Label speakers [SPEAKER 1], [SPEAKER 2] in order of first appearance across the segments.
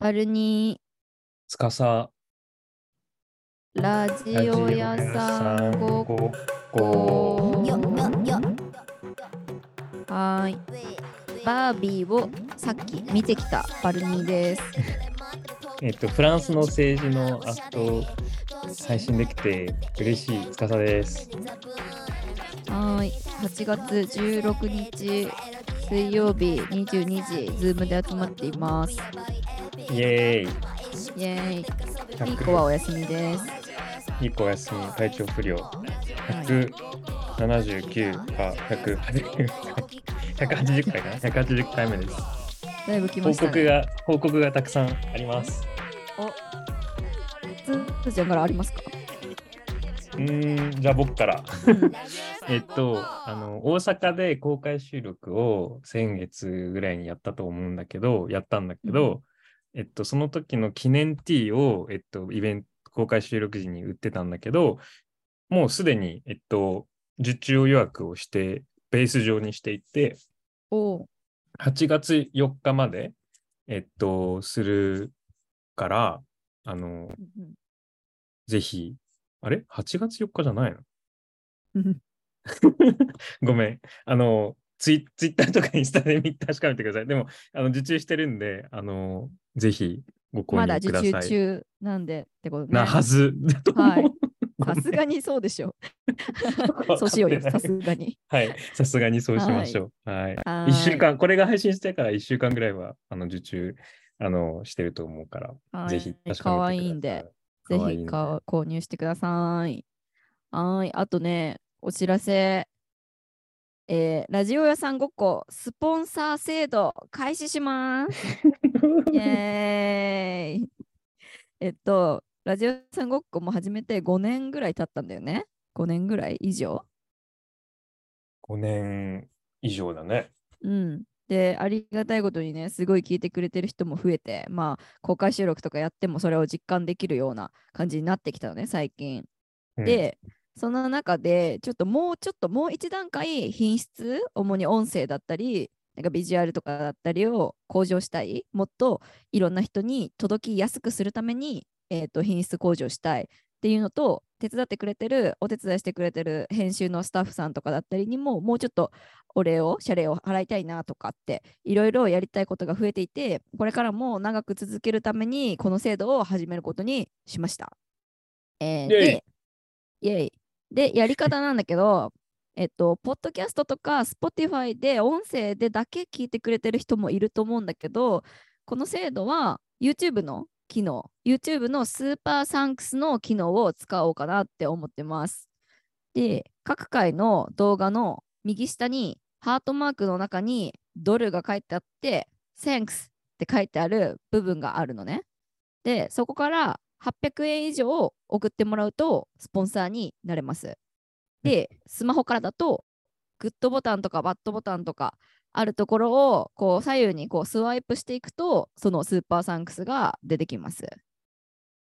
[SPEAKER 1] アルニ
[SPEAKER 2] つかさ、
[SPEAKER 1] ラジオ屋さんごっこ
[SPEAKER 3] よよよ
[SPEAKER 1] はーいバービーをさっき見てきたバルニーです
[SPEAKER 2] えっと、フランスの政治のアップを配信できて嬉しいつかさです。
[SPEAKER 1] はーい8月16日水曜日22時ズームで集まっています
[SPEAKER 2] イエーイ
[SPEAKER 1] イエーイピーコはお休みです
[SPEAKER 2] ピーコお休み、体調不良。179か180 180回かな ?180 回目です。
[SPEAKER 1] だいぶ来ま
[SPEAKER 2] 報
[SPEAKER 1] した
[SPEAKER 2] 告
[SPEAKER 1] ね
[SPEAKER 2] が、報告がたくさんあります。
[SPEAKER 1] つつーちゃんからありますか
[SPEAKER 2] うーん、じゃあ僕から。
[SPEAKER 1] うん
[SPEAKER 2] えっと、あの、大阪で公開収録を先月ぐらいにやったと思うんだけど、やったんだけど、えっと、その時の記念 T を、えっと、イベント、公開収録時に売ってたんだけど、もうすでに、えっと、受注予約をして、ベース上にしていて、
[SPEAKER 1] おう
[SPEAKER 2] 8月4日まで、えっと、するから、あの、ぜひ、あれ ?8 月4日じゃないの
[SPEAKER 1] うん
[SPEAKER 2] ごめん。あの、ツイツイッターとかインスタで見確かめてください。でも、あの受注してるんで、あの、ぜひご購
[SPEAKER 1] まだ受
[SPEAKER 2] 入くださ
[SPEAKER 1] 注
[SPEAKER 2] い。
[SPEAKER 1] 中なんでってことね
[SPEAKER 2] なはず だと思う。
[SPEAKER 1] はい
[SPEAKER 2] ごめん
[SPEAKER 1] さすがにそうでし ょ
[SPEAKER 2] わか
[SPEAKER 1] そ
[SPEAKER 2] っ
[SPEAKER 1] うしてよう
[SPEAKER 2] ない
[SPEAKER 1] よさすがに
[SPEAKER 2] はい。さすがにそうしましょう。はい。
[SPEAKER 1] はーい
[SPEAKER 2] 一週間、これが配信してから1週間ぐらいは、あの、受注、あの、してると思うから、
[SPEAKER 1] はい
[SPEAKER 2] ぜひ確かめてください。
[SPEAKER 1] 可愛いんで。ぜ
[SPEAKER 2] 可愛い
[SPEAKER 1] ひ
[SPEAKER 2] ね
[SPEAKER 1] か購入してください。はーい。あとね、お知らせ。えーラジオ屋さんごっこ、スポンサー制度開始し ます。イエーイ。えっと、ラジオ屋さんごっこも始めて5年ぐらい経ったんだよね。5年ぐらい以上。
[SPEAKER 2] 5年以上だね。
[SPEAKER 1] うん。で、ありがたいことにね、すごい聞いてくれてる人も増えて、まあ、公開収録とかやってもそれを実感できるような感じになってきたのね、最近。
[SPEAKER 2] うん、
[SPEAKER 1] で、その中でちょっともうちょっともう一段階品質主に音声だったりなんかビジュアルとかだったりを向上したいもっといろんな人に届きやすくするために、えー、と品質向上したいっていうのと手伝ってくれてるお手伝いしてくれてる編集のスタッフさんとかだったりにももうちょっとお礼を謝礼を払いたいなとかっていろいろやりたいことが増えていてこれからも長く続けるためにこの制度を始めることにしました。えー
[SPEAKER 2] イェイ
[SPEAKER 1] でイェイで、やり方なんだけど、 えっと、ポッドキャストとか Spotify で音声でだけ聞いてくれてる人もいると思うんだけど、この制度は YouTube の機能、YouTube のスーパーサンクスの機能を使おうかなって思ってます。で、各回の動画の右下にハートマークの中にドルが書いてあって、Thanks って書いてある部分があるのね。で、そこから800円以上送ってもらうと、スポンサーになれます。で、スマホからだと、グッドボタンとかバッドボタンとかあるところをこう左右にこうスワイプしていくと、そのスーパーサンクスが出てきます。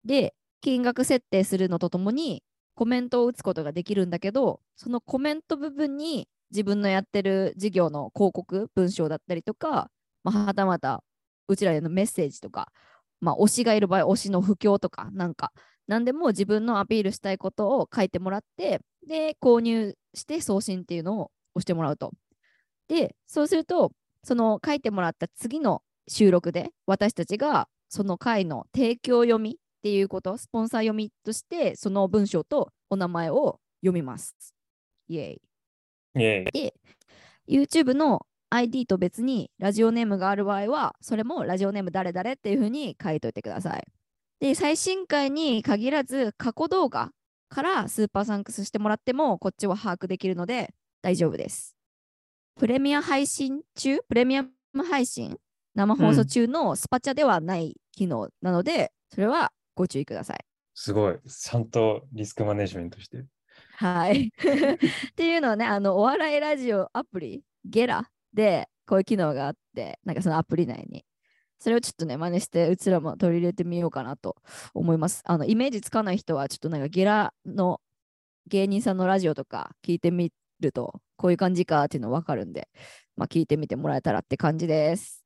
[SPEAKER 1] で、金額設定するのとともに、コメントを打つことができるんだけど、そのコメント部分に自分のやってる事業の広告、文章だったりとか、まあ、はたまたうちらへのメッセージとか、まあ、推しがいる場合、推しの布教とか、なんか、何でも自分のアピールしたいことを書いてもらって、で、購入して送信っていうのを押してもらうと。で、そうすると、その書いてもらった次の収録で、私たちがその回の提供読みっていうこと、スポンサー読みとして、その文章とお名前を読みます。イエイ。
[SPEAKER 2] イエーイ
[SPEAKER 1] YouTube の ID と別にラジオネームがある場合は、それもラジオネーム誰々っていう風に書いといてください。で、最新回に限らず過去動画からスーパーサンクスしてもらっても、こっちは把握できるので大丈夫です。プレミア配信中、プレミアム配信、生放送中のスパチャではない機能なので、それはご注意ください。
[SPEAKER 2] すごい。ちゃんとリスクマネジメントしてる。
[SPEAKER 1] はい。 っていうのはね、あの、お笑いラジオアプリ、ゲラで、こういう機能があって、なんかそのアプリ内に。それをちょっとね、真似して、うちらも取り入れてみようかなと思います。あの、イメージつかない人は、ちょっとなんかゲラの芸人さんのラジオとか聞いてみると、こういう感じかっていうのわかるんで、まあ、聞いてみてもらえたらって感じです。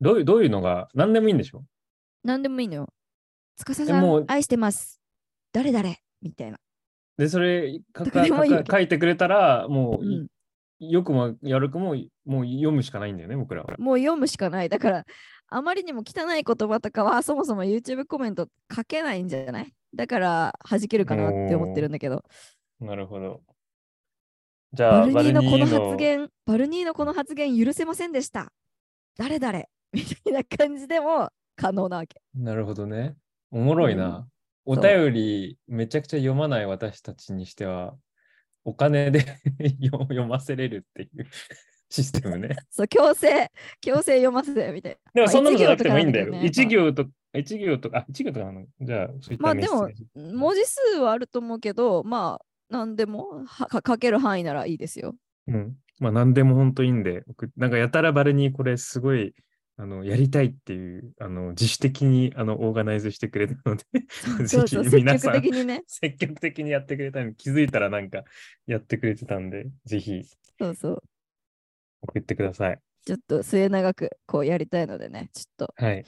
[SPEAKER 2] どういう、どういうのが、何でもいいんでしょ
[SPEAKER 1] 何でもいいのよ。司
[SPEAKER 2] え
[SPEAKER 1] さ
[SPEAKER 2] も
[SPEAKER 1] ん
[SPEAKER 2] う、
[SPEAKER 1] 愛してます。誰誰みたいな。
[SPEAKER 2] で、それかか
[SPEAKER 1] どれもいい
[SPEAKER 2] かか書いてくれたら、も
[SPEAKER 1] う
[SPEAKER 2] う、
[SPEAKER 1] ん。
[SPEAKER 2] よくも悪くも、もう読むしかないんだよね、僕らは。
[SPEAKER 1] もう読むしかない。だから、あまりにも汚い言葉とかは、そもそも YouTube コメント書けないんじゃないだから、弾けるかなって思ってるんだけど、
[SPEAKER 2] なるほど。じゃ
[SPEAKER 1] バ
[SPEAKER 2] あ、
[SPEAKER 1] ルニーのこの
[SPEAKER 2] バルニーの
[SPEAKER 1] 発言、バルニーのこの発言許せませんでした。誰々 みたいな感じでも可能なわけ。
[SPEAKER 2] なるほどね。おもろいな。お
[SPEAKER 1] そう
[SPEAKER 2] 便りめちゃくちゃ読まない私たちにしては、お金で 読読ませれるっていう システ ムね。
[SPEAKER 1] そう、強制、強制読ませみたいな。
[SPEAKER 2] で
[SPEAKER 1] ま
[SPEAKER 2] も
[SPEAKER 1] あ
[SPEAKER 2] そんなのじゃなくてもいいんだ
[SPEAKER 1] 一
[SPEAKER 2] よ。
[SPEAKER 1] 行とか
[SPEAKER 2] 一
[SPEAKER 1] なんだけどね
[SPEAKER 2] 行と、一行とか、あ、一行とかなのじゃあ、そういった
[SPEAKER 1] まあ
[SPEAKER 2] メッセージ。
[SPEAKER 1] 文字数はあると思うけど、まあ、何でもはか書ける範囲ならいいですよ。
[SPEAKER 2] うん。まあ何でも本当いいんで、僕なんかやたらバルにこれすごい、あの、やりたいっていう、あの、自主的に、あの、オーガナイズしてくれたので、 ぜ
[SPEAKER 1] そう
[SPEAKER 2] ひ
[SPEAKER 1] そう、積
[SPEAKER 2] 皆さ
[SPEAKER 1] 極
[SPEAKER 2] ん、
[SPEAKER 1] 的にね。
[SPEAKER 2] 積極的にやってくれたのに気づいたらなんかやってくれてたんで、ぜひ
[SPEAKER 1] そうそう。
[SPEAKER 2] 送ってください。
[SPEAKER 1] ちょっと末永くこうやりたいのでね、ちょっと
[SPEAKER 2] はい。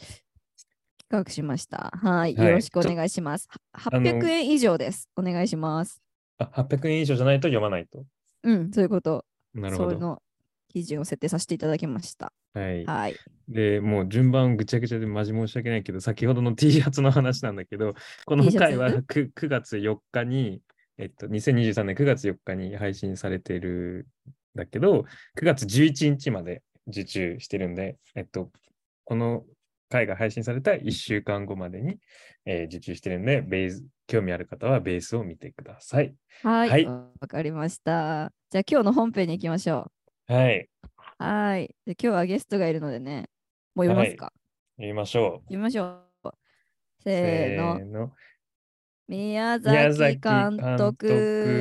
[SPEAKER 1] 企画しました。はい、
[SPEAKER 2] はい
[SPEAKER 1] よろしくお願いします。は
[SPEAKER 2] あの
[SPEAKER 1] 800円以上です。お願いします。
[SPEAKER 2] あ800円以上じゃないと読まないと。
[SPEAKER 1] うん、そういうこと。
[SPEAKER 2] なる
[SPEAKER 1] そ
[SPEAKER 2] ほ
[SPEAKER 1] れ
[SPEAKER 2] ど。
[SPEAKER 1] の基準を設定させていただきました。
[SPEAKER 2] はい。
[SPEAKER 1] はい。
[SPEAKER 2] で、もう順番ぐちゃぐちゃでマジ申し訳ないけど、先ほどの T シャツの話なんだけど、この
[SPEAKER 1] T シャツ
[SPEAKER 2] 回は 9, 9月4日に、えっと、2023年9月4日に配信されてるんだけど、9月11日まで受注してるんで、えっと、この回が配信された1週間後までに、えー受注してるんで、ベース、興味ある方はベースを見てください。
[SPEAKER 1] は。
[SPEAKER 2] はいい
[SPEAKER 1] わ、かりました。じゃあ今日の本編に行きましょ
[SPEAKER 2] はい。
[SPEAKER 1] う。はい。で今日はゲストがいるのでね、もう読みますか。
[SPEAKER 2] 言いましょう。
[SPEAKER 1] 読みましょう。
[SPEAKER 2] せ
[SPEAKER 1] せーの。
[SPEAKER 2] ーの。
[SPEAKER 1] 宮
[SPEAKER 2] 宮
[SPEAKER 1] 崎
[SPEAKER 2] 崎
[SPEAKER 1] 監
[SPEAKER 2] 監
[SPEAKER 1] 督。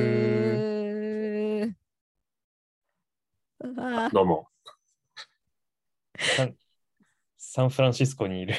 [SPEAKER 1] あー
[SPEAKER 4] どうも。
[SPEAKER 2] サンサンフランシスコにいる。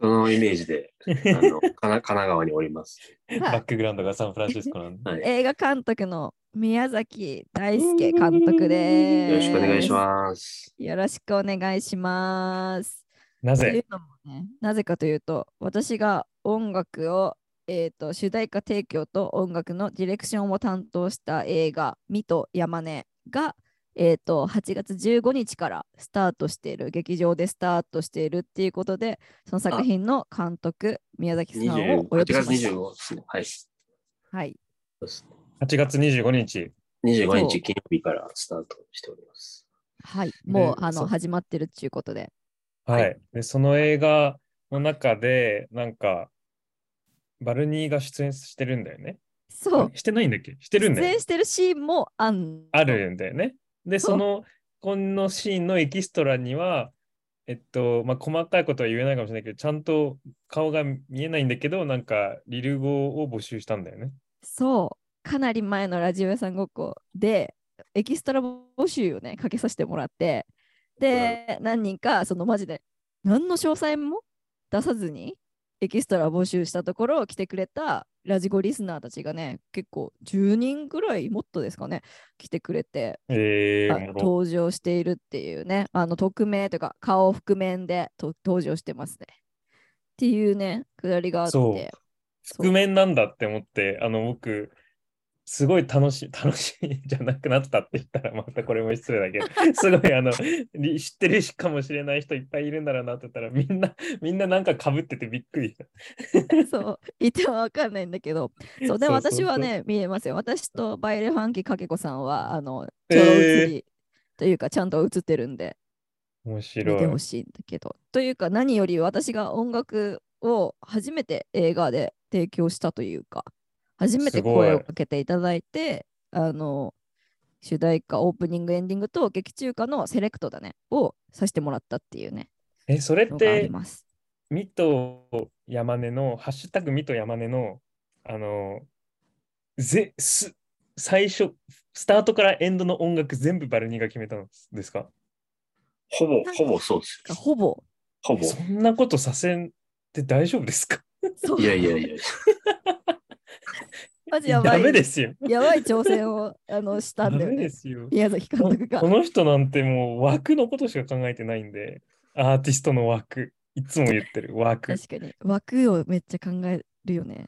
[SPEAKER 4] そのイメージで、あ の、かな神奈川におります。
[SPEAKER 1] はい
[SPEAKER 2] バックグラウンドがサンフランシスコなんで。
[SPEAKER 4] はい。よ
[SPEAKER 1] 映画監督の宮崎大輔監督で
[SPEAKER 4] ろ
[SPEAKER 1] す。
[SPEAKER 4] しくお願いし
[SPEAKER 1] す。
[SPEAKER 4] ます。
[SPEAKER 1] よろしくお願いします。
[SPEAKER 2] な
[SPEAKER 1] とい
[SPEAKER 2] ぜ
[SPEAKER 1] うのもね、なぜかというと、私が音楽を、えー、と主題歌提供と音楽のディレクションを担当した映画「水戸山根」が、えー、と8月15日からスタートしている劇場でスタートしているっていうことでその作品の監督宮崎さんを
[SPEAKER 4] 28
[SPEAKER 1] お呼びし
[SPEAKER 4] 月
[SPEAKER 1] まし
[SPEAKER 4] 25ですね。はい。そ
[SPEAKER 1] た。はい、
[SPEAKER 4] うですね
[SPEAKER 2] ?8 月25日。
[SPEAKER 4] 25
[SPEAKER 1] そう
[SPEAKER 4] 日金曜日からスタートしております。
[SPEAKER 1] はい、もうあ
[SPEAKER 2] そ
[SPEAKER 1] の
[SPEAKER 2] う
[SPEAKER 1] 始まってるっていうことで。
[SPEAKER 2] はい。
[SPEAKER 1] は
[SPEAKER 2] で、その映画の中で、なんか、バルニーが出演してるんだよね。
[SPEAKER 1] そう
[SPEAKER 2] えしてないんだっけして
[SPEAKER 1] 出
[SPEAKER 2] るんだよね、
[SPEAKER 1] 演してるシーンもあん
[SPEAKER 2] あるんだよね。で、
[SPEAKER 1] そう
[SPEAKER 2] その、このシーンのエキストラには、えっと、まあ、細かいことは言えないかもしれないけど、ちゃんと顔が見えないんだけど、なんか、リル語を募集したんだよね。
[SPEAKER 1] そう、かなり前のラジオ屋さんごっこで、エキストラ募集をね、かけさせてもらって、で、何人か、そのマジで、何の詳細も出さずに、エキストラ募集したところ、来てくれたラジゴリスナーたちがね、結構10人ぐらい、もっとですかね、来てくれて、
[SPEAKER 2] えー、
[SPEAKER 1] あ
[SPEAKER 2] おもろ
[SPEAKER 1] 登場しているっていうね、あの匿名というか、顔覆面でと登場してますね。っていうね、くだりがあっ
[SPEAKER 2] そう
[SPEAKER 1] て。そう
[SPEAKER 2] 覆面なんだって思って、あの、僕、すごい楽しい、 楽しいじゃなくなったって言ったら、またこれも失 礼だけど、すごい、あの、り知ってるしかもしれない人いっぱいいるんだろうなって言ったら、みんな、みんななんか被っててびっくりした。
[SPEAKER 1] そう、いてはわかんないんだけ ど、そう、でも
[SPEAKER 2] そう
[SPEAKER 1] 私
[SPEAKER 2] そうそう
[SPEAKER 1] はね、見えますよ。私とバイレファンキーかけこさんは、あの、
[SPEAKER 2] え
[SPEAKER 1] ち
[SPEAKER 2] ー
[SPEAKER 1] ょうど映り、というか、ちゃんと映ってるんで、
[SPEAKER 2] 面
[SPEAKER 1] 見
[SPEAKER 2] 白
[SPEAKER 1] てほ
[SPEAKER 2] い。
[SPEAKER 1] しいんだけど。というか、何より私が音楽を初めて映画で提供したというか、初めて
[SPEAKER 2] すごい
[SPEAKER 1] 声をかけていただいて、あの、主題歌、オープニング、エンディングと劇中歌のセレクトだね、をさせてもらったっていうね、
[SPEAKER 2] え、それっ
[SPEAKER 1] のがあり
[SPEAKER 2] て、
[SPEAKER 1] ます。
[SPEAKER 2] ミト山根の、ハッシュタグミト山根の、あの、ぜ、す、最初、スタートからエンドの音楽全部バルニーが決めたんですか
[SPEAKER 4] ほぼ、ほぼそうです。
[SPEAKER 1] ほぼ、
[SPEAKER 4] ほぼ。
[SPEAKER 2] そんなことさせて大丈夫ですか
[SPEAKER 1] そう
[SPEAKER 4] いやいやいや。
[SPEAKER 1] マジやば
[SPEAKER 2] ダ
[SPEAKER 1] い。
[SPEAKER 2] メですよ。
[SPEAKER 1] やばい挑戦をあのした
[SPEAKER 2] ダ
[SPEAKER 1] んだよ
[SPEAKER 2] メで
[SPEAKER 1] ね。
[SPEAKER 2] すよ。
[SPEAKER 1] 宮崎監督が
[SPEAKER 2] こ。の人なんてもう枠のことしか考えてないんで、アーティストの枠。いつも言ってる枠。と
[SPEAKER 1] 確かに。枠をめっちゃ考えるよね。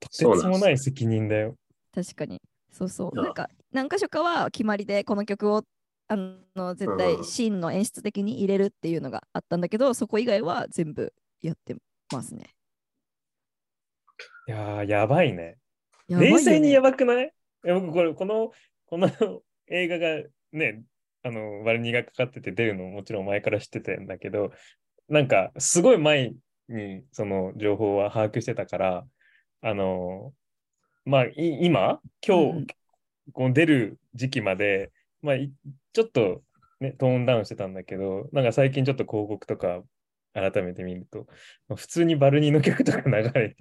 [SPEAKER 2] てつもない責任だよ。
[SPEAKER 1] 確かに。そうそう。
[SPEAKER 4] いや
[SPEAKER 1] なんか何箇所かは決まりでこの曲をあの絶対
[SPEAKER 4] うん
[SPEAKER 1] シーンの演出的に入れるっていうのがあったんだけど、そこ以外は全部やってますね。
[SPEAKER 2] いやー、やばいね。
[SPEAKER 1] やばいよ
[SPEAKER 2] 冷
[SPEAKER 1] ね
[SPEAKER 2] 静にやばくないえ僕これ、この、この 映画がね、あの、バルニーがかかってて出るのももちろん前から知ってたんだけど、なんか、すごい前にその情報は把握してたから、あの、まあ、い今、今
[SPEAKER 1] うん
[SPEAKER 2] 日、この出る時期まで、まあ、いちょっと、ね、トーンダウンしてたんだけど、なんか最近ちょっと広告とか改めて見ると、まあ普通にバルニーの曲とか流れて、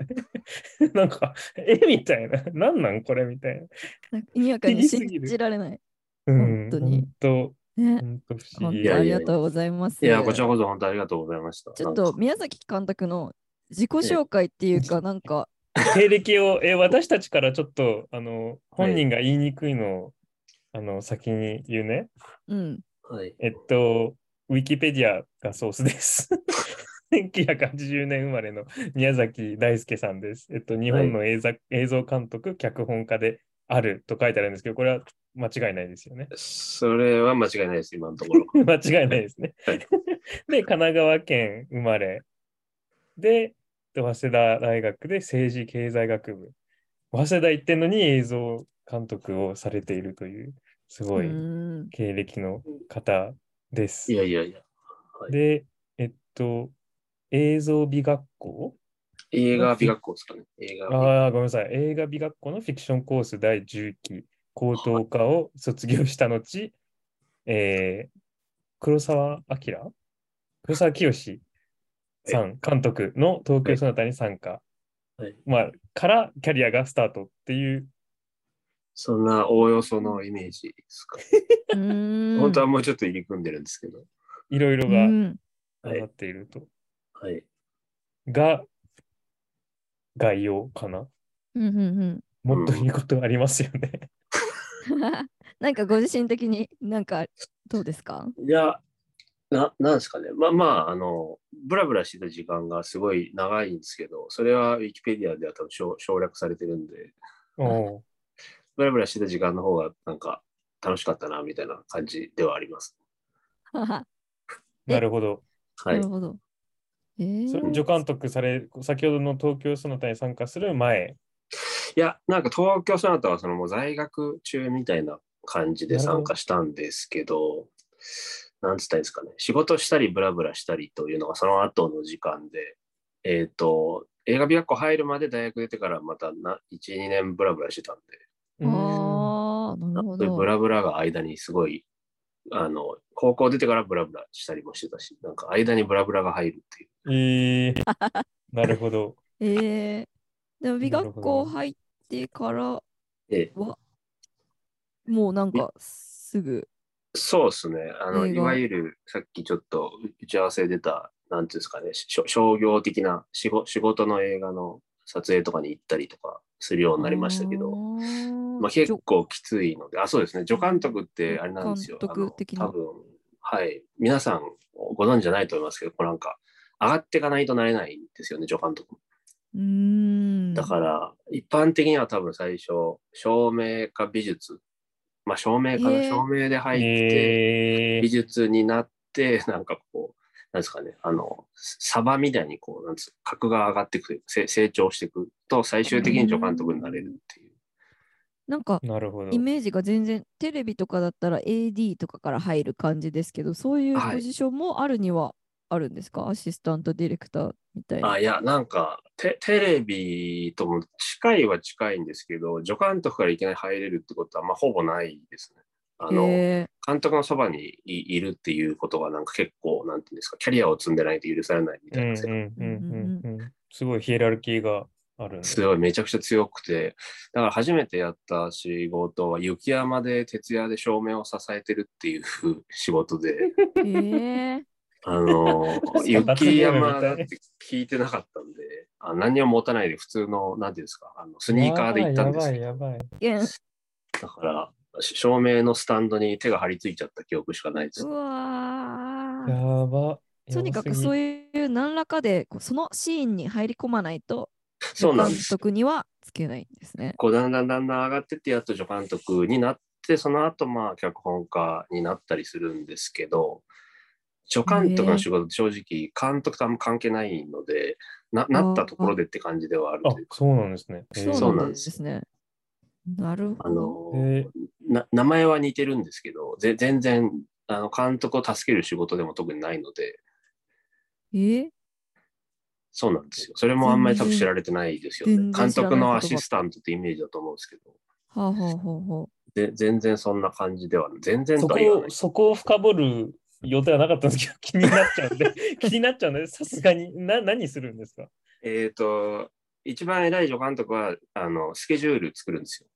[SPEAKER 2] なんか、えみたいな、なんなんこれみたいな。
[SPEAKER 1] なんかにわかに
[SPEAKER 2] 言い過
[SPEAKER 1] 信
[SPEAKER 2] ぎる
[SPEAKER 1] じられない。
[SPEAKER 2] うん、
[SPEAKER 1] 本当に
[SPEAKER 2] 本当、
[SPEAKER 1] ね。
[SPEAKER 2] 本当不思
[SPEAKER 1] 本
[SPEAKER 2] 議。
[SPEAKER 1] 当あ
[SPEAKER 4] い
[SPEAKER 1] り
[SPEAKER 4] や
[SPEAKER 1] がとうございます。
[SPEAKER 4] いや、こちらこそ本当ありがとうございました。
[SPEAKER 1] ちょっ
[SPEAKER 4] な
[SPEAKER 1] と
[SPEAKER 4] んか
[SPEAKER 1] 宮崎監督の自己紹介っていうか、なんか、
[SPEAKER 2] 経歴を、え、私たちからちょっと、あの、本人が言いにくいのを、あの、先に言うね。
[SPEAKER 1] うん、
[SPEAKER 4] はい。
[SPEAKER 2] えっと、ウィキペディアがソースです。1980年生まれの宮崎大輔さんです。えっと、日本の映像,、映像監督、脚本家であると書いてあるんですけど、これは間違いないですよね。
[SPEAKER 4] それは間違いないです、今のとこ ろ。
[SPEAKER 2] 間違いないですね
[SPEAKER 4] はい。
[SPEAKER 2] で、神奈川県生まれ。で、早稲田大学で政治経済学部。早稲田行ってんのに映像監督をされているという、す
[SPEAKER 1] う
[SPEAKER 2] ごい
[SPEAKER 1] ーん
[SPEAKER 2] 経歴の方です
[SPEAKER 4] い。やいやいや。
[SPEAKER 2] で、えっと、映像美学校
[SPEAKER 4] 映画美学校ですかね。映画美学校
[SPEAKER 2] ああ、ごめんなさい。映画美学校のフィクションコース第10期、高等科を卒業した後、えー、黒澤明黒澤清さん、監督の東京そなたに参加、
[SPEAKER 4] はい
[SPEAKER 2] まあ、からキャリアがスタートっていう、
[SPEAKER 4] そんなおおよそのイメージですか。
[SPEAKER 1] うーん
[SPEAKER 4] 本当はもうちょっと入り組んでるんですけど。
[SPEAKER 2] いろいろ
[SPEAKER 1] う
[SPEAKER 2] が
[SPEAKER 1] ん
[SPEAKER 2] 混ざっていると。
[SPEAKER 4] はい。
[SPEAKER 2] が、概要かな。
[SPEAKER 1] うんうん
[SPEAKER 2] もっといいことありますよね。
[SPEAKER 1] うん なんかご自身的になんかどうですか
[SPEAKER 4] いや、な、なんですかね。まあまあ、あの、ブラブラしてた時間がすごい長いんですけど、それはウィキペディアでは多分省省略されてるんで、
[SPEAKER 2] おう
[SPEAKER 4] ブラブラしてた時間の方がなんか楽しかったな、みたいな感じではあります。
[SPEAKER 1] な
[SPEAKER 2] なるほど。
[SPEAKER 4] はい
[SPEAKER 1] る。ほど。えー
[SPEAKER 2] それ助監督され、先ほどの東京その他に参加する前。
[SPEAKER 4] いや、なんか東京そなたはそのもう在学中みたいな感じで参加したんですけど、なんつったらいいんですかね、仕事したりブラブラしたりというのがその後の時間で、えっ、と、映画美学校入るまで大学出てからまたな1、2年ブラブラしてたんで、
[SPEAKER 2] うん
[SPEAKER 1] ああ、なるほ
[SPEAKER 4] そういうブ
[SPEAKER 1] ど。
[SPEAKER 4] ラブラが間にすごい、あの、高校出てからブラブラしたりもしてたし、なんか間にブラブラが入るっていう。
[SPEAKER 2] えーなるほど。
[SPEAKER 1] えー、でも美
[SPEAKER 2] なるほ
[SPEAKER 1] 学
[SPEAKER 2] ど
[SPEAKER 1] 校入ってから
[SPEAKER 4] え
[SPEAKER 1] は、もうなんかすぐ。
[SPEAKER 4] そうですね。あの、
[SPEAKER 1] 映
[SPEAKER 4] い
[SPEAKER 1] 画
[SPEAKER 4] わゆる、さっきちょっと打ち合わせ出た、なんていうんですかね、ししょ商業的な仕事仕事の映画の撮影とかに行ったりとかするようになりましたけ
[SPEAKER 1] あ
[SPEAKER 4] ど、
[SPEAKER 1] ー
[SPEAKER 4] まあ、
[SPEAKER 1] じ
[SPEAKER 4] 結
[SPEAKER 1] ょ
[SPEAKER 4] 構きついので、あ、そうですね、助監督ってあれなんですよ。
[SPEAKER 1] 助監督的な
[SPEAKER 4] あの多分、はい、皆さんご存知じゃないと思いますけど、こうなんか、上がっていかないとなれないんですよね、助監督。
[SPEAKER 1] うーん。
[SPEAKER 4] だから、一般的には多分最初、照明か美術、まあ、照明かな、
[SPEAKER 1] へえ
[SPEAKER 4] 照明で入って、
[SPEAKER 2] え
[SPEAKER 4] 美
[SPEAKER 2] ー
[SPEAKER 4] 術になって、 なんかこう、なんですかね、あの、サバみたいにこう、なんつう格が上がっていくというか、せ成長していくと、最終的に助監督になれるっていう。
[SPEAKER 1] なんか
[SPEAKER 2] なるほど
[SPEAKER 1] イ。メージが全然テレビとかだったら AD とかから入る感じですけどそういう
[SPEAKER 4] はい
[SPEAKER 1] ポジションもあるにはあるんですか、アシスタントディレクターみたいな。
[SPEAKER 4] あいや、なんかテ、テレビとも近いは近いんですけど、助監督からいきなり入れるってことは、まあ、ほぼないですね。あの、
[SPEAKER 1] へ
[SPEAKER 4] 監督のそばにいいるっていうことが、なんか結構、なんていうんですか、キャリアを積んでないと許されないみ
[SPEAKER 2] う
[SPEAKER 4] た
[SPEAKER 2] ん
[SPEAKER 4] いうな世界
[SPEAKER 2] んうんうんうんすごいヒエラルキーがあるんです
[SPEAKER 4] すごいめちゃくちゃ強くて、だから初めてやった仕事は雪山で徹夜で照明を支えてるっていう仕事 で、
[SPEAKER 1] えへえ
[SPEAKER 4] あの
[SPEAKER 2] そう
[SPEAKER 4] 雪山だって聞いてなかったんで、あ何を持たないで普通の、なんていうんですか、あのスニーカーで行ったんですよ
[SPEAKER 2] やばいやばい。
[SPEAKER 1] げん
[SPEAKER 4] だから、し照明のスタンドに手が張り付いちゃった記憶しかないです
[SPEAKER 1] う。わ
[SPEAKER 2] や
[SPEAKER 1] ー
[SPEAKER 2] ば。
[SPEAKER 1] とにかくそう
[SPEAKER 2] いう。
[SPEAKER 1] いういう何らかでこうそのシーンに入り込まないと
[SPEAKER 4] そうなんで
[SPEAKER 1] 監
[SPEAKER 4] す。
[SPEAKER 1] 督にはつけないんですね。
[SPEAKER 4] こうだんだんだんだん上がってってやっと助監督になってその後まあ脚本家になったりするんですけど助監督の仕事って正直監督とあんま関係ないのでななったところでって感じではある
[SPEAKER 2] あ
[SPEAKER 4] というか
[SPEAKER 2] そうなんですね。えー
[SPEAKER 1] そうなんですね。なる
[SPEAKER 4] あ
[SPEAKER 1] ほど。
[SPEAKER 4] の、
[SPEAKER 2] えー
[SPEAKER 4] な名前は似てるんですけどぜ全然あの監督を助ける仕事でも特にないので
[SPEAKER 1] えー
[SPEAKER 4] そうなんですよそれもあんまり多分知られてないですよね
[SPEAKER 1] 全然
[SPEAKER 4] 監
[SPEAKER 1] 知らない
[SPEAKER 4] 督のアシスタントってイメージだと思うんですけど
[SPEAKER 1] はあ、はあはあは
[SPEAKER 4] で全然そんな感じでは全然
[SPEAKER 2] そ
[SPEAKER 4] と
[SPEAKER 2] こ
[SPEAKER 4] は言わない
[SPEAKER 2] を、そこを深掘る予定はなかったんですけど、 気になっちゃうんで、気になっちゃうんで、さすがに、な、何するんですか
[SPEAKER 4] えっ、と、一番偉い助監督は、あの、スケジュール作るんですよ。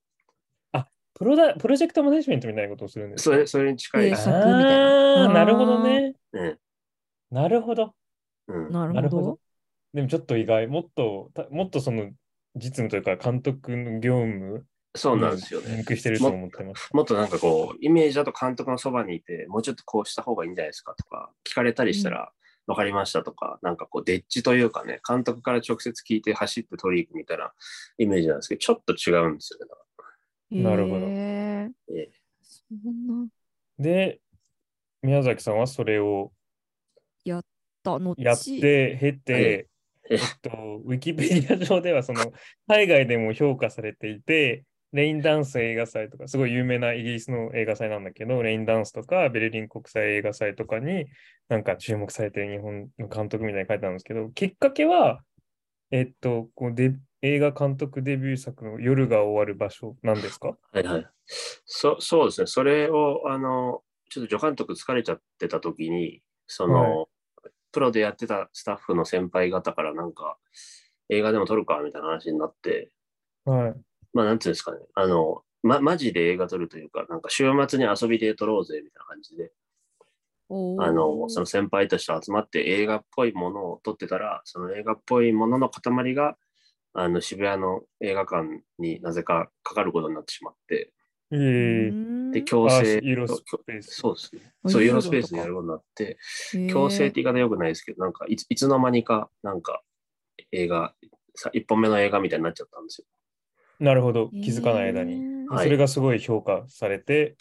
[SPEAKER 2] プロダ、プロジェクトマネジメントみたいなことをするんです
[SPEAKER 4] そ
[SPEAKER 2] か
[SPEAKER 4] れ、それに近い
[SPEAKER 1] 制
[SPEAKER 4] で
[SPEAKER 2] あ
[SPEAKER 4] す。
[SPEAKER 1] 作みたいな
[SPEAKER 2] ーなるほどね。
[SPEAKER 4] うん。
[SPEAKER 2] なるほど。
[SPEAKER 4] うん
[SPEAKER 1] あ、なるほ
[SPEAKER 2] なる
[SPEAKER 1] ど
[SPEAKER 2] ほ。ど。でもちょっと意外、もっと、たもっとその実務というか監督の業務
[SPEAKER 4] そうなんですよね。
[SPEAKER 2] リンクしてると思ってました。
[SPEAKER 4] もっとなんかこう、イメージだと監督のそばにいて、もうちょっとこうした方がいいんじゃないですかとか、聞かれたりしたら、わかりましたとか、なんかこう、デッジというかね、監督から直接聞いて走って取り行くみたいなイメージなんですけど、ちょっと違うんですよね。
[SPEAKER 2] なるほど
[SPEAKER 1] へー
[SPEAKER 4] ええ
[SPEAKER 1] そんな
[SPEAKER 2] で、宮崎さんはそれを
[SPEAKER 1] だの
[SPEAKER 2] やっ
[SPEAKER 1] ち
[SPEAKER 2] て、経て、え
[SPEAKER 4] ええ
[SPEAKER 2] っと、ウィキペディア上では、そ の、海外でも評価されていて、レインダンス映画祭とか、すごい有名なイギリスの映画祭なんだけど、レインダンスとか、ベルリン国際映画祭とかに、なんか注目されてる日本の監督みたいに書いてあるんですけど、きっかけは、えっと、こうで映画監督デビュー作の夜が終わる場所なんですか
[SPEAKER 4] はいはい。そそうですね。それを、あの、ちょっと助監督疲れちゃってた時に、その、プロでやってたスタッフの先輩方からなんか、映画でも撮るかみたいな話になって、
[SPEAKER 2] はい。
[SPEAKER 4] まあ、なんていうんですかね。あの、ま、マジで映画撮るというか、なんか週末に遊びで撮ろうぜみたいな感じで、
[SPEAKER 1] おー
[SPEAKER 4] あの、その先輩たちと集まって映画っぽいものを撮ってたら、その映画っぽいものの塊が、あの、渋谷の映画館になぜかかかることになってしまって、
[SPEAKER 2] え
[SPEAKER 1] う
[SPEAKER 2] ー、
[SPEAKER 1] ん
[SPEAKER 4] で、強制、
[SPEAKER 2] あユーロスペース。
[SPEAKER 4] そうですね。
[SPEAKER 1] あ
[SPEAKER 4] そう、ユ
[SPEAKER 1] ユ
[SPEAKER 4] ー
[SPEAKER 1] ー
[SPEAKER 4] ロ
[SPEAKER 1] ロ
[SPEAKER 4] ス
[SPEAKER 1] ス
[SPEAKER 4] ペ
[SPEAKER 1] ペ
[SPEAKER 4] ー
[SPEAKER 1] ー
[SPEAKER 4] ス
[SPEAKER 1] ス
[SPEAKER 4] に
[SPEAKER 1] に
[SPEAKER 4] や
[SPEAKER 1] や
[SPEAKER 4] る
[SPEAKER 1] る
[SPEAKER 4] ようになって、
[SPEAKER 1] へー
[SPEAKER 4] 強制って言い方良くないですけど、なんかいついつの間にか、なんか映画、さ1本目の映画みたいになっちゃったんですよ。
[SPEAKER 2] なるほど。気づかない間に。
[SPEAKER 1] へー
[SPEAKER 4] はい
[SPEAKER 2] それがすごい評価されて、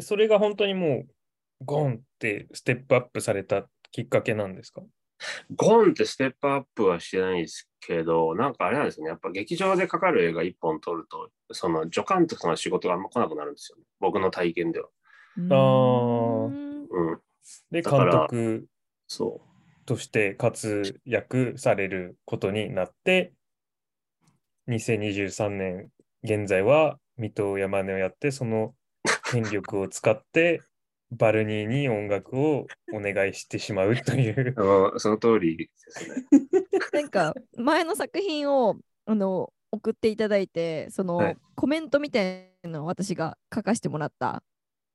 [SPEAKER 2] それが本当にもう、ゴンってステップアップされたきっかけなんですか
[SPEAKER 4] ゴンってステップアップはしてないですけど、なんかあれなんですね、やっぱ劇場でかかる映画1本撮ると、その助監督の仕事があんま来なくなるんですよ、ね。僕の体験では。
[SPEAKER 1] うん
[SPEAKER 2] あー
[SPEAKER 4] うん、
[SPEAKER 2] で、
[SPEAKER 4] だ
[SPEAKER 2] 監
[SPEAKER 4] から
[SPEAKER 2] 督
[SPEAKER 4] そ
[SPEAKER 2] として活躍されることになって、2023年現在は水戸山根をやって、その権力を使って、バルニーに音楽をお願いしてしまうという
[SPEAKER 4] う。あのその通りですね。
[SPEAKER 1] なんか前の作品をあの送っていただいてその、
[SPEAKER 4] はい
[SPEAKER 1] コメントみたいなのを私が書かせてもらった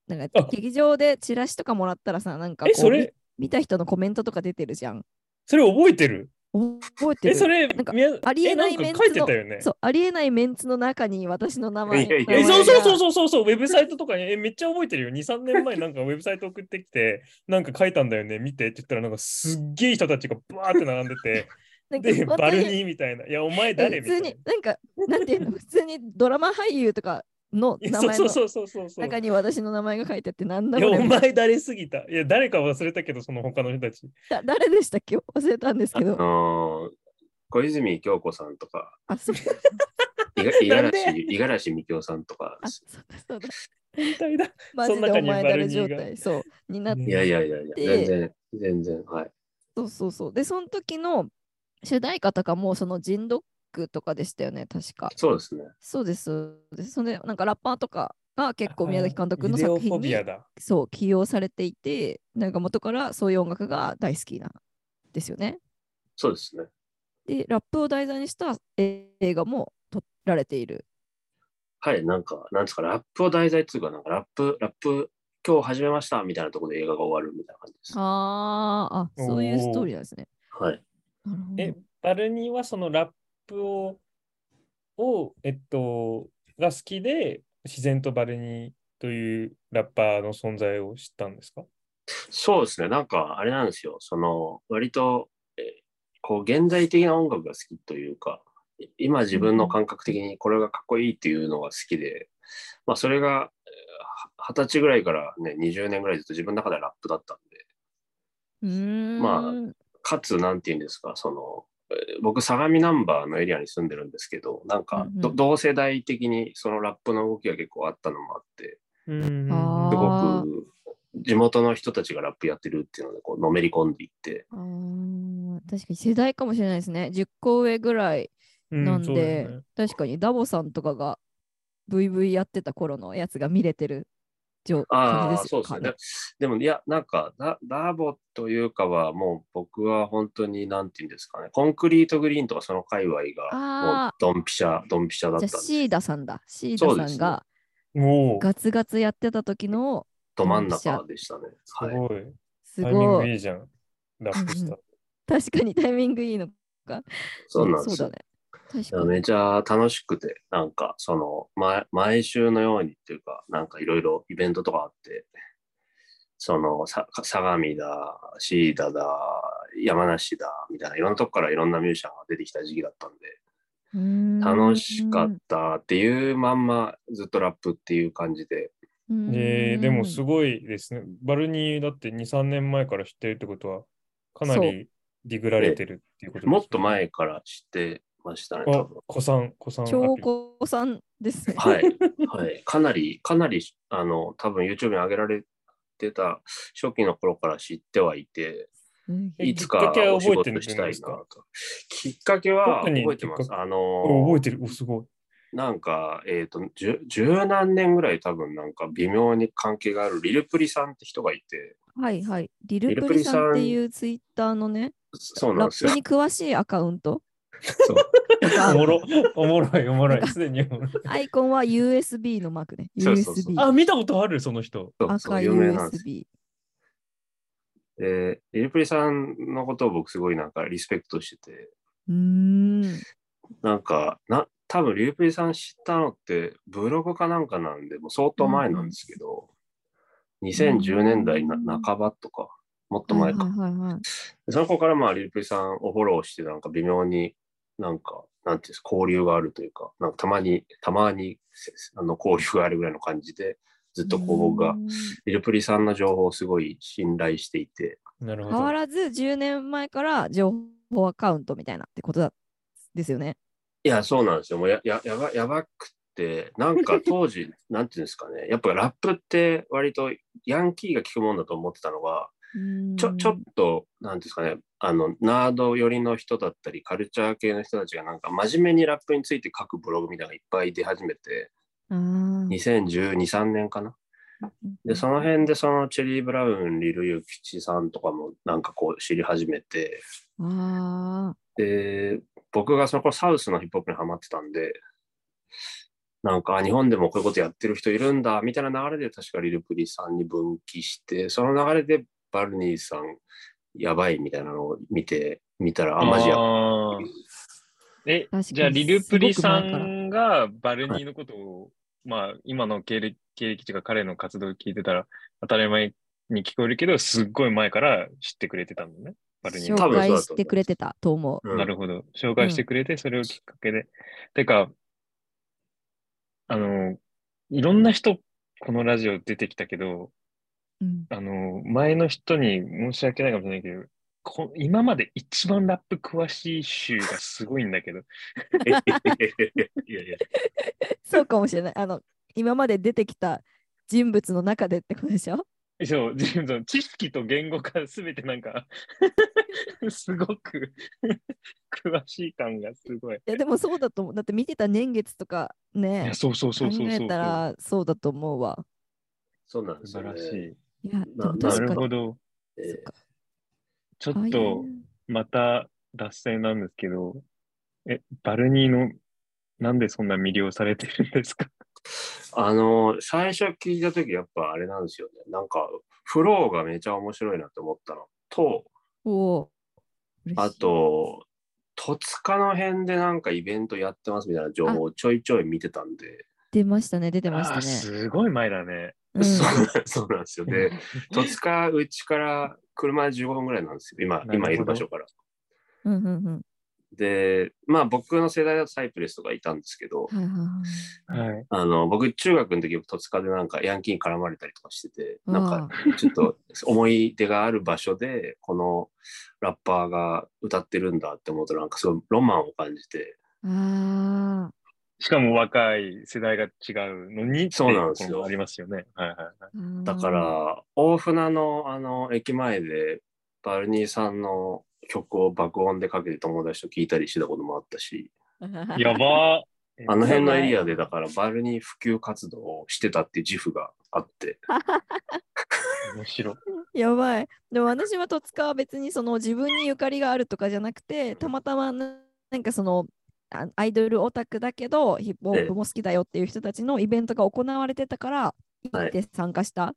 [SPEAKER 1] なん
[SPEAKER 2] あ
[SPEAKER 1] か劇場でチラシとかもらったらさなんかこ
[SPEAKER 2] え、
[SPEAKER 1] う
[SPEAKER 2] それ
[SPEAKER 1] み、見た人のコメントとか出てるじゃん
[SPEAKER 2] それ覚えてる
[SPEAKER 1] 覚えてる
[SPEAKER 2] え、それ、
[SPEAKER 1] なんか
[SPEAKER 2] 宮
[SPEAKER 1] ありえない
[SPEAKER 2] んか
[SPEAKER 1] メンツ
[SPEAKER 2] 書
[SPEAKER 1] の
[SPEAKER 2] いてたよね。
[SPEAKER 1] そうありえないメンツの中に私の名前
[SPEAKER 4] いやいや
[SPEAKER 2] え
[SPEAKER 4] いや
[SPEAKER 2] そうそうそう
[SPEAKER 1] う
[SPEAKER 2] そうそうそう、ウェブサイトとかに、え、めっちゃ覚えてるよ。2、3年前なんかウェブサイト送ってきて、 なんか書いたんだよね、見てって言ったら、なんかすっげえ人たちがバーって並んでて、
[SPEAKER 1] なんか
[SPEAKER 2] で、
[SPEAKER 1] 本当
[SPEAKER 2] バル
[SPEAKER 1] に
[SPEAKER 2] ニーみたいな、いや、お前誰
[SPEAKER 1] 普
[SPEAKER 2] みた
[SPEAKER 1] 通
[SPEAKER 2] い
[SPEAKER 1] になんかなんていうの普通にドラマ俳優とかの名
[SPEAKER 2] な。いや
[SPEAKER 1] 前
[SPEAKER 2] そう
[SPEAKER 1] の
[SPEAKER 2] そうそうそうそう。
[SPEAKER 1] 中に私の名前が書いてあってなんだ
[SPEAKER 2] いや、
[SPEAKER 1] ろ
[SPEAKER 2] お
[SPEAKER 1] う
[SPEAKER 2] 前誰すぎた。いや、誰か忘れたけど、その他の人たち。
[SPEAKER 1] だ誰でしたっけ忘れたんです
[SPEAKER 4] あ
[SPEAKER 1] け ど
[SPEAKER 4] のー小泉京子さんとか、
[SPEAKER 1] あそう
[SPEAKER 4] いが五十
[SPEAKER 2] なんで
[SPEAKER 4] 嵐五十嵐美京さんとか
[SPEAKER 1] あ、そうだそう だ。
[SPEAKER 2] みたいな。
[SPEAKER 1] マ
[SPEAKER 2] そ
[SPEAKER 1] ジ
[SPEAKER 2] の
[SPEAKER 1] で
[SPEAKER 2] 中
[SPEAKER 1] お
[SPEAKER 2] にバ
[SPEAKER 1] 前
[SPEAKER 2] ル
[SPEAKER 1] 誰
[SPEAKER 2] ニ
[SPEAKER 1] 状
[SPEAKER 2] ーが
[SPEAKER 1] 態。そう。になっ
[SPEAKER 2] ね
[SPEAKER 4] いやいやいやいや、
[SPEAKER 1] で
[SPEAKER 4] 全然、全然、はい。
[SPEAKER 1] そうそうそう。で、その時の主題歌とかも、そのジンドックとかでしたよね、確か。
[SPEAKER 4] そうですね。
[SPEAKER 1] そうです。そうですそれで、なんかラッパーとかが結構宮崎監督の
[SPEAKER 2] ビデオ
[SPEAKER 1] 作
[SPEAKER 2] フォ
[SPEAKER 1] 品
[SPEAKER 2] ビ
[SPEAKER 1] に
[SPEAKER 2] アだ。
[SPEAKER 1] そう起用されていて、なんか元からそういう音楽が大好きなんですよね。
[SPEAKER 4] そうですね。
[SPEAKER 1] で、ラップを題材にしたえ映画も撮られている。
[SPEAKER 4] はい、なんか、なんですか、ラップを題材っていうか、なんかラップ、ラップ、今日始めましたみたいなところで映画が終わるみたいな感じです。
[SPEAKER 1] あーあ、そういうストーリーなんですね。
[SPEAKER 4] はい。
[SPEAKER 1] なるほど
[SPEAKER 2] えバルニーはそのラップを、をえっと、が好きで、自然とバルニーというラッパーの存在を知ったんですか
[SPEAKER 4] そうですね、なんかあれなんですよ、その割と、えーこう現在的な音楽が好きというか、い今自分の感覚的にこれがかっこいいっていうのが好きで、まあそれがえーは二十歳ぐらいからね、20年ぐらいずっと自分の中ではラップだったんで、
[SPEAKER 1] うーん
[SPEAKER 4] まあかつ、なんて言うんですか、その、えー僕、相模ナンバーのエリアに住んでるんですけど、なんかど、
[SPEAKER 1] うんうん
[SPEAKER 4] 同世代的にそのラップの動きが結構あったのもあって、
[SPEAKER 3] うん
[SPEAKER 1] あ
[SPEAKER 4] す
[SPEAKER 1] ー
[SPEAKER 4] ごく地元の人たちがラップやってるっていうので、こう、のめり込んでいって、
[SPEAKER 1] あー確かに世代かもしれないですね。10個上ぐらいなん
[SPEAKER 3] そうだ
[SPEAKER 1] で、
[SPEAKER 3] よね
[SPEAKER 1] 確かにダボさんとかが VV やってた頃のやつが見れてる状感じ
[SPEAKER 4] あ
[SPEAKER 1] で
[SPEAKER 4] あ、
[SPEAKER 1] す
[SPEAKER 4] そう
[SPEAKER 1] よ
[SPEAKER 4] ですね。ででも、いや、なんかダ、ダーボというかは、もう僕は本当に、なんていうんですかね、コンクリートグリーンとかその界隈が、もう
[SPEAKER 1] あ
[SPEAKER 4] ドンピシャ、ドンピシャだっ
[SPEAKER 1] じ
[SPEAKER 4] た
[SPEAKER 1] ゃあ
[SPEAKER 4] んで、
[SPEAKER 1] シーダさんだ。シー
[SPEAKER 4] そう
[SPEAKER 1] ダ
[SPEAKER 4] で
[SPEAKER 1] さ
[SPEAKER 4] す
[SPEAKER 1] ん
[SPEAKER 4] ね
[SPEAKER 1] が
[SPEAKER 3] おー
[SPEAKER 1] ガツガツやってた時の
[SPEAKER 4] ど真ん中でしたね。はい。
[SPEAKER 3] す
[SPEAKER 1] す
[SPEAKER 3] ごい。タイミン
[SPEAKER 1] ご
[SPEAKER 3] グ
[SPEAKER 1] い
[SPEAKER 3] いいじゃん。ラップした。
[SPEAKER 1] 確かにタイミングいいの。
[SPEAKER 4] そうなんです
[SPEAKER 1] だ
[SPEAKER 4] よ。
[SPEAKER 1] ね。確
[SPEAKER 4] い
[SPEAKER 1] か
[SPEAKER 4] や
[SPEAKER 1] に。
[SPEAKER 4] めちゃ楽しくて、なんか、その、毎毎週のようにっていうか、なんかいろいろイベントとかあって、その、さ相模だ、シーダだ、山梨だ、みたいな、いろんなとこからいろんなミュージシャンが出てきた時期だったんで、
[SPEAKER 1] うーん
[SPEAKER 4] 楽しかったっていうまんまずっとラップっていう感じで、
[SPEAKER 1] うーん
[SPEAKER 3] えーでもすごいですね。バルニーだって2、3年前から知ってるってことは、かなりディグられてるっていうことですよね
[SPEAKER 4] もっと前から知ってましたね、多
[SPEAKER 3] あ
[SPEAKER 4] 分。、
[SPEAKER 3] 子さん、子さん。
[SPEAKER 1] 超高さんですね。
[SPEAKER 4] はい。 はい。かなり、かなり、あの、多分 YouTube に上げられてた初期の頃から知ってはいて、
[SPEAKER 3] え
[SPEAKER 4] いつか
[SPEAKER 3] きっかけは
[SPEAKER 4] お仕
[SPEAKER 3] 覚えて
[SPEAKER 4] 事
[SPEAKER 3] るんじ
[SPEAKER 4] し
[SPEAKER 3] ゃな
[SPEAKER 4] た
[SPEAKER 3] いで
[SPEAKER 4] いな
[SPEAKER 3] すか
[SPEAKER 4] と。きっかけは
[SPEAKER 3] 特に
[SPEAKER 4] 覚えてま
[SPEAKER 3] きっ
[SPEAKER 4] す。
[SPEAKER 3] か
[SPEAKER 4] あ
[SPEAKER 3] お
[SPEAKER 4] の
[SPEAKER 3] 覚え、てる。お、すごい。
[SPEAKER 4] なんか、えっ、と、じゅ十何年ぐらい多分なんか微妙に関係があるリルプリさんって人がいて、
[SPEAKER 1] はいはい。リル
[SPEAKER 4] リル
[SPEAKER 1] プ
[SPEAKER 4] プ
[SPEAKER 1] リ
[SPEAKER 4] リ
[SPEAKER 1] さ
[SPEAKER 4] さ
[SPEAKER 1] ん
[SPEAKER 4] ん
[SPEAKER 1] っていうツイッターのね、
[SPEAKER 4] そうなん
[SPEAKER 1] ラ
[SPEAKER 4] です
[SPEAKER 1] ッ
[SPEAKER 4] よ
[SPEAKER 1] プ。に詳しいアカウン ト。
[SPEAKER 4] そう
[SPEAKER 3] おもろ、おもろい、おも ろい。すでにおもろい。
[SPEAKER 1] アイコンは USB のマークね。
[SPEAKER 4] そうそうそう
[SPEAKER 1] USB。
[SPEAKER 3] あ、見たことある、その人。
[SPEAKER 4] そうそ
[SPEAKER 1] 赤
[SPEAKER 4] う、
[SPEAKER 1] い
[SPEAKER 4] 有名なんです
[SPEAKER 1] USB。
[SPEAKER 4] で、エリプリさんのことを僕すごいなんかリスペクトしてて、
[SPEAKER 1] うーん。
[SPEAKER 4] なんか、な、多分リュープリさん知ったのってブログかなんかなんで、もう相当前なんですけど、2010年代な半ばとか、もっと前か。
[SPEAKER 1] はいはいはいはい。
[SPEAKER 4] でその子からまあリュープリさんをフォローして、なんか微妙になんか、なんていうんですか、交流があるというか、なんかたまに、たまにあの交流があるぐらいの感じで、ずっとこう僕
[SPEAKER 1] うー
[SPEAKER 4] が
[SPEAKER 1] ん
[SPEAKER 4] リュープリさんの情報をすごい信頼していて、
[SPEAKER 3] なるほ
[SPEAKER 1] 変わ
[SPEAKER 3] ど。
[SPEAKER 1] らず10年前から情報アカウントみたいなってことだですよね。
[SPEAKER 4] いや、そうなんですよ。もうやややばやばくって、なんか当 時、なんていうんですかね、やっぱラップって割とヤンキーが聞くもんだと思ってたのが、ちょちょっと、なんていうんですかね、あの、ナード寄りの人だったり、カルチャー系の人たちがなんか真面目にラップについて書くブログみたいなのがいっぱい出始めて、
[SPEAKER 1] あー
[SPEAKER 4] 2012、3年かな。で、その辺でそのチェリー・ブラウン、リル・ユキチさんとかもなんかこう知り始めて、
[SPEAKER 1] あー
[SPEAKER 4] で、僕がその頃サウスのヒップホップにハマってたんで、なんか、あ日本でもこういうことやってる人いるんだ、みたいな流れで確かリルプリさんに分岐して、その流れでバルニーさん、やばいみたいなのを見て、見たら、あ、マジやばい。
[SPEAKER 2] あーえ
[SPEAKER 1] 確かに、
[SPEAKER 2] じゃあ、リルプリさ
[SPEAKER 1] すごく
[SPEAKER 2] んがバルニーのことを、まあ、今の経歴、経歴というか彼の活動を聞いてたら、当たり前に聞こえるけど、すっごい前から知ってくれてたのね、バルニーの
[SPEAKER 4] 多
[SPEAKER 1] 紹
[SPEAKER 4] 分そうだと
[SPEAKER 1] 介
[SPEAKER 4] 思います
[SPEAKER 1] してくれてたと思う。
[SPEAKER 4] うん
[SPEAKER 2] なるほど。紹介してくれて、それをきっかけで。てか、あの、いろんな人、このラジオ出てきたけど、
[SPEAKER 1] うん
[SPEAKER 2] あの、前の人に申し訳ないかもしれないけど、こ今まで一番ラップ詳しい集がすごいんだけ ど、
[SPEAKER 4] いやいや、
[SPEAKER 1] そうかもしれない。あの今まで出てきた人物の中でってことでしょ
[SPEAKER 2] そう、自分の知識と言語化すべてなんか、 すごく 詳しい感がすごい。
[SPEAKER 1] いやでもそうだと思う。だって見てた年月とか
[SPEAKER 2] い
[SPEAKER 1] ね
[SPEAKER 2] や、、そうそうそうそうそう
[SPEAKER 1] 考
[SPEAKER 2] そ
[SPEAKER 1] え
[SPEAKER 2] う。
[SPEAKER 1] たらそうだと思うわ。
[SPEAKER 4] そうなんで
[SPEAKER 2] 素
[SPEAKER 4] すよ、
[SPEAKER 2] 晴ら
[SPEAKER 4] ね。
[SPEAKER 2] しい。
[SPEAKER 1] いや、で
[SPEAKER 4] な
[SPEAKER 1] も
[SPEAKER 4] な
[SPEAKER 2] な
[SPEAKER 1] 確か
[SPEAKER 2] る
[SPEAKER 1] に
[SPEAKER 2] ほ。ど。
[SPEAKER 4] え
[SPEAKER 1] そっか
[SPEAKER 2] ちょ
[SPEAKER 1] ああい
[SPEAKER 2] っ
[SPEAKER 1] う
[SPEAKER 2] と、また脱線なんですけど、え、バルニーの、なんでそんな魅了されてるんですか
[SPEAKER 4] ーあの、最初聞いた時やっぱあれなんですよね。なんか、フローがめちゃ面白いなって思ったのと、
[SPEAKER 1] おー嬉しい
[SPEAKER 4] あと、戸塚の辺でなんかイベントやってますみたいな情報をちょいちょい見てたんで、
[SPEAKER 1] 出ましたね、出てました
[SPEAKER 2] あ
[SPEAKER 1] ね。
[SPEAKER 2] ーすごい前だね。
[SPEAKER 1] うん
[SPEAKER 4] そうそうなんですよ。で、戸塚うちから車で15分ぐらいなんですよ。今
[SPEAKER 3] なるほ、ど
[SPEAKER 4] 今いる場所から。
[SPEAKER 1] うんうん
[SPEAKER 4] で、まあ僕の世代だとサイプレスとかいたんですけど
[SPEAKER 1] う、ん。はいはいはい。
[SPEAKER 2] はい。
[SPEAKER 4] あの、僕中学の時、戸塚でなんかヤンキーに絡まれたりとかしてて、
[SPEAKER 1] うわ
[SPEAKER 4] なんかちょっと思い出がある場所で、このラッパーが歌ってるんだって思うと、なんかすごいロマンを感じて、
[SPEAKER 1] ああ。
[SPEAKER 2] しかも若い世代が違うのに、
[SPEAKER 4] そうなんです
[SPEAKER 2] っていう
[SPEAKER 4] よ
[SPEAKER 2] こともありますよね。はいはいはい。
[SPEAKER 4] だか
[SPEAKER 1] あ
[SPEAKER 4] ら、大船のあの駅前で、バルニーさんの曲を爆音でかけて友達と聞いたりしてたこともあったし、
[SPEAKER 1] ー。
[SPEAKER 2] やばー。
[SPEAKER 4] あの辺のエリアで、だから、バルニー普及活動をしてたっていう自負があって、
[SPEAKER 2] 面白い。
[SPEAKER 1] やばい。でも私は戸塚は別にその自分にゆかりがあるとかじゃなくて、たまたまななんかそのあアイドルオタクだけどヒップホップも好きだよっていう人たちのイベントが行われてたから、
[SPEAKER 4] はい
[SPEAKER 1] 行って参加した。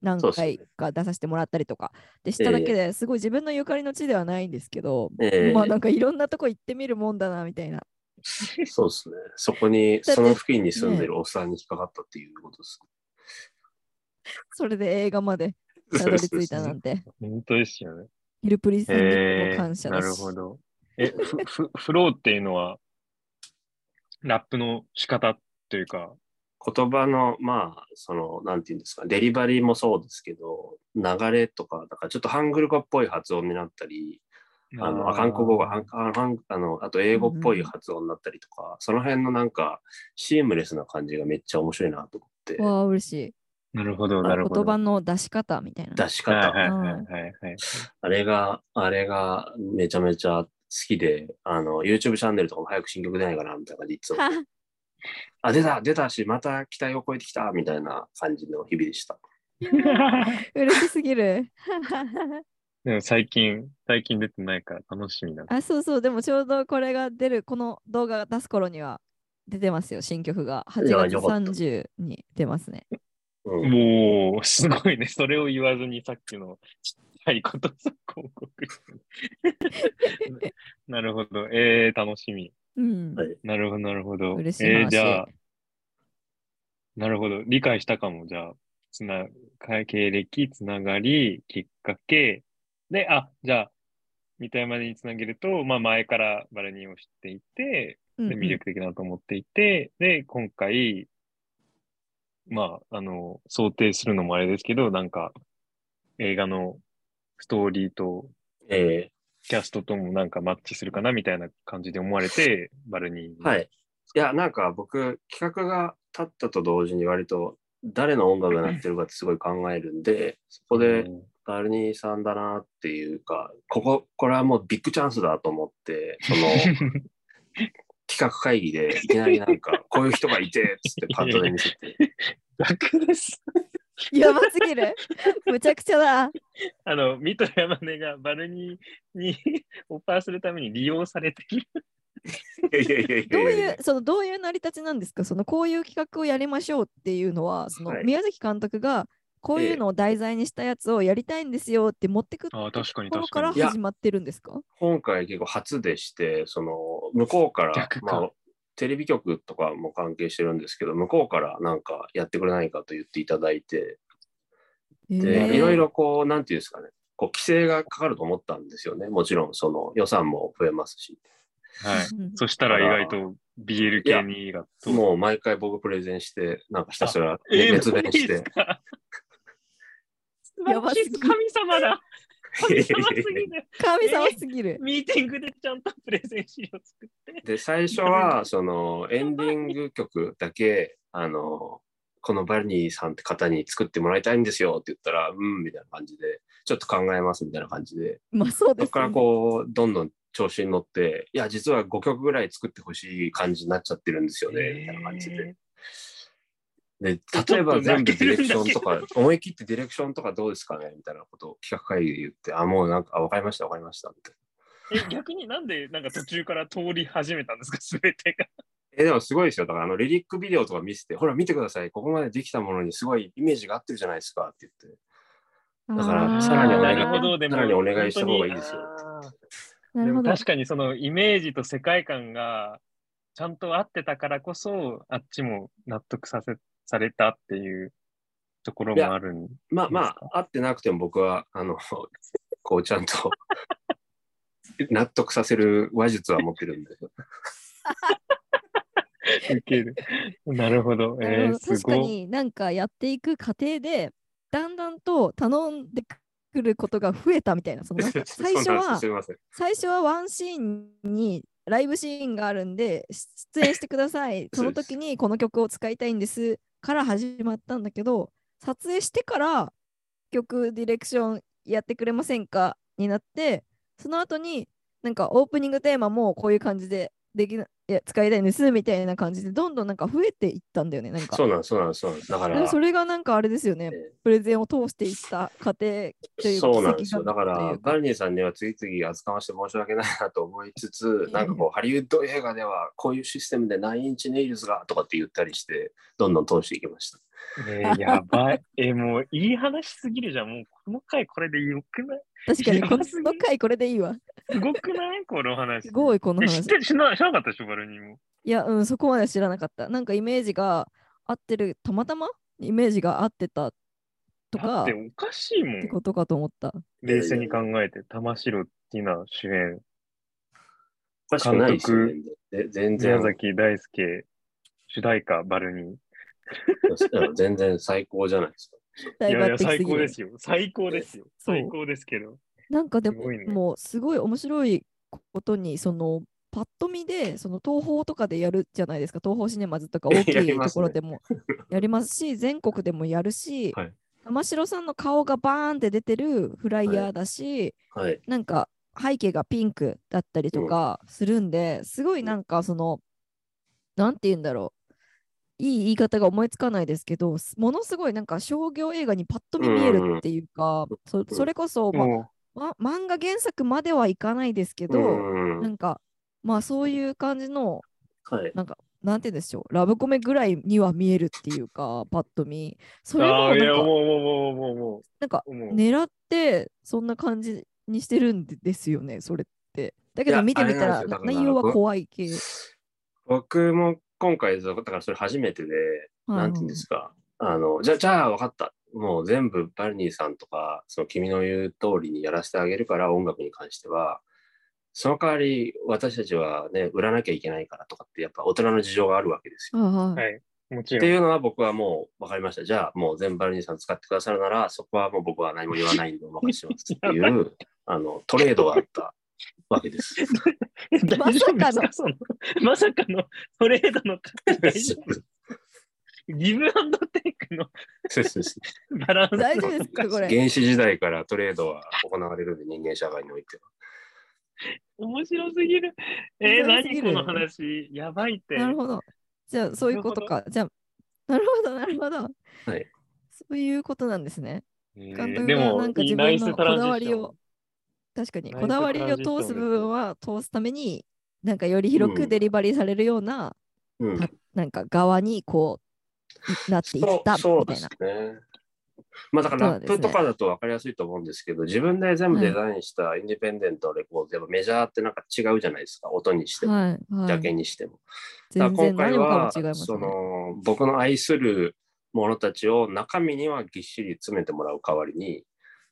[SPEAKER 1] 何
[SPEAKER 4] そうっすね
[SPEAKER 1] 回か出させてもらったりとかでしただけですごい自分のゆかりの地ではないんですけど、
[SPEAKER 4] ええ
[SPEAKER 1] まあなんかいろんなとこ行ってみるもんだなみたいな。
[SPEAKER 4] そうですね。そこに、
[SPEAKER 1] て
[SPEAKER 4] その付近に住んでるおっさんに引っかかったっていうことです。
[SPEAKER 1] それで映画までたどり着いたなんて。
[SPEAKER 2] 本当ですよね。
[SPEAKER 1] ヒルプリさんにも
[SPEAKER 2] え
[SPEAKER 1] 感謝
[SPEAKER 2] ー、
[SPEAKER 1] だ
[SPEAKER 2] な
[SPEAKER 1] し。
[SPEAKER 2] るほど。え、ふふ フローっていうのは、ラップの仕方というか、
[SPEAKER 4] 言葉の、まあ、その、なんていうんですか、デリバリーもそうですけど、流れとか、だからちょっとハングル語っぽい発音になったり、あのあ韓国語がハンハンハンあの、あと英語っぽい発音だったりとか、その辺のなんか、シームレスな感じがめっちゃ面白いなと思って、
[SPEAKER 1] わあ、嬉しい。
[SPEAKER 2] なるほど、なるほど。
[SPEAKER 1] 言葉の出し方みたいな。
[SPEAKER 4] 出し方、
[SPEAKER 2] はいはいはいはいはい。
[SPEAKER 4] あれが、あれがめちゃめちゃ好きで、あの、YouTube チャンネルとかも早く新曲出ないかな、みたいな感じでいつも、あ、出た、出たし、また期待を超えてきた、みたいな感じの日々でした。
[SPEAKER 1] 嬉しすぎる。
[SPEAKER 2] でも最近、最近出てないから楽しみだ。
[SPEAKER 1] あ、そうそう、でもちょうどこれが出る、この動画が出す頃には出てますよ、新曲が。8
[SPEAKER 4] いや
[SPEAKER 1] 月
[SPEAKER 4] よかった
[SPEAKER 1] 30に出ますね。
[SPEAKER 4] うん
[SPEAKER 2] もう、すごいね。それを言わずにさっきのちっちゃいことさ、広告。 なるほど。えー、楽しみ。
[SPEAKER 1] うん。
[SPEAKER 4] はい
[SPEAKER 2] なるほど、なるほど。
[SPEAKER 1] 嬉しい
[SPEAKER 2] え
[SPEAKER 1] 話
[SPEAKER 2] ー、じゃあ、なるほど。理解したかも。じゃあ、つな、か経歴、つながり、きっかけ。で、あ、じゃあ、みたいまでにつなげると、まあ前からバルニーを知っていて、
[SPEAKER 1] うん
[SPEAKER 2] で魅力的だなと思っていて、で、今回、まあ、あの、想定するのもあれですけど、なんか、映画のストーリーと
[SPEAKER 4] え
[SPEAKER 2] キャストともなんかマッチするかなみたいな感じで思われて、バルニーに。
[SPEAKER 4] ーはい。いや、なんか僕、企画が立ったと同時に割と、誰の音楽が鳴ってるかってすごい考えるんで、そこで、
[SPEAKER 2] うん
[SPEAKER 4] バルニーさんだなっていうか、ここ、これはもうビッグチャンスだと思って、その 企画会議でいきなりなん か、こういう人がいて、つってパッとで見せて、
[SPEAKER 2] 逆です。
[SPEAKER 1] やばすぎる。むちゃくちゃだ。
[SPEAKER 2] あの、ミトヤマネがバルニーにオファーするために利用されている。
[SPEAKER 4] いやいやいや い
[SPEAKER 1] どう
[SPEAKER 4] や
[SPEAKER 1] い
[SPEAKER 4] や
[SPEAKER 1] う、そのどういう成り立ちなんですかそのこういう企画をやりましょうっていうのは、その
[SPEAKER 4] はい
[SPEAKER 1] 宮崎監督がこういうのを題材にしたやつをやりたいんですよって持ってく
[SPEAKER 2] ああ、確かに
[SPEAKER 1] ところ
[SPEAKER 2] 確
[SPEAKER 1] か
[SPEAKER 2] からに。
[SPEAKER 4] いや
[SPEAKER 1] 始まってるんですか
[SPEAKER 4] 今回結構初でして、その、向こうから、
[SPEAKER 2] 逆か
[SPEAKER 4] まあ、テレビ局とかも関係してるんですけど、向こうからなんかやってくれないかと言っていただいて、
[SPEAKER 1] へー
[SPEAKER 4] で、いろいろこう、なんていうんですかね、こう、規制がかかると思ったんですよね。もちろん、その予算も増えますし。
[SPEAKER 2] はい。
[SPEAKER 1] うん
[SPEAKER 2] そしたら意外と BL 系にが通る。
[SPEAKER 4] もう毎回僕プレゼンして、なんかひたすら
[SPEAKER 2] えー
[SPEAKER 4] 熱弁し
[SPEAKER 2] マジっす
[SPEAKER 4] て。
[SPEAKER 2] か
[SPEAKER 1] やばすぎる
[SPEAKER 2] 神様 だ。神様すぎる。
[SPEAKER 1] 神様すぎる。
[SPEAKER 2] ミーティングでちゃんとプレゼン資料作って。
[SPEAKER 4] で、最初は、そのエンディング曲だけ、あの、このバルニーさんって方に作ってもらいたいんですよって言ったら、うん、みたいな感じで、ちょっと考えますみたいな感じで、
[SPEAKER 1] まあそう
[SPEAKER 4] そ
[SPEAKER 1] で
[SPEAKER 4] こ
[SPEAKER 1] す
[SPEAKER 4] から
[SPEAKER 1] よね。
[SPEAKER 4] こう、どんどん調子に乗って、いや、実は5曲ぐらい作ってほしい感じになっちゃってるんですよね、みたいな感じで。で、例えば全部ディレクションとか、思い切ってディレクションとかどうですかねみたいなことを企画会議で言って、あ、もうなんか、あ、わかりました、わかりました、みたいな。
[SPEAKER 2] え逆になんでなんか途中から通り始めたんですか、すべてが。
[SPEAKER 4] え、でもすごいですよ。だからあのリリックビデオとか見せて、ほら見てください。ここまでできたものにすごいイメージが合ってるじゃないですかって言って。だからさらにお
[SPEAKER 2] な
[SPEAKER 4] 願い
[SPEAKER 2] るほど、でも
[SPEAKER 4] さらにお願いした方がいいですよ
[SPEAKER 2] 本当にあー
[SPEAKER 1] なる
[SPEAKER 2] で
[SPEAKER 1] ほ
[SPEAKER 2] も
[SPEAKER 1] ど。
[SPEAKER 2] 確かにそのイメージと世界観がちゃんと合ってたからこそあっちも納得させされたっていうところもあるん
[SPEAKER 4] まあま
[SPEAKER 2] です
[SPEAKER 4] あ、会ってなくても僕は、あの、 こうちゃんと 納得させる話術は持ってるんで。
[SPEAKER 2] 受ける。なるほど。
[SPEAKER 1] あ
[SPEAKER 2] え
[SPEAKER 1] の
[SPEAKER 2] ー、す
[SPEAKER 1] 確か
[SPEAKER 2] ごい。
[SPEAKER 1] になんかやっていく過程でだんだんと頼んでくることが増えたみたいなその なんか最初
[SPEAKER 4] そうなんです
[SPEAKER 1] は
[SPEAKER 4] すいません。
[SPEAKER 1] 最初はワンシーンにライブシーンがあるんで出演してくださいその時にこの曲を使いたいんですから始まったんだけど撮影してから曲ディレクションやってくれませんかになってその後になんかオープニングテーマもこういう感じでできないや使いたいんですみたいな感じでどんどんなんか増えていったんだよねなんか
[SPEAKER 4] そうなんです、そうなんです、そうなんです。だか
[SPEAKER 1] でも
[SPEAKER 4] ら、
[SPEAKER 1] それがなんかあれですよね
[SPEAKER 4] ええ
[SPEAKER 1] プレゼンを通していった過程というか
[SPEAKER 4] そうなんですよ。
[SPEAKER 1] 奇
[SPEAKER 4] だか
[SPEAKER 1] 跡ったとい
[SPEAKER 4] ら
[SPEAKER 1] う、
[SPEAKER 4] バルニーさんには次々扱わして申し訳ないなと思いつつ、
[SPEAKER 1] え
[SPEAKER 4] なんかこう、ハリウッド映画ではこういうシステムで何インチネイルズがとかって言ったりして、どんどん通していきました。
[SPEAKER 2] えー、やばい。 えー、もういい話すぎるじゃん。もうこの回これでよくない
[SPEAKER 1] 確かにこ
[SPEAKER 2] 幸せ
[SPEAKER 1] の回これでいいわ
[SPEAKER 2] すごくないこの話。
[SPEAKER 1] すご
[SPEAKER 2] い。
[SPEAKER 1] いこの
[SPEAKER 2] え知っ
[SPEAKER 1] 話
[SPEAKER 2] てる知らな知らなかったでしょ、バルニーも。
[SPEAKER 1] いや、うん、そこまでは知らなかった。なんかイメージが合ってる、たまたまイメージが合ってたと
[SPEAKER 2] だ
[SPEAKER 1] か、
[SPEAKER 2] って
[SPEAKER 1] っ
[SPEAKER 2] おかしいも
[SPEAKER 1] て
[SPEAKER 2] ん。
[SPEAKER 1] ことかと思った。
[SPEAKER 2] 冷静に考えて、玉城ティナ主演、
[SPEAKER 4] おかしくないですよねで全然
[SPEAKER 2] 宮、崎大輔、主題歌、バルニ
[SPEAKER 4] うん全然最高じゃないですか。
[SPEAKER 2] ー。
[SPEAKER 1] 大
[SPEAKER 2] いやいや、
[SPEAKER 1] 抜擢す
[SPEAKER 2] 最
[SPEAKER 1] ぎ
[SPEAKER 2] 高
[SPEAKER 1] る
[SPEAKER 2] ですよ。最高ですよ。
[SPEAKER 1] そう
[SPEAKER 2] 最高ですけど。
[SPEAKER 1] なんかですも、
[SPEAKER 2] ごいね
[SPEAKER 1] もうすごい面白いことに、その、パッと見で、その東宝とかでやるじゃないですか、東宝シネマズとか大き
[SPEAKER 4] やり
[SPEAKER 1] い
[SPEAKER 4] ます
[SPEAKER 1] とこ
[SPEAKER 4] ね
[SPEAKER 1] ろでもやります し、全国でもやるし
[SPEAKER 4] はい、
[SPEAKER 1] 玉城さんの顔がバーンって出てるフライヤーだし、
[SPEAKER 4] はい。
[SPEAKER 1] なんか背景がピンクだったりとかするんで、すごいなんかその、なんて言うんだろう。いい言い方が思いつかないですけど、すものすごいなんか商業映画にパッと見見えるっていうか、そそれこそ、ま
[SPEAKER 2] も、
[SPEAKER 1] ま漫画原作まではいかないですけど、
[SPEAKER 4] うん
[SPEAKER 1] なんかまあそういう感じの、
[SPEAKER 4] はい。
[SPEAKER 1] なんて言うんでしょう、ラブコメぐらいには見えるっていうか、パッと見。そうれ
[SPEAKER 2] あ
[SPEAKER 1] も
[SPEAKER 2] あ、い
[SPEAKER 1] な
[SPEAKER 2] や、もう
[SPEAKER 1] か
[SPEAKER 2] んもうもうもうも
[SPEAKER 1] なんか
[SPEAKER 2] う、もう。
[SPEAKER 1] 狙ってそんな感じにしてるんでですよねそれってだけ
[SPEAKER 4] い
[SPEAKER 1] ど
[SPEAKER 4] や
[SPEAKER 1] 見てみたら
[SPEAKER 4] あれなんですよだから
[SPEAKER 1] 内容は怖い系
[SPEAKER 4] 僕も今回、だからそれ初めてで、なんて言うんですか。あの、じゃあ、じゃあ分かった。もう全部バルニーさんとか、その君の言う通りにやらせてあげるから、音楽に関しては。その代わり、私たちはね、売らなきゃいけないからとかって、やっぱ大人の事情があるわけですよ。
[SPEAKER 1] はいはい
[SPEAKER 2] はい。もち
[SPEAKER 4] って
[SPEAKER 2] ろん。
[SPEAKER 4] いうのは僕はもう分かりました。じゃあ、もう全部バルニーさん使ってくださるなら、そこはもう僕は何も言わないんでお任せしますってい
[SPEAKER 2] や
[SPEAKER 4] う、あの、トレードがあったわけです。
[SPEAKER 1] まさかの
[SPEAKER 2] 大丈夫ですそのまさかのトレードの大 丈 夫ギブアンドテイクの
[SPEAKER 4] そうそうそう
[SPEAKER 2] バランスの
[SPEAKER 1] 大丈夫ですかこれ
[SPEAKER 4] 原始時代からトレードは行われるんで、人間社会においては。
[SPEAKER 2] 面白すぎる。えー、
[SPEAKER 1] 面白すぎ
[SPEAKER 2] 何
[SPEAKER 1] る
[SPEAKER 2] この話。やばいって。
[SPEAKER 1] なるほどじゃあそういうことかじゃあなるほどなるほど
[SPEAKER 4] はい
[SPEAKER 1] そういうことなんですね
[SPEAKER 2] え
[SPEAKER 1] 監督
[SPEAKER 2] で
[SPEAKER 1] が
[SPEAKER 2] も
[SPEAKER 1] なんか
[SPEAKER 2] い
[SPEAKER 1] 自
[SPEAKER 2] いナ
[SPEAKER 1] 分
[SPEAKER 2] イス
[SPEAKER 1] の
[SPEAKER 2] ト
[SPEAKER 1] こ
[SPEAKER 2] ラン
[SPEAKER 1] だわ
[SPEAKER 2] ジ
[SPEAKER 1] り
[SPEAKER 2] ション
[SPEAKER 1] を確かに
[SPEAKER 2] ナイス
[SPEAKER 1] こだわり
[SPEAKER 2] トラ
[SPEAKER 1] を
[SPEAKER 2] ンジショ
[SPEAKER 1] 通
[SPEAKER 2] ンです
[SPEAKER 1] す
[SPEAKER 2] ね
[SPEAKER 1] 部分は通すためになんかより広
[SPEAKER 4] う
[SPEAKER 1] く
[SPEAKER 4] ん
[SPEAKER 1] デリバリーされるような、
[SPEAKER 4] うん
[SPEAKER 1] たなんか側にこういなっていった
[SPEAKER 4] そう
[SPEAKER 1] みたいな。
[SPEAKER 4] そうですね。まあだからラップとかだと分かりやすいと思うんですけど、自分で全部デザインしたインディペンデントのレコード、やっぱメジャーってなんか違うじゃないですか、音にしても、
[SPEAKER 1] はいは
[SPEAKER 4] ジャ
[SPEAKER 1] い
[SPEAKER 4] ケ、にしても。だ
[SPEAKER 1] 全
[SPEAKER 4] から
[SPEAKER 1] 然何
[SPEAKER 4] 今回
[SPEAKER 1] もか
[SPEAKER 4] は、
[SPEAKER 1] も違います
[SPEAKER 4] そ
[SPEAKER 1] ね。
[SPEAKER 4] の僕の愛するものたちを中身にはぎっしり詰めてもらう代わりに、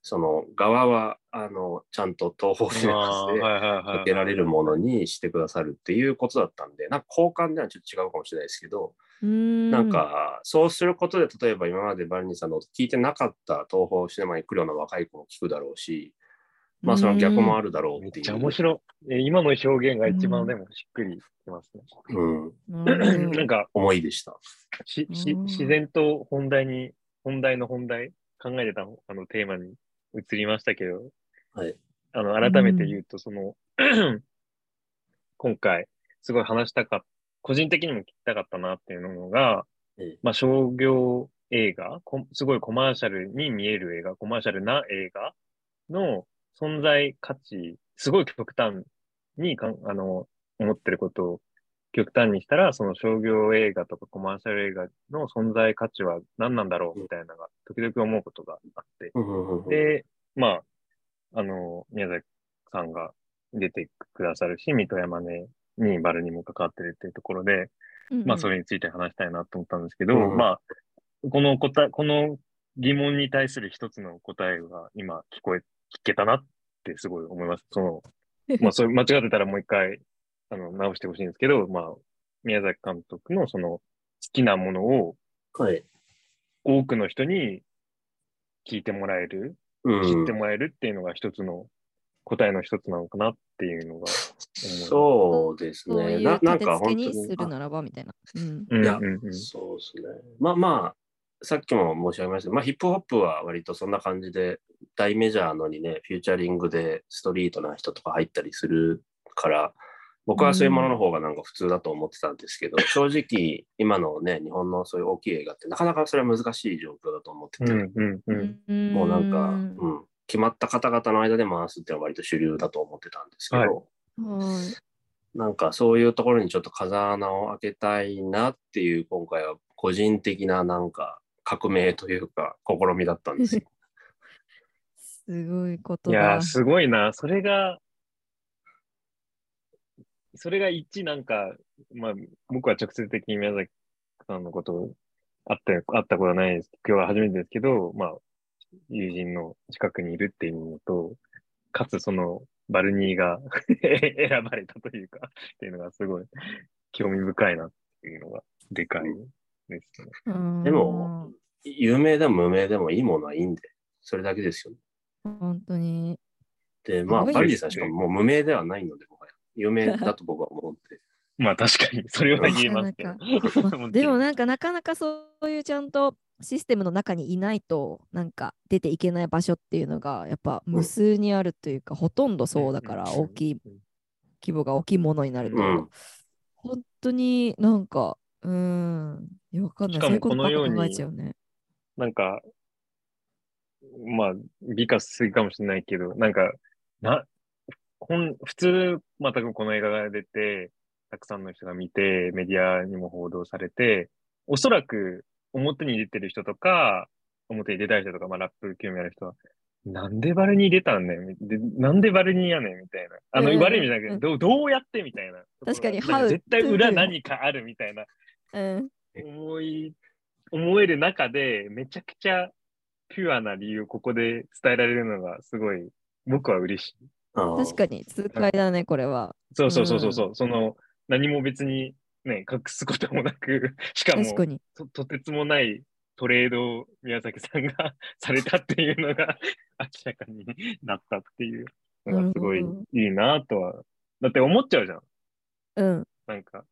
[SPEAKER 4] その側はあのちゃんと東方シネマズで
[SPEAKER 2] はいはいはい
[SPEAKER 4] かけられるものにしてくださるっていうことだったんで、なんか交換ではちょっと違うかもしれないですけど、
[SPEAKER 1] な
[SPEAKER 4] なんかそうすることで、例えば今までバルニーさんの音聞いてなかった東方シネマに来るような若い子も聞くだろうし、まあその逆もあるだろう
[SPEAKER 2] め
[SPEAKER 4] っ
[SPEAKER 2] って
[SPEAKER 4] いう。
[SPEAKER 2] ちゃ面白い。えー今の表現が一
[SPEAKER 1] う
[SPEAKER 2] 番
[SPEAKER 1] ん
[SPEAKER 2] でもしっくりきますね。
[SPEAKER 4] うん、
[SPEAKER 1] なるほど
[SPEAKER 2] なんか
[SPEAKER 4] 思いでした。
[SPEAKER 2] しし
[SPEAKER 1] うん
[SPEAKER 2] 自然と本題に、本題の本題、考えてたあのテーマに移りましたけど、
[SPEAKER 4] はい。
[SPEAKER 2] あの、改めて言うと、その、 今回、すごい話したかった、個人的にも聞きたかったなっていうのが、
[SPEAKER 4] ええ
[SPEAKER 2] まあ、商業映画、こすごいコマーシャルに見える映画、コマーシャルな映画の存在価値、すごい極端にかん、あの、思ってることを極端にしたら、その商業映画とかコマーシャル映画の存在価値は何なんだろうみたいなのが、時々思うことがあって、
[SPEAKER 4] うんうんうんうん
[SPEAKER 2] で、まあ、あの、宮崎さんが出てくださるし、水戸山根にバルにも関わってるっていうところで、まあ、それについて話したいなと思ったんですけど、
[SPEAKER 4] うん
[SPEAKER 2] まあ、この答え、この疑問に対する一つの答えが今聞こえ、聞けたなってすごい思います。その、まあ、それ間違ってたらもう一回、あの、直してほしいんですけど、まあ、宮崎監督のその、好きなものを
[SPEAKER 4] はい。
[SPEAKER 2] 多くの人に聞いてもらえる、
[SPEAKER 4] うん
[SPEAKER 2] 知ってもらえるっていうのが一つの、答えの一つなのかなっていうのが。
[SPEAKER 4] そうです
[SPEAKER 1] そうい
[SPEAKER 4] ね。
[SPEAKER 1] う
[SPEAKER 4] なな
[SPEAKER 1] 立
[SPEAKER 4] ん
[SPEAKER 1] て付け
[SPEAKER 4] か本当
[SPEAKER 1] に
[SPEAKER 4] に
[SPEAKER 1] するならばみたいな。うん
[SPEAKER 2] うん
[SPEAKER 4] いや
[SPEAKER 2] うんうん
[SPEAKER 4] そうですね。まあまあ、さっきも申し上げましたけど、まあ、ヒップホップは割とそんな感じで、大メジャーのにね、フューチャリングでストリートな人とか入ったりするから、僕はそういうものの方がなんか普通だと思ってたんですけど、正直、今のね、日本のそういう大きい映画って、なかなかそれは難しい状況だと思ってて、
[SPEAKER 2] うんうんうん。
[SPEAKER 4] もうなんか、うん
[SPEAKER 1] か、
[SPEAKER 4] 決まった方々の間で回すっていうのは割と主流だと思ってたんですけど、
[SPEAKER 2] はい
[SPEAKER 1] はい
[SPEAKER 4] なんかそういうところにちょっと風穴を開けたいなっていう今回は個人的ななんか革命というか試みだったんですよ。
[SPEAKER 1] すごいこと
[SPEAKER 2] いやー、
[SPEAKER 1] だ。
[SPEAKER 2] すごいな。それが、それが一、なんか、まあ、僕は直接的に宮崎さんのこと、会った、会ったことはないです。今日は初めてですけど、まあ、友人の近くにいるっていうのと、かつその、バルニーが 選ばれたというか、っていうのがすごい興味深いなっていうのが、でかいですね。
[SPEAKER 1] うん
[SPEAKER 4] でも、有名でも無名でもいいものはいいんで、それだけですよね。
[SPEAKER 1] 本当に。
[SPEAKER 4] で、ますあ、
[SPEAKER 1] ごい
[SPEAKER 4] バルディさんしかももう無名ではないので、もはや有名だと僕は思 って。
[SPEAKER 2] まあ確かに、それは言えますけど
[SPEAKER 1] な。 まあでも
[SPEAKER 2] ね、
[SPEAKER 1] なんかなかなかそういうちゃんとシステムの中にいないとなんか出ていけない場所っていうのがやっぱ無数にあるというか、ほとんどそうだから大きい規模が大きいものになると、
[SPEAKER 4] うん
[SPEAKER 1] 本当になんかうーんいやわかんな
[SPEAKER 2] し
[SPEAKER 1] い
[SPEAKER 2] か
[SPEAKER 1] そうい
[SPEAKER 2] も
[SPEAKER 1] うことばっ
[SPEAKER 2] このよう
[SPEAKER 1] か
[SPEAKER 2] に
[SPEAKER 1] 考えちゃうね。
[SPEAKER 2] なんか、まあ、美化しすぎかもしれないけど、なんか、な、ほん、普通、まあ、多分この映画が出て、たくさんの人が見て、メディアにも報道されて、おそらく表に出てる人とか、表に出たい人とか、まあ、ラップ興味ある人は、なんでバルニー出たんねんみでなんでバルニーやねんみたいな。あの、
[SPEAKER 1] うん
[SPEAKER 2] 悪い意味じゃなくて、
[SPEAKER 1] うん
[SPEAKER 2] どうどうやってみたいな。
[SPEAKER 1] 確かに
[SPEAKER 2] なん
[SPEAKER 1] how
[SPEAKER 2] 絶対
[SPEAKER 1] to
[SPEAKER 2] 裏何かあるみたいな。
[SPEAKER 1] うん、
[SPEAKER 2] 思い、思える中で、めちゃくちゃピュアな理由をここで伝えられるのがすごい、僕は嬉しい。
[SPEAKER 1] 確かに痛快だねこれは。
[SPEAKER 2] そうそうそうそうそう、その、何も別にね、隠すこともなく、しかも
[SPEAKER 1] 確かに。
[SPEAKER 2] と、とてつもないトレードを宮崎さんが されたっていうのが 明らかになったっていうのがすごい
[SPEAKER 1] なるほ
[SPEAKER 2] いいなとは。だって思っちゃうじゃん。
[SPEAKER 1] うん
[SPEAKER 2] なんか、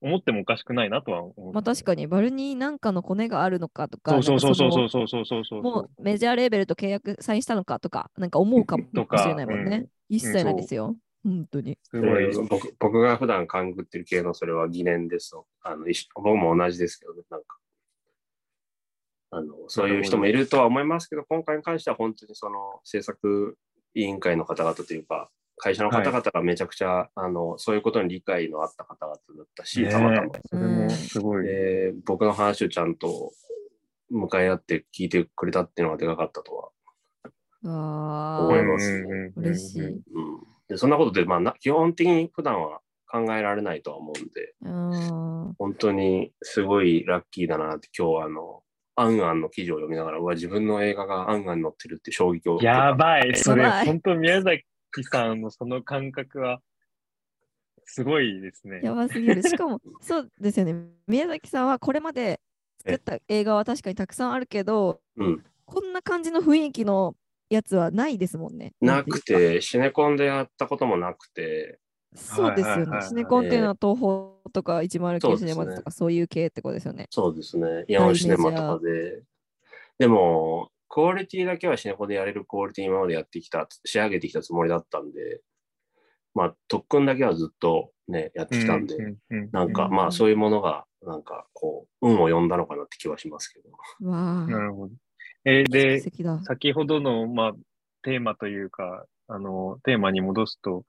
[SPEAKER 2] 思ってもおかしくないなとは思う。
[SPEAKER 1] まあ、確かにバルニーなんかのコネがあるのかとか
[SPEAKER 2] そうそうそうそう
[SPEAKER 1] なん
[SPEAKER 2] そ
[SPEAKER 1] か
[SPEAKER 2] うそうそうそ
[SPEAKER 1] の
[SPEAKER 2] うそう。
[SPEAKER 1] もうメジャーレーベルと契約サインしたのかとかなんか思うかもし
[SPEAKER 2] とか
[SPEAKER 1] れないもんね。
[SPEAKER 2] うん
[SPEAKER 1] 一切ないですよ。本当に。
[SPEAKER 2] す
[SPEAKER 4] に、
[SPEAKER 2] ごい。
[SPEAKER 4] で僕。僕が普段勘ぐってる系のそれは疑念ですとあの。一緒僕も同じですけどね、なんか。あのそういう人もいるとは思いますけど、今回に関しては本当にその制作委員会の方々というか、会社の方々がめちゃくちゃ、あのそういうことに理解のあった方々だったし、
[SPEAKER 2] ねえ
[SPEAKER 4] たまたま。
[SPEAKER 2] それもすごい。
[SPEAKER 4] で、僕の話をちゃんと向かい合って聞いてくれたっていうのがでかかったとは。
[SPEAKER 1] わ
[SPEAKER 4] 思い
[SPEAKER 1] あ、
[SPEAKER 4] ますね
[SPEAKER 2] うんうんうんうん
[SPEAKER 1] 嬉しい。
[SPEAKER 4] うん、でそんなことで、まあな、基本的に普段は考えられないとは思うんで、
[SPEAKER 1] あー
[SPEAKER 4] 本当にすごいラッキーだなって今日あの、アンアンの記事を読みながら、うわ、自分の映画がアンアンに載ってるって衝撃を受けた。
[SPEAKER 2] やばい。それ、
[SPEAKER 1] やばい
[SPEAKER 2] 本当宮崎さんのその感覚は、すごいですね。
[SPEAKER 1] やばすぎる。しかも、 そうですよね。宮崎さんはこれまで作った映画は確かにたくさんあるけど、
[SPEAKER 4] うん
[SPEAKER 1] こんな感じの雰囲気のやつはないですもんね。
[SPEAKER 4] なく
[SPEAKER 1] んいうか。
[SPEAKER 4] て、シネコンでやったこともなくて、
[SPEAKER 1] そうです
[SPEAKER 2] は
[SPEAKER 1] よ
[SPEAKER 2] いはいはい
[SPEAKER 1] ね。
[SPEAKER 2] はい
[SPEAKER 1] シネコンっていうのは東宝とか
[SPEAKER 4] そう
[SPEAKER 1] 109
[SPEAKER 4] で
[SPEAKER 1] シ
[SPEAKER 4] す
[SPEAKER 1] ネ
[SPEAKER 4] ね
[SPEAKER 1] マズとかそういう系ってことですよね。
[SPEAKER 4] そうですね、イオンシネマとかで。でも、クオリティだけはシネコンでやれるクオリティ今までやってきた、仕上げてきたつもりだったんで、まあ、特訓だけはずっとね、やってきたんで、
[SPEAKER 2] ううう
[SPEAKER 4] なんか、
[SPEAKER 1] うん
[SPEAKER 4] まあ、そういうものが、なんか、こう、運を呼んだのかなって気はしますけど。
[SPEAKER 1] わ
[SPEAKER 2] な
[SPEAKER 1] あ、
[SPEAKER 2] るほど。えーで
[SPEAKER 1] 素、敵だ。
[SPEAKER 2] 先ほどの、まあ、テーマというか、あの、テーマに戻すと、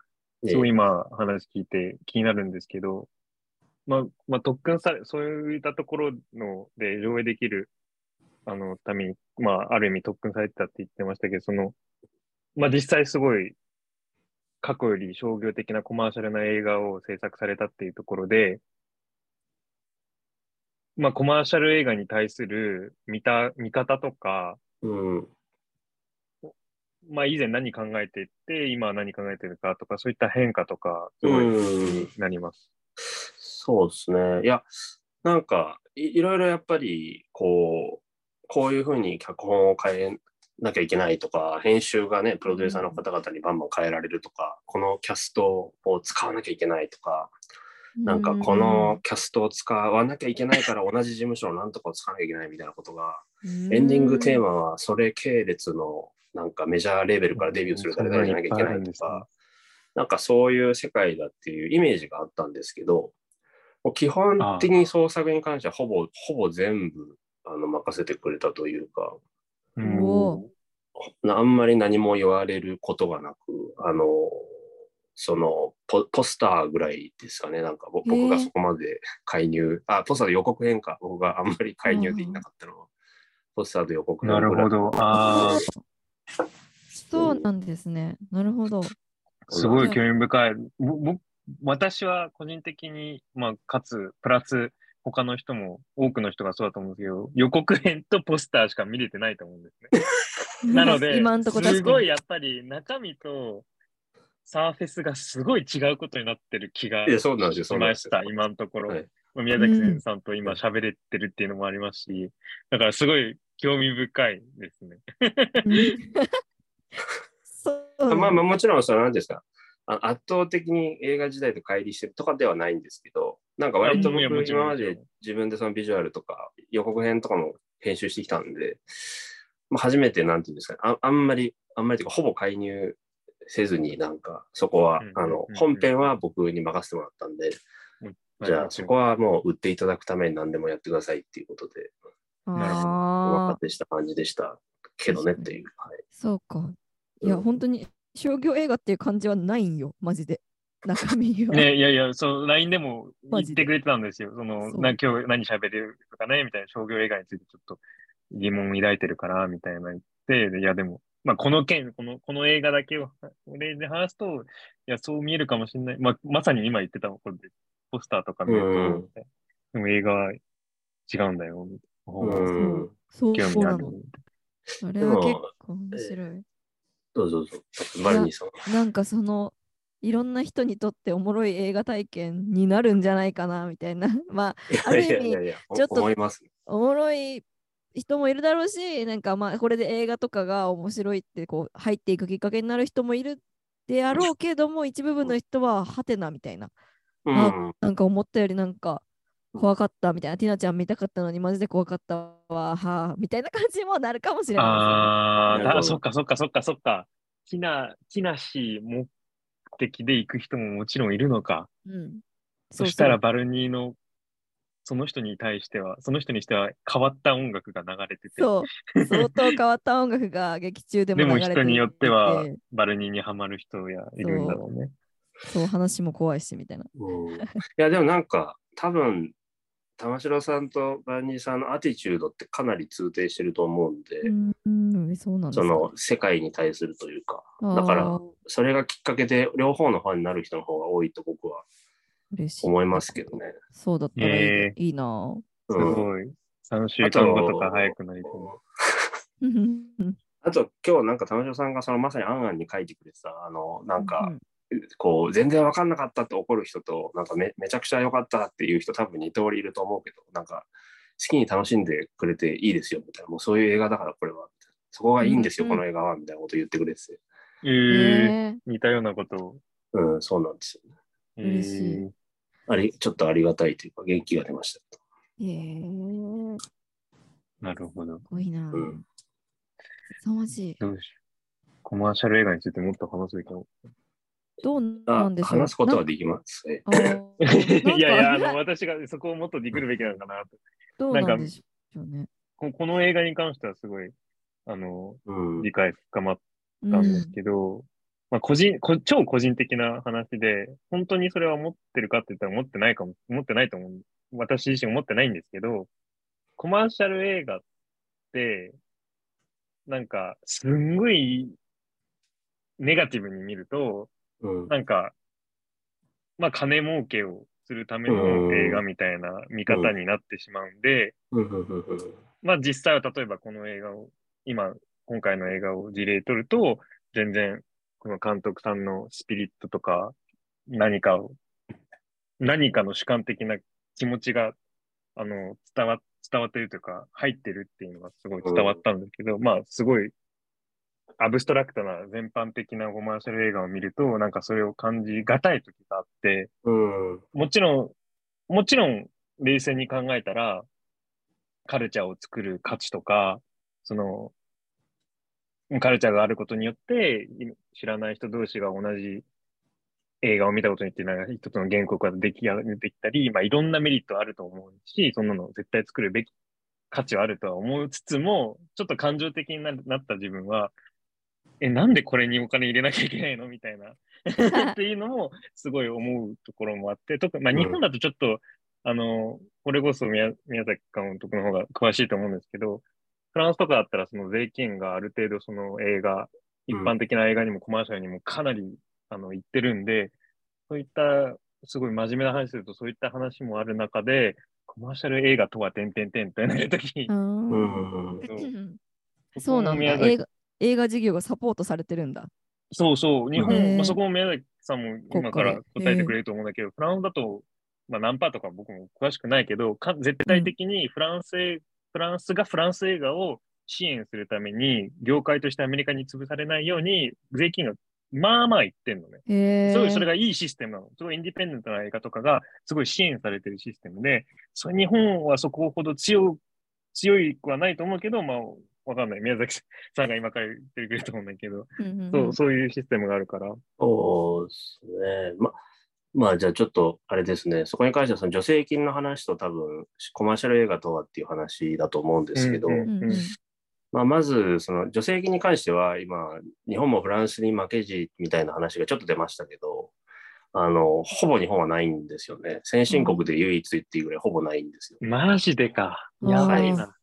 [SPEAKER 2] すごい
[SPEAKER 4] ええ
[SPEAKER 2] 今話聞いて気になるんですけど、まあ、まあ、特訓され、そういったところので上映できる、あの、ために、まあ、ある意味特訓されてたって言ってましたけど、その、まあ、実際すごい、過去より商業的なコマーシャルな映画を制作されたっていうところで、まあ、コマーシャル映画に対する見た、見方とか、
[SPEAKER 4] うん。
[SPEAKER 2] まあ、以前何考えてて、今は何考えてるかとか、そういった変化とか、すごい気
[SPEAKER 4] うん
[SPEAKER 2] に。なります。
[SPEAKER 4] そうですね。いや、なんかい、いろいろやっぱり、こう、こういうふうに脚本を変えなきゃいけないとか、編集がね、プロデューサーの方々にバンバン変えられるとか、このキャストを使わなきゃいけないとか、なんかこのキャストを使わなきゃいけないから同じ事務所のなんとかを使わなきゃいけないみたいなことが、エンディングテーマはそれ系列のなんかメジャーレーベルからデビューする誰々じゃなきゃいけないとか、なんかそういう世界だっていうイメージがあったんですけど、もう基本的に創作に関してはほぼ、ほぼ全部あの任せてくれたというか、
[SPEAKER 1] うんお
[SPEAKER 4] あんまり何も言われることがなく、あの、そのポポスターぐらいですかね、なんかぼ
[SPEAKER 1] へえ
[SPEAKER 4] 僕がそこまで介入、あ、ポスターで予告編か、僕があんまり介入できなかったのは、ポスターで予告編
[SPEAKER 2] な
[SPEAKER 4] ぐら
[SPEAKER 2] る
[SPEAKER 4] い
[SPEAKER 2] ほど。ああ、
[SPEAKER 1] そうなんですね。なるほど。
[SPEAKER 2] すごい興味深い。ぼぼ私は個人的に、まあ、かつ、プラス、他の人も、多くの人がそうだと思うんですけど、予告編とポスターしか見れてないと思うんですね。 なので、
[SPEAKER 1] 今んとこ確
[SPEAKER 2] す
[SPEAKER 1] か
[SPEAKER 2] ごい
[SPEAKER 1] に。
[SPEAKER 2] やっぱり中身とサーフェスがすごい違うことになってる気が
[SPEAKER 4] いや、そうなんですよ、そ
[SPEAKER 2] し
[SPEAKER 4] うな
[SPEAKER 2] ま
[SPEAKER 4] んです
[SPEAKER 2] し
[SPEAKER 4] よ
[SPEAKER 2] た、今のところ。
[SPEAKER 4] はい
[SPEAKER 2] まあ宮崎先生さんと今喋れてるっていうのもありますし、だからすごい興味深いですね。
[SPEAKER 1] そう
[SPEAKER 4] まあまあもちろんその何ですかあ圧倒的に映画時代と乖離してるとかではないんですけどなんか割と僕
[SPEAKER 2] いやもういやもちろん
[SPEAKER 4] 今まで自分でそのビジュアルとか予告編とかも編集してきたんで、まあ、初めてなんていうんですかねああんまりあんまりというかほぼ介入せずになんかそこは
[SPEAKER 2] うん
[SPEAKER 4] あ
[SPEAKER 2] うん
[SPEAKER 4] の
[SPEAKER 2] うん
[SPEAKER 4] 本編は僕に任せてもらったんでじゃあそこはもう売っていただくために何でもやってくださいっていうことで
[SPEAKER 2] なるほど
[SPEAKER 1] あ
[SPEAKER 4] 分
[SPEAKER 1] あ
[SPEAKER 4] かってした感じでしたけどねっていう、はい、
[SPEAKER 1] そうか。いや、
[SPEAKER 4] うん
[SPEAKER 1] 本当に商業映画っていう感じはないんよ、マジで。中身は。
[SPEAKER 2] ね、いやいや、そう、LINE でも言
[SPEAKER 1] マ
[SPEAKER 2] っ
[SPEAKER 1] ジで
[SPEAKER 2] てくれてたんですよ。その、
[SPEAKER 1] そう
[SPEAKER 2] な今日何喋れるかねみたいな、商業映画についてちょっと疑問を抱いてるから、みたいな言って、でいやでも、まあこの件、この、この映画だけを、お例で話すと、いや、そう見えるかもしれない。まあ、まさに今言ってたことで、ポスターとか見ると、
[SPEAKER 4] うん
[SPEAKER 2] みたいなでも映画は違うんだよ、みたいな。
[SPEAKER 4] うん
[SPEAKER 1] そう
[SPEAKER 2] 興
[SPEAKER 1] そ
[SPEAKER 2] 味
[SPEAKER 1] う
[SPEAKER 2] あ
[SPEAKER 1] な
[SPEAKER 2] る
[SPEAKER 1] の。。それは
[SPEAKER 4] で
[SPEAKER 1] 結
[SPEAKER 4] も
[SPEAKER 1] 構面白い。
[SPEAKER 4] どうぞどうぞバルニーさん
[SPEAKER 1] なんかその、いろんな人にとっておもろい映画体験になるんじゃないかな、みたいな。 まあ、ある意味
[SPEAKER 4] いやいやいや
[SPEAKER 1] ちょっと
[SPEAKER 4] 思います
[SPEAKER 1] おもろい人もいるだろうし、なんかまあこれで映画とかが面白いってこう入っていくきっかけになる人もいるであろうけども、一部分の人はハテナみたいな。
[SPEAKER 4] うん
[SPEAKER 1] なんか思ったよりなんか怖かったみたいな、ティナちゃん見たかったのにマジで怖かったわ、はあ、みたいな感じにもなるかもしれな
[SPEAKER 2] あ
[SPEAKER 4] なるほ
[SPEAKER 2] ー
[SPEAKER 4] ど
[SPEAKER 2] あ、そっかそっかそっかそっか。木な、木梨目的で行く人ももちろんいるのか。
[SPEAKER 1] いですよね。うん。
[SPEAKER 2] そしたらバルニーのその人に対しては、その人にしては変わった音楽が流れてて、
[SPEAKER 1] そう、そう相当変わった音楽が劇中でも
[SPEAKER 2] で
[SPEAKER 1] 流れ
[SPEAKER 2] も
[SPEAKER 1] てい
[SPEAKER 2] 人によっては
[SPEAKER 1] て
[SPEAKER 2] バルニーにはまる人やいるんだろうね。
[SPEAKER 1] そう、話も怖いしみたいな。
[SPEAKER 4] うんいやでもなんか多分玉城さんとバンニーさんのアティチュードってかなり通底してると思うんで、
[SPEAKER 1] うん、うんそうなんです
[SPEAKER 4] そ
[SPEAKER 1] か
[SPEAKER 4] の世界に対するというか
[SPEAKER 1] あー
[SPEAKER 4] だからそれがきっかけで両方のファンになる人の方が多いと僕は
[SPEAKER 1] 嬉しい。
[SPEAKER 4] 思いますけどね。
[SPEAKER 1] そうだったらいい,、
[SPEAKER 2] え
[SPEAKER 1] いいなぁ。
[SPEAKER 4] う
[SPEAKER 2] す
[SPEAKER 4] ん
[SPEAKER 2] ごい。3週間後とか早くなりそ
[SPEAKER 4] あと今日なんか玉城さんがそのまさにアンアンに書いてくれてたあのなんか、
[SPEAKER 1] うん
[SPEAKER 4] こう全然分かんなかったって怒る人となんかめめちゃくちゃ良かったっていう人多分二通りいると思うけどなんか好きに楽しんでくれていいですよみたいなもうそういう映画だからこれはみたいなそこがいいんですよ、
[SPEAKER 1] うんうん
[SPEAKER 4] この映画はみたいなこと言ってくれてて
[SPEAKER 2] う。えー、
[SPEAKER 1] え
[SPEAKER 2] 似たようなことを。
[SPEAKER 4] うんそうなんですよね
[SPEAKER 2] え
[SPEAKER 1] 嬉しい
[SPEAKER 2] ー
[SPEAKER 4] ありちょっとありがたいというか元気が出ました
[SPEAKER 1] ー、えー、す
[SPEAKER 2] なるほど。
[SPEAKER 1] ごいなぁ。
[SPEAKER 4] うん
[SPEAKER 1] 凄まじい。
[SPEAKER 2] どうしよう。コマーシャル映画についてもっと話すべきかも。
[SPEAKER 1] どう
[SPEAKER 4] あ
[SPEAKER 1] なんでしょう
[SPEAKER 4] 話すことはできますね
[SPEAKER 1] あー
[SPEAKER 2] いやいや、あ
[SPEAKER 1] なん
[SPEAKER 2] の、
[SPEAKER 1] か
[SPEAKER 2] 私がそこをもっとディグるべきなのかなと。
[SPEAKER 1] どうなんでしょうね。
[SPEAKER 2] ここの映画に関してはすごい、あの、
[SPEAKER 4] うん
[SPEAKER 2] 理解深まっ
[SPEAKER 1] う
[SPEAKER 2] ったんで
[SPEAKER 1] ん
[SPEAKER 2] すけど、まあ個人こ、超個人的な話で、本当にそれは持ってるかって言ったら持ってないかも、持ってないと思う。私自身持ってないんですけど、コマーシャル映画って、なんか、すんごい、ネガティブに見ると、
[SPEAKER 4] うん
[SPEAKER 2] なんか、まあ金儲けをするための映画みたいな見方になってしまうんで、
[SPEAKER 4] うんうんうんうん
[SPEAKER 2] まあ実際は例えばこの映画を、今、今回の映画を事例取ると、全然この監督さんのスピリットとか、何かを、何かの主観的な気持ちが、あの、伝わ、伝わってるというか、入ってるっていうのがすごい伝わったんだけど、まあすごい、アブストラクトな全般的なコマーシャル映画を見ると、なんかそれを感じがたい時があって、
[SPEAKER 4] うん
[SPEAKER 2] もちろん、もちろん冷静に考えたら、カルチャーを作る価値とか、その、カルチャーがあることによって、い知らない人同士が同じ映画を見たことによって、なんか一つの原告が出来上がってきたり、まあいろんなメリットあると思うし、そんなの絶対作るべき価値はあるとは思いつつも、ちょっと感情的にななった自分は、え、なんでこれにお金入れなきゃいけないのみたいな。っていうのもすごい思うところもあって、特に、まあ、
[SPEAKER 4] うん
[SPEAKER 2] 日本だとちょっと、あの、これこそ宮宮崎監督の方が詳しいと思うんですけど、フランスとかだったらその税金がある程度その映画、一般的な映画にもコマーシャルにもかなり、あの、行ってるんで、そういった、すごい真面目な話するとそういった話もある中で、コマーシャル映画とは、てんてんてんってなるときに
[SPEAKER 1] う、ん
[SPEAKER 4] うんうんう ん
[SPEAKER 1] そうなんだ
[SPEAKER 2] 宮崎
[SPEAKER 1] 映画。映画事業がサポートされてるんだ。
[SPEAKER 2] そうそう、日
[SPEAKER 1] へ
[SPEAKER 2] 本、
[SPEAKER 1] ー
[SPEAKER 2] まあ、そこも宮崎さんも今から
[SPEAKER 1] 国会
[SPEAKER 2] 答えてくれると思うんだけど、フランスだと、まあ、何パーとか僕も詳しくないけど、か絶対的にフランスへ、フランスがフランス映画を支援するために、業界としてアメリカに潰されないように、税金がまあまあいってんのね。
[SPEAKER 1] へえ。
[SPEAKER 2] すごいそれがいいシステムなの。すごいインディペンデントな映画とかがすごい支援されてるシステムで、それ日本はそこほど強強いくはないと思うけど、まあ、わかんない。宮崎さんが今から言ってくれると思うんだけど、
[SPEAKER 1] うんうんうん
[SPEAKER 2] そう、そういうシステムがあるから。
[SPEAKER 4] そうですね。ま、まあじゃあちょっとあれですね、そこに関してはその助成金の話と多分コマーシャル映画とはっていう話だと思うんですけど、
[SPEAKER 2] うんうん
[SPEAKER 1] うんうん
[SPEAKER 4] まあ、まずその助成金に関しては今、日本もフランスに負けじみたいな話がちょっと出ましたけど、あの、ほぼ日本はないんですよね。先進国で唯一言っていいぐらいほぼないんですよ。
[SPEAKER 2] マジでか。
[SPEAKER 1] うん
[SPEAKER 2] やばい
[SPEAKER 1] あー
[SPEAKER 2] な。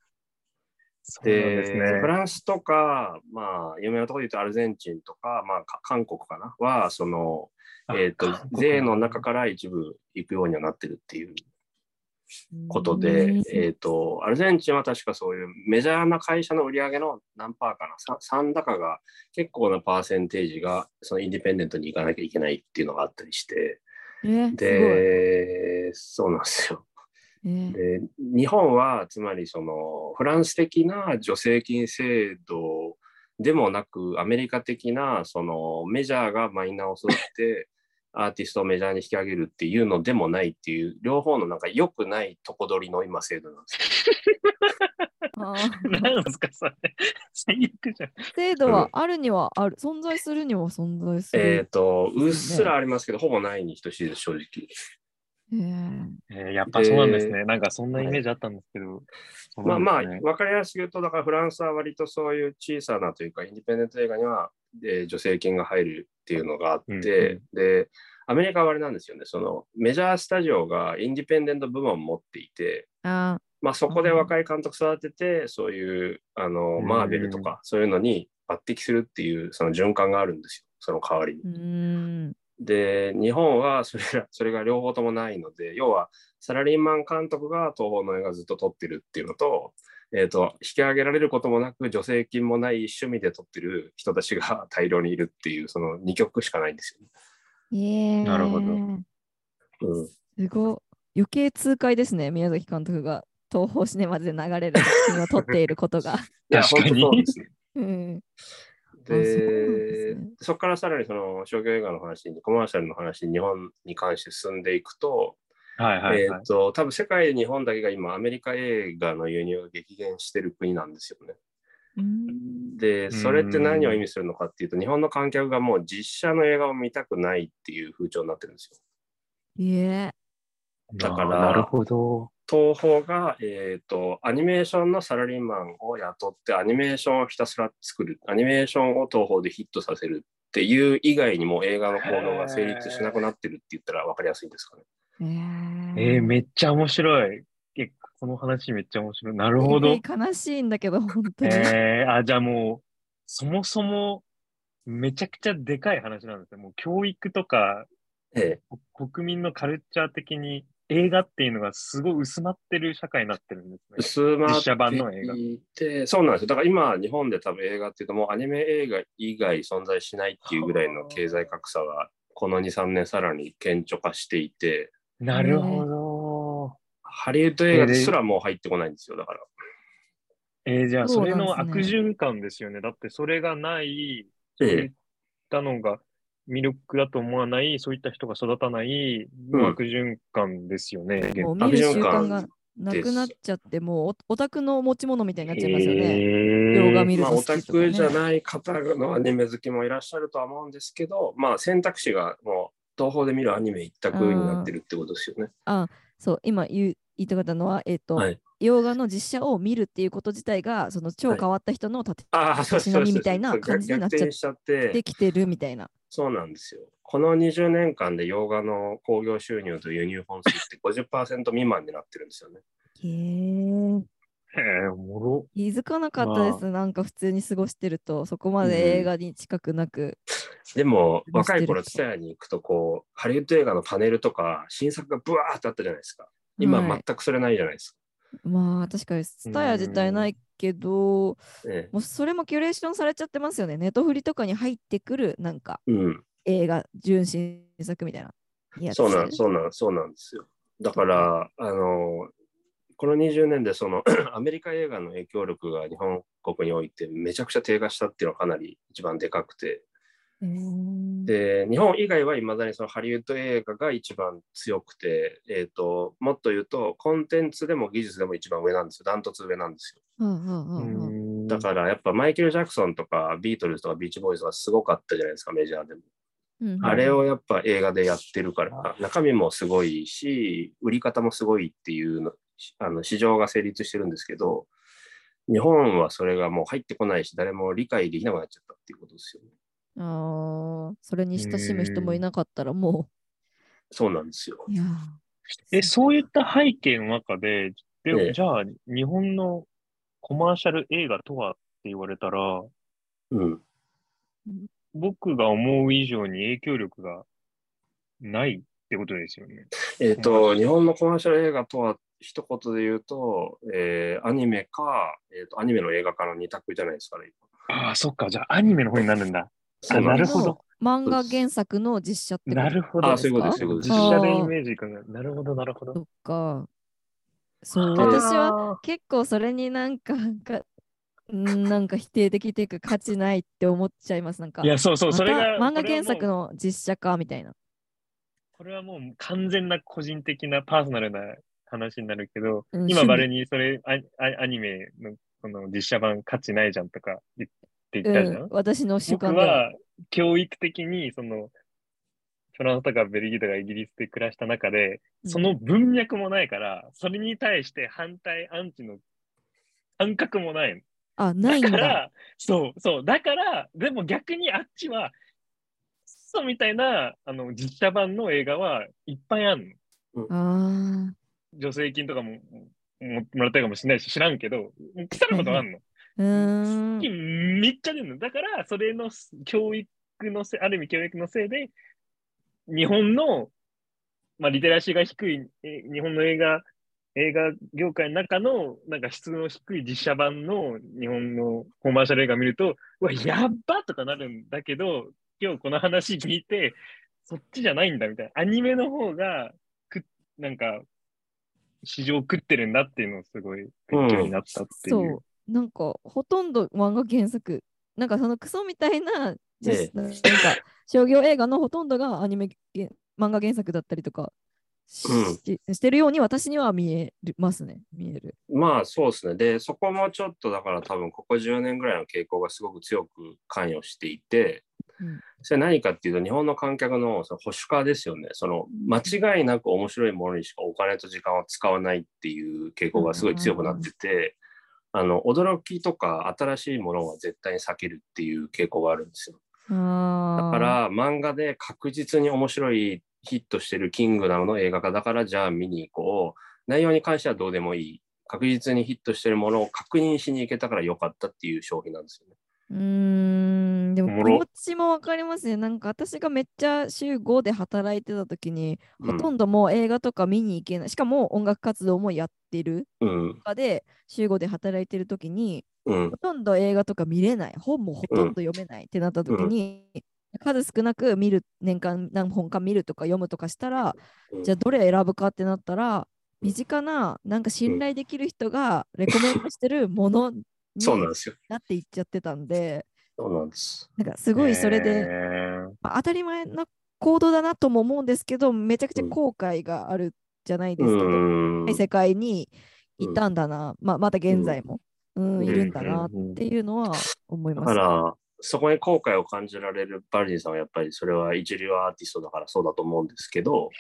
[SPEAKER 2] そうなん
[SPEAKER 4] で
[SPEAKER 2] です
[SPEAKER 4] フ
[SPEAKER 2] ね。
[SPEAKER 4] ランスとか、まあ、有名なところで言うとアルゼンチンとか、まあ、か韓国かな、は、その、えっ、と
[SPEAKER 2] 韓、国
[SPEAKER 4] 税の中から一部行くようにはなってるっていうこと
[SPEAKER 1] う
[SPEAKER 4] で
[SPEAKER 1] ん、
[SPEAKER 4] えっ、と、アルゼンチンは確かそういうメジャーな会社の売り上げの何パーかな、3高が結構なパーセンテージが、そのインディペンデントに行かなきゃいけないっていうのがあったりして、
[SPEAKER 1] えす
[SPEAKER 4] で、そうなんですよ。
[SPEAKER 1] ごいえ
[SPEAKER 4] で日本はつまりそのフランス的な助成金制度でもなくアメリカ的なそのメジャーがマイナーを育って アーティストをメジャーに引き上げるっていうのでもないっていう両方のなんか良くないとこ取りの今制度なんですよ。
[SPEAKER 1] あ
[SPEAKER 2] 何ですか、それ。最悪じゃん。
[SPEAKER 1] ー制度はあるにはある、存在するには存在す
[SPEAKER 4] え
[SPEAKER 1] る
[SPEAKER 4] っ。とうっすらありますけどほぼないに等しいです正直。
[SPEAKER 1] えー
[SPEAKER 2] えーやっぱそうなんですね。なんかそんなイメージあったんですけど。そう
[SPEAKER 4] ま
[SPEAKER 2] な
[SPEAKER 4] あ
[SPEAKER 2] ん
[SPEAKER 4] まあ
[SPEAKER 2] ですね
[SPEAKER 4] 分かりやすく言うとだからフランスは割とそういう小さなというかインディペンデント映画には、えー助成金が入るっていうのがあっ
[SPEAKER 2] う
[SPEAKER 4] て、
[SPEAKER 2] んうん
[SPEAKER 4] でアメリカはあれなんですよねそのメジャースタジオがインディペンデント部門を持っていて、
[SPEAKER 1] あ
[SPEAKER 4] まあ、そこで若い監督育ててそういうあの
[SPEAKER 2] うん
[SPEAKER 4] マーベルとかそういうのに抜擢するっていうその循環があるんですよその代わりに
[SPEAKER 1] ー。うーん。
[SPEAKER 4] で日本はそれら それが両方ともないので要はサラリーマン監督が東宝の映画ずっと撮ってるっていうのと,、えー、と引き上げられることもなく助成金もない趣味で撮ってる人たちが 大量にいるっていうその2曲しかないんですよね。
[SPEAKER 1] えー
[SPEAKER 2] なるほど
[SPEAKER 4] うん、
[SPEAKER 1] すごい。余計痛快ですね、宮崎監督が東宝シネマズで流れる作品を撮っていることが。
[SPEAKER 4] いや
[SPEAKER 2] 確かに
[SPEAKER 4] 本当そうですね
[SPEAKER 1] うん。あそうなんです
[SPEAKER 4] で
[SPEAKER 1] ね
[SPEAKER 4] そこからさらにその商業映画の話にコマーシャルの話に日本に関して進んでいくと,、
[SPEAKER 2] はいはい
[SPEAKER 4] え
[SPEAKER 2] はい
[SPEAKER 4] ー、。と多分世界で日本だけが今アメリカ映画の輸入が激減してる国なんですよね。
[SPEAKER 1] うん
[SPEAKER 4] で、それって何を意味するのかっていうと、日本の観客がもう実写の映画を見たくないっていう風潮になってるんですよ。
[SPEAKER 1] いえ
[SPEAKER 4] だから
[SPEAKER 2] あーなるほど。
[SPEAKER 4] 東宝が、えっとアニメーションのサラリーマンを雇って、アニメーションをひたすら作る、アニメーションを東宝でヒットさせるっていう以外にも映画の行動が成立しなくなってるって言ったら分かりやすいんですかね。
[SPEAKER 1] え
[SPEAKER 2] えー、
[SPEAKER 1] ー
[SPEAKER 2] めっちゃ面白い。え、この話めっちゃ面白い。なるほど。
[SPEAKER 1] えー悲しいんだけど、本当に。
[SPEAKER 2] えー、あ、じゃあもう、そもそも、めちゃくちゃでかい話なんですね。もう教育とか、
[SPEAKER 4] ええ、
[SPEAKER 2] こ国民のカルチャー的に映画っていうのがすごい薄まってる社会になってるんですね。
[SPEAKER 4] スーマ
[SPEAKER 2] 実写版の映画
[SPEAKER 4] て、そうなんですよ。だから今、日本で多分映画っていうと、もうアニメ映画以外存在しないっていうぐらいの経済格差が、この2、3年さらに顕著化していて、
[SPEAKER 2] なるほど。
[SPEAKER 4] ハリウッド映画ですらもう入ってこないんですよ。だから、
[SPEAKER 2] えーじゃあ
[SPEAKER 1] そ
[SPEAKER 2] そうれ
[SPEAKER 1] なんですね
[SPEAKER 2] の悪循環ですよね。だってそれがない、そ
[SPEAKER 4] ええ
[SPEAKER 2] ういったのが魅力だと思わない、そういった人が育たない、
[SPEAKER 4] うん
[SPEAKER 2] 悪循環ですよね。
[SPEAKER 1] もう見
[SPEAKER 4] 悪
[SPEAKER 1] る習
[SPEAKER 4] 循
[SPEAKER 1] 慣
[SPEAKER 4] 環
[SPEAKER 1] がなくなっちゃって、もうおオタクの持ち物みたいになっちゃいますよね。
[SPEAKER 2] え
[SPEAKER 1] 洋画見る
[SPEAKER 4] ま
[SPEAKER 1] の
[SPEAKER 4] あ、
[SPEAKER 1] 好
[SPEAKER 4] オ
[SPEAKER 1] きとか、ね
[SPEAKER 4] タ。クじゃない方のアニメ好きもいらっしゃるとは思うんですけど、まあ、選択肢がもう、東宝で見るアニメ一択になってるってことですよね。
[SPEAKER 1] そう、今言う言いたかったのは、えっ、と、
[SPEAKER 4] はい
[SPEAKER 1] 洋画の実写を見るっていうこと自体が、その超変わった人の立て
[SPEAKER 4] ああ、そうで
[SPEAKER 1] 立
[SPEAKER 4] す
[SPEAKER 1] ち
[SPEAKER 4] そ
[SPEAKER 1] 飲み
[SPEAKER 4] うです
[SPEAKER 1] みたいな感じになっちゃっ
[SPEAKER 4] 逆転しちゃって
[SPEAKER 1] て、きてるみたいな。
[SPEAKER 4] そうなんですよ。この20年間で洋画の興行収入と輸入本数って50%未満になってるんですよね。
[SPEAKER 1] へえ。
[SPEAKER 2] ー、おもろ。
[SPEAKER 1] 気づかなかったです、なんか普通に過ごしてると、そこまで映画に近くなく。
[SPEAKER 4] でも
[SPEAKER 1] 知ってる
[SPEAKER 4] 若い頃、ツタヤに行くとこう、ハリウッド映画のパネルとか、新作がブワーってあったじゃないですか。今、
[SPEAKER 1] はい
[SPEAKER 4] 全くそれないじゃないです
[SPEAKER 1] まあ、確かに、スタヤ自体ないけど、
[SPEAKER 4] か。ええ
[SPEAKER 1] もうそれもキュレーションされちゃってますよね。ネットフリとかに入ってくる、なんか
[SPEAKER 4] うん、
[SPEAKER 1] 映画、純新作みたいなやつ。
[SPEAKER 4] そうなん、そうなん、そうなんですよ。だから、あの、この20年でその アメリカ映画の影響力が日本国においてめちゃくちゃ低下したっていうのはかなり一番でかくて、
[SPEAKER 1] へー
[SPEAKER 4] で日本以外はいまだにそのハリウッド映画が一番強くて、えー、ともっと言うとコンテンツでも技術でも一番上なんですよダントツ上なんですよ
[SPEAKER 1] うんうんう
[SPEAKER 2] うん
[SPEAKER 1] うん
[SPEAKER 2] ん
[SPEAKER 4] だからやっぱマイケル・ジャクソンとかビートルズとかビーチボーイズがすごかったじゃないですかメジャーでも、
[SPEAKER 1] うんうん
[SPEAKER 4] あれをやっぱ映画でやってるから中身もすごいし売り方もすごいっていうのあの市場が成立してるんですけど日本はそれがもう入ってこないし誰も理解できなくなっちゃったっていうことですよね
[SPEAKER 1] ああ、それに親しむ人もいなかったらも
[SPEAKER 4] そうなんですよ
[SPEAKER 1] う。いやー
[SPEAKER 2] え、そういった背景の中で、で
[SPEAKER 4] ええ
[SPEAKER 2] じゃあ、日本のコマーシャル映画とはって言われたら、
[SPEAKER 4] うん
[SPEAKER 2] 僕が思う以上に影響力がないってことですよね。
[SPEAKER 4] えっ、と、日本のコマーシャル映画とは、一言で言うと、えーアニメか、えーと、アニメの映画化の二択じゃないですかね。
[SPEAKER 2] ああ、そっか。じゃあ、アニメの方になるんだ。
[SPEAKER 4] そ
[SPEAKER 2] あ
[SPEAKER 4] う
[SPEAKER 2] なる
[SPEAKER 4] ん
[SPEAKER 2] ほど。
[SPEAKER 1] 漫画原作の実写ってこと
[SPEAKER 2] なるほど。
[SPEAKER 4] あそういうことですそういうことです
[SPEAKER 2] 実写でイメージがなるほど、なるほど。
[SPEAKER 1] そっか。そう、
[SPEAKER 4] あー
[SPEAKER 1] 私は結構それになんか、なんか、うんなんか否定的っていうか価値ないって思っちゃいます。なんか、
[SPEAKER 2] いや、そうそう、
[SPEAKER 1] また
[SPEAKER 2] それが。
[SPEAKER 1] 漫
[SPEAKER 2] こ
[SPEAKER 1] 画
[SPEAKER 2] れ
[SPEAKER 1] 原
[SPEAKER 2] はもう
[SPEAKER 1] 作。の実写化みたいな。
[SPEAKER 2] これはもう完全な個人的なパーソナルな話になるけど、
[SPEAKER 1] うん
[SPEAKER 2] 今、バレにそれア、あアニメのその実写版価値ないじゃんとか言って言ったじゃん。
[SPEAKER 1] うん、私の主
[SPEAKER 2] 僕
[SPEAKER 1] 観だよ。
[SPEAKER 2] は教育的に、その、フランスとかベルギーとかイギリスで暮らした中で、その文脈もないから、それに対して反対、アンチの感覚もないの。
[SPEAKER 1] あ、ないん
[SPEAKER 2] だか
[SPEAKER 1] だ。
[SPEAKER 2] ら、そう、そう、だから、でも逆にあっちは、そうみたいな、あの、実写版の映画はいっぱいあるの。
[SPEAKER 1] ああ
[SPEAKER 2] 助成金とかもももらったりかもしれないし、知らんけど、腐ることあんの。
[SPEAKER 1] ー。うーん。
[SPEAKER 2] めっちゃ出るの。だから、それのす教育のせい、ある意味教育のせいで、日本の、まあ、リテラシーが低い、え日本の映画、映画業界の中の、なんか質の低い実写版の日本のコマーシャル映画見ると、うわ、やっばとかなるんだけど、今日この話聞いて、そっちじゃないんだみたいな。アニメの方が、くなんか、市場を食ってるんだっていうのをすごい勉強になったっていう。
[SPEAKER 1] そう。なんか、ほとんど漫画原作。なんか、そのクソみたいな、じゃ
[SPEAKER 4] ええ
[SPEAKER 1] なんか、商業映画のほとんどがアニメげ、漫画原作だったりとかし,、してるように私には見えるますね。見える。
[SPEAKER 4] まあ、そうですね。で、そこもちょっと、だから多分、ここ10年ぐらいの傾向がすごく強く関与していて、
[SPEAKER 1] うん
[SPEAKER 4] それ何かっていうと、日本の観客のその保守化ですよね。その、間違いなく面白いものにしかお金と時間を使わないっていう傾向がすごい強くなってて、あの、驚きとか新しいものは絶対に避けるっていう傾向があるんですよ。だ
[SPEAKER 1] ああ。
[SPEAKER 4] から漫画で確実に面白いヒットしてるキングダムの映画化だからじゃあ見に行こう。内容に関してはどうでもいい。確実にヒットしてるものを確認しに行けたから良かったっていう商品なんですよね。
[SPEAKER 1] うーん、でも
[SPEAKER 2] おも
[SPEAKER 1] 気
[SPEAKER 2] ろ
[SPEAKER 1] 持ちもわかりますね。なんか私がめっちゃ週5で働いてた時に、
[SPEAKER 4] うん
[SPEAKER 1] ほとんどもう映画とか見に行けない。しかも音楽活動もやってる
[SPEAKER 4] うん。
[SPEAKER 1] 中で、週5で働いてる時に、
[SPEAKER 4] うん
[SPEAKER 1] ほ。とんど映画とか見れない。本もほとんど読めないってなった時に、数少なく見る、年間何本か見るとか読むとかしたら、
[SPEAKER 4] うん
[SPEAKER 1] じゃあどれ選ぶかってなったら、身近な、なんか信頼できる人がレコメンドしてるものに
[SPEAKER 4] そうなんですよ。
[SPEAKER 1] なっていっちゃってたんで、
[SPEAKER 4] そうなんです。
[SPEAKER 1] なんかすごいそれで、まあ当たり前な行動だなとも思うんですけど、めちゃくちゃ
[SPEAKER 4] うん
[SPEAKER 1] 後悔があるじゃないで
[SPEAKER 4] う
[SPEAKER 1] すけど、
[SPEAKER 4] ん。
[SPEAKER 1] 世界にいたんだな、まあ、また現在も、うん
[SPEAKER 4] うん
[SPEAKER 1] いるんだなっ
[SPEAKER 2] うん
[SPEAKER 1] ていうのは思い
[SPEAKER 4] だ
[SPEAKER 1] ます。
[SPEAKER 4] から、そこに後悔を感じられるバルジンさんはやっぱりそれは一流アーティストだからそうだと思うんですけど、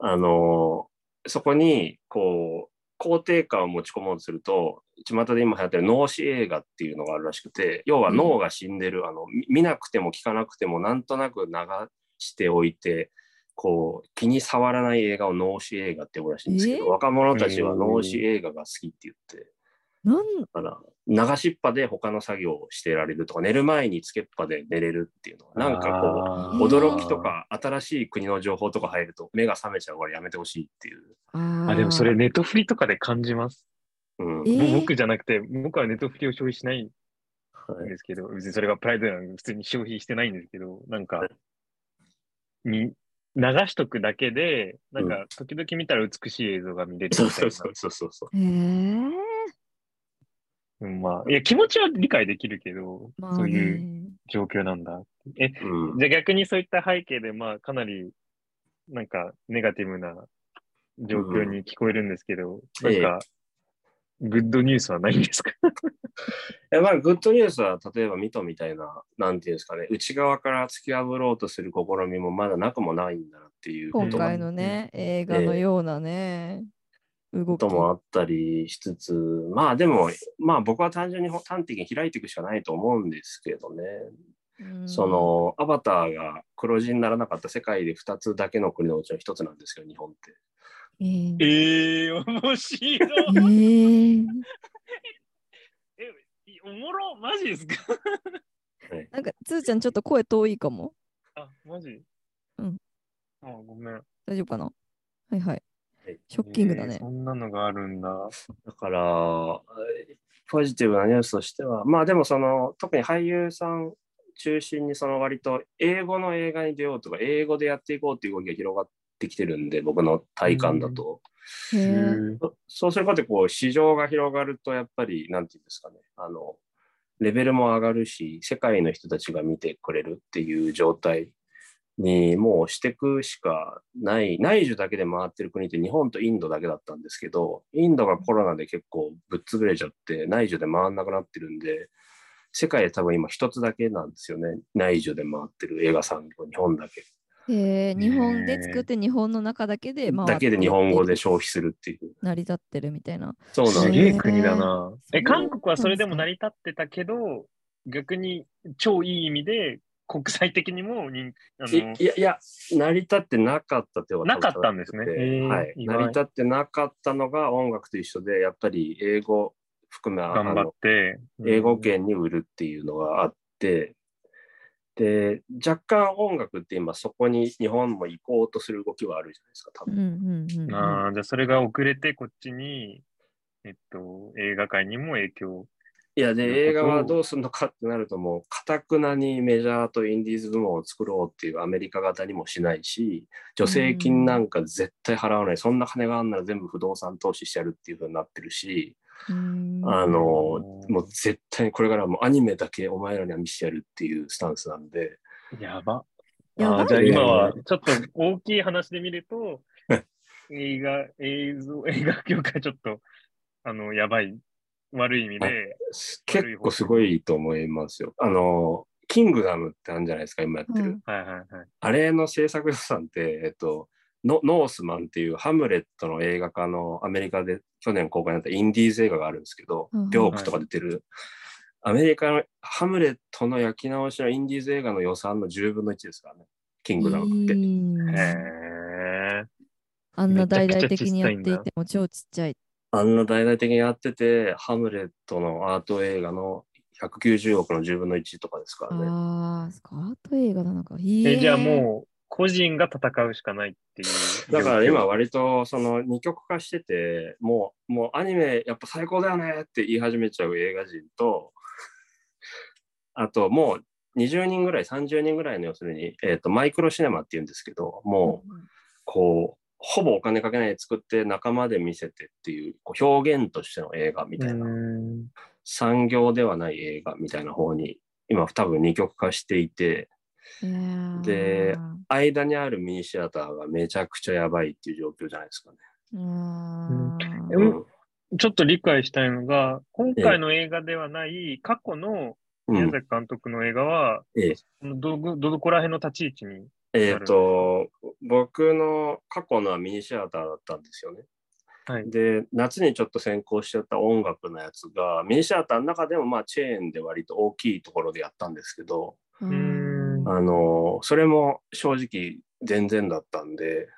[SPEAKER 4] あの、そこに、こう、肯定感を持ち込もうとすると、巷で今流行ってる脳死映画っていうのがあるらしくて、要は脳が死んでる、あの、み見なくても聞かなくてもなんとなく流しておいて、こう、気に触らない映画を脳死映画って呼ぶらしいんですけど、
[SPEAKER 1] えー
[SPEAKER 4] 若者たちは脳死映画が好きって言って、
[SPEAKER 1] なん
[SPEAKER 4] だから流しっぱで他の作業をしてられるとか寝る前につけっぱで寝れるっていうのはなんかこ
[SPEAKER 1] あ
[SPEAKER 4] う
[SPEAKER 1] ー
[SPEAKER 4] 驚きとか新しい国の情報とか入ると目が覚めちゃうからやめてほしいっていう、
[SPEAKER 1] あ
[SPEAKER 2] あ、でもそ
[SPEAKER 1] ー
[SPEAKER 2] れネットフリとかで感じます。
[SPEAKER 4] うん
[SPEAKER 1] えー
[SPEAKER 2] 僕じゃなくて、僕はネットフリを消費しないん
[SPEAKER 4] はい
[SPEAKER 2] ですけど、別にそれがプライドなんで普通に消費してないんですけど、なんか、に流しとくだけで、なんか時々見たら美しい映像が見れるみた
[SPEAKER 4] そ
[SPEAKER 2] いうな。
[SPEAKER 4] そうそうそうそうそう
[SPEAKER 1] へー
[SPEAKER 2] うんまあ、いや、気持ちは理解できるけど、
[SPEAKER 1] まあ
[SPEAKER 2] そういう
[SPEAKER 1] ね
[SPEAKER 2] 状況なんだ。え、
[SPEAKER 4] うん
[SPEAKER 2] じゃあ逆にそういった背景で、まあ、かなり、なんか、ネガティブな状況に聞こえるんですけど、
[SPEAKER 4] うん
[SPEAKER 2] なんか、グッドニュースはないんですか
[SPEAKER 4] えまあ、グッドニュースは例えばミトみたいななんていうんですかね内側から突き破ろうとする試みもまだなくもないんだなっていうこ
[SPEAKER 1] 今
[SPEAKER 4] と
[SPEAKER 1] 回
[SPEAKER 4] が
[SPEAKER 1] のね、映画のようなね、動
[SPEAKER 4] こと
[SPEAKER 1] き。
[SPEAKER 4] もあったりしつつ、まあでも、まあ僕は単純に端的に開いていくしかないと思うんですけどね。
[SPEAKER 1] うん
[SPEAKER 4] そ、のアバターが黒字にならなかった世界で2つだけの国のうちの1つなんですよ、日本って。
[SPEAKER 1] えー
[SPEAKER 2] ええ面白い。
[SPEAKER 1] えー
[SPEAKER 2] おもろ、マジですか
[SPEAKER 1] なんか、つーちゃんちょっと声遠いかも。
[SPEAKER 2] あ、マジ
[SPEAKER 1] うん。
[SPEAKER 2] あ、ごめん。
[SPEAKER 1] 大丈夫かなはいはい
[SPEAKER 4] はい。
[SPEAKER 1] ショッキングだね
[SPEAKER 2] えー。そんなのがあるんだ。
[SPEAKER 4] だから、えーポジティブなニュースとしては、まあでもその、特に俳優さん中心に、その割と英語の映画に出ようとか、英語でやっていこうっていう動きが広がってきてるんで、僕の体感だと。
[SPEAKER 1] へー
[SPEAKER 4] そそうすることでこう市場が広がるとやっぱりなんていうんですかねあのレベルも上がるし世界の人たちが見てくれるっていう状態にもうしていくしかない内需だけで回ってる国って日本とインドだけだったんですけどインドがコロナで結構ぶっ潰れちゃって内需で回んなくなってるんで世界で多分今一つだけなんですよね内需で回ってる映画産業日本だけ
[SPEAKER 1] へー
[SPEAKER 2] ね
[SPEAKER 1] 日本で作って日本の中だけで、まあ、
[SPEAKER 4] だけで日本語で消費するっていう
[SPEAKER 1] 成り立ってるみたいな。
[SPEAKER 4] そうなんです
[SPEAKER 2] す
[SPEAKER 4] よ
[SPEAKER 2] げえ国だな。
[SPEAKER 1] えー
[SPEAKER 2] え、韓国はそれでも成り立ってたけど、逆に超いい意味で国際的にも人あ
[SPEAKER 4] い
[SPEAKER 2] の
[SPEAKER 4] いやいや、成り立ってなかったってこと
[SPEAKER 2] なかったんですねへー
[SPEAKER 4] はい、
[SPEAKER 2] 意
[SPEAKER 4] 成
[SPEAKER 2] 外
[SPEAKER 4] り立ってなかったのが音楽と一緒で、やっぱり英語含め、
[SPEAKER 2] 頑張
[SPEAKER 4] あ
[SPEAKER 2] っ
[SPEAKER 4] の
[SPEAKER 2] て。
[SPEAKER 4] 英語圏に売るっていうのがあって、で、若干音楽って今そこに日本も行こうとする動きはあるじゃないですか、多
[SPEAKER 1] うん
[SPEAKER 4] 分。
[SPEAKER 1] うんうんうん。
[SPEAKER 2] ああ、じゃあそれが遅れてこっちに、えっと、映画界にも影響。
[SPEAKER 4] いや、で、
[SPEAKER 2] なるほど
[SPEAKER 4] 映画はどうするのかってなると、もう、かたくなにメジャーとインディーズ部門を作ろうっていうアメリカ型にもしないし、助成金なんか絶対払わない、そんな金があんなら全部不動産投資してやるっていう風になってるし、
[SPEAKER 1] うん
[SPEAKER 4] あの、
[SPEAKER 2] うん
[SPEAKER 4] もう絶対にこれからはもうアニメだけお前らには見せてやるっていうスタンスなんで、
[SPEAKER 2] やば。
[SPEAKER 1] やば
[SPEAKER 2] あ
[SPEAKER 1] い
[SPEAKER 2] ーじゃあ
[SPEAKER 4] ね
[SPEAKER 2] 今はちょっと大きい話で見る と、映画、映像、映画業界ちょっと、あの、やばい。悪い意味で。
[SPEAKER 4] す結構すごいと思いますよ。あの、キングダムってあるんじゃないですか、今やってる。
[SPEAKER 1] うん
[SPEAKER 2] はいはいはい。
[SPEAKER 4] あれの制作予算って、え っと、ノノースマンっていうハムレットの映画化のアメリカで去年公開になったインディーズ映画があるんですけど、
[SPEAKER 1] うんうん
[SPEAKER 4] ビョークとか出てる、アメリカのハムレットの焼き直しのインディーズ映画の予算の10分の1ですからね、キングダムって。
[SPEAKER 1] うん
[SPEAKER 2] へえ。
[SPEAKER 1] あんな大々
[SPEAKER 2] めちゃくちゃ
[SPEAKER 1] 的にや
[SPEAKER 2] 小さ
[SPEAKER 1] っ
[SPEAKER 2] いん
[SPEAKER 1] て
[SPEAKER 2] だ
[SPEAKER 1] いても超ちっちゃい。
[SPEAKER 4] あんな大々的にやってて、ハムレットのアート映画の190億の10分の1とかですからね。
[SPEAKER 1] ああ、スカート映画なのか。え
[SPEAKER 2] え、じゃあもう、個人が戦うしかないっていう。
[SPEAKER 4] だから今、割とその二極化してて、もう、もうアニメやっぱ最高だよねって言い始めちゃう映画人と、あともう20人ぐらい、30人ぐらいの要するに、えっ、と、マイクロシネマっていうんですけど、もう、こう、ほぼお金かけないで作って仲間で見せてっていう、こう表現としての映画みたいな。
[SPEAKER 2] うん
[SPEAKER 4] 産業ではない映画みたいな方に今多分二極化していて
[SPEAKER 1] うん、
[SPEAKER 4] で間にあるミニシアターがめちゃくちゃやばいっていう状況じゃないですかね。
[SPEAKER 1] いやー、
[SPEAKER 2] で
[SPEAKER 4] う
[SPEAKER 2] も
[SPEAKER 4] ん
[SPEAKER 2] ちょっと理解したいのが、今回の映画ではない過去の
[SPEAKER 4] う
[SPEAKER 2] 宮
[SPEAKER 4] ん
[SPEAKER 2] 崎監督の映画は、
[SPEAKER 4] ええ
[SPEAKER 2] どこどこら辺の立ち位置に
[SPEAKER 4] えっ、と僕の過去のはミニシアターだったんですよね。
[SPEAKER 2] はい
[SPEAKER 4] で夏にちょっと先行しちゃった音楽のやつがミニシアターの中でもまあチェーンで割と大きいところでやったんですけど、
[SPEAKER 1] う
[SPEAKER 2] うん
[SPEAKER 4] あのそれも正直全然だったんで、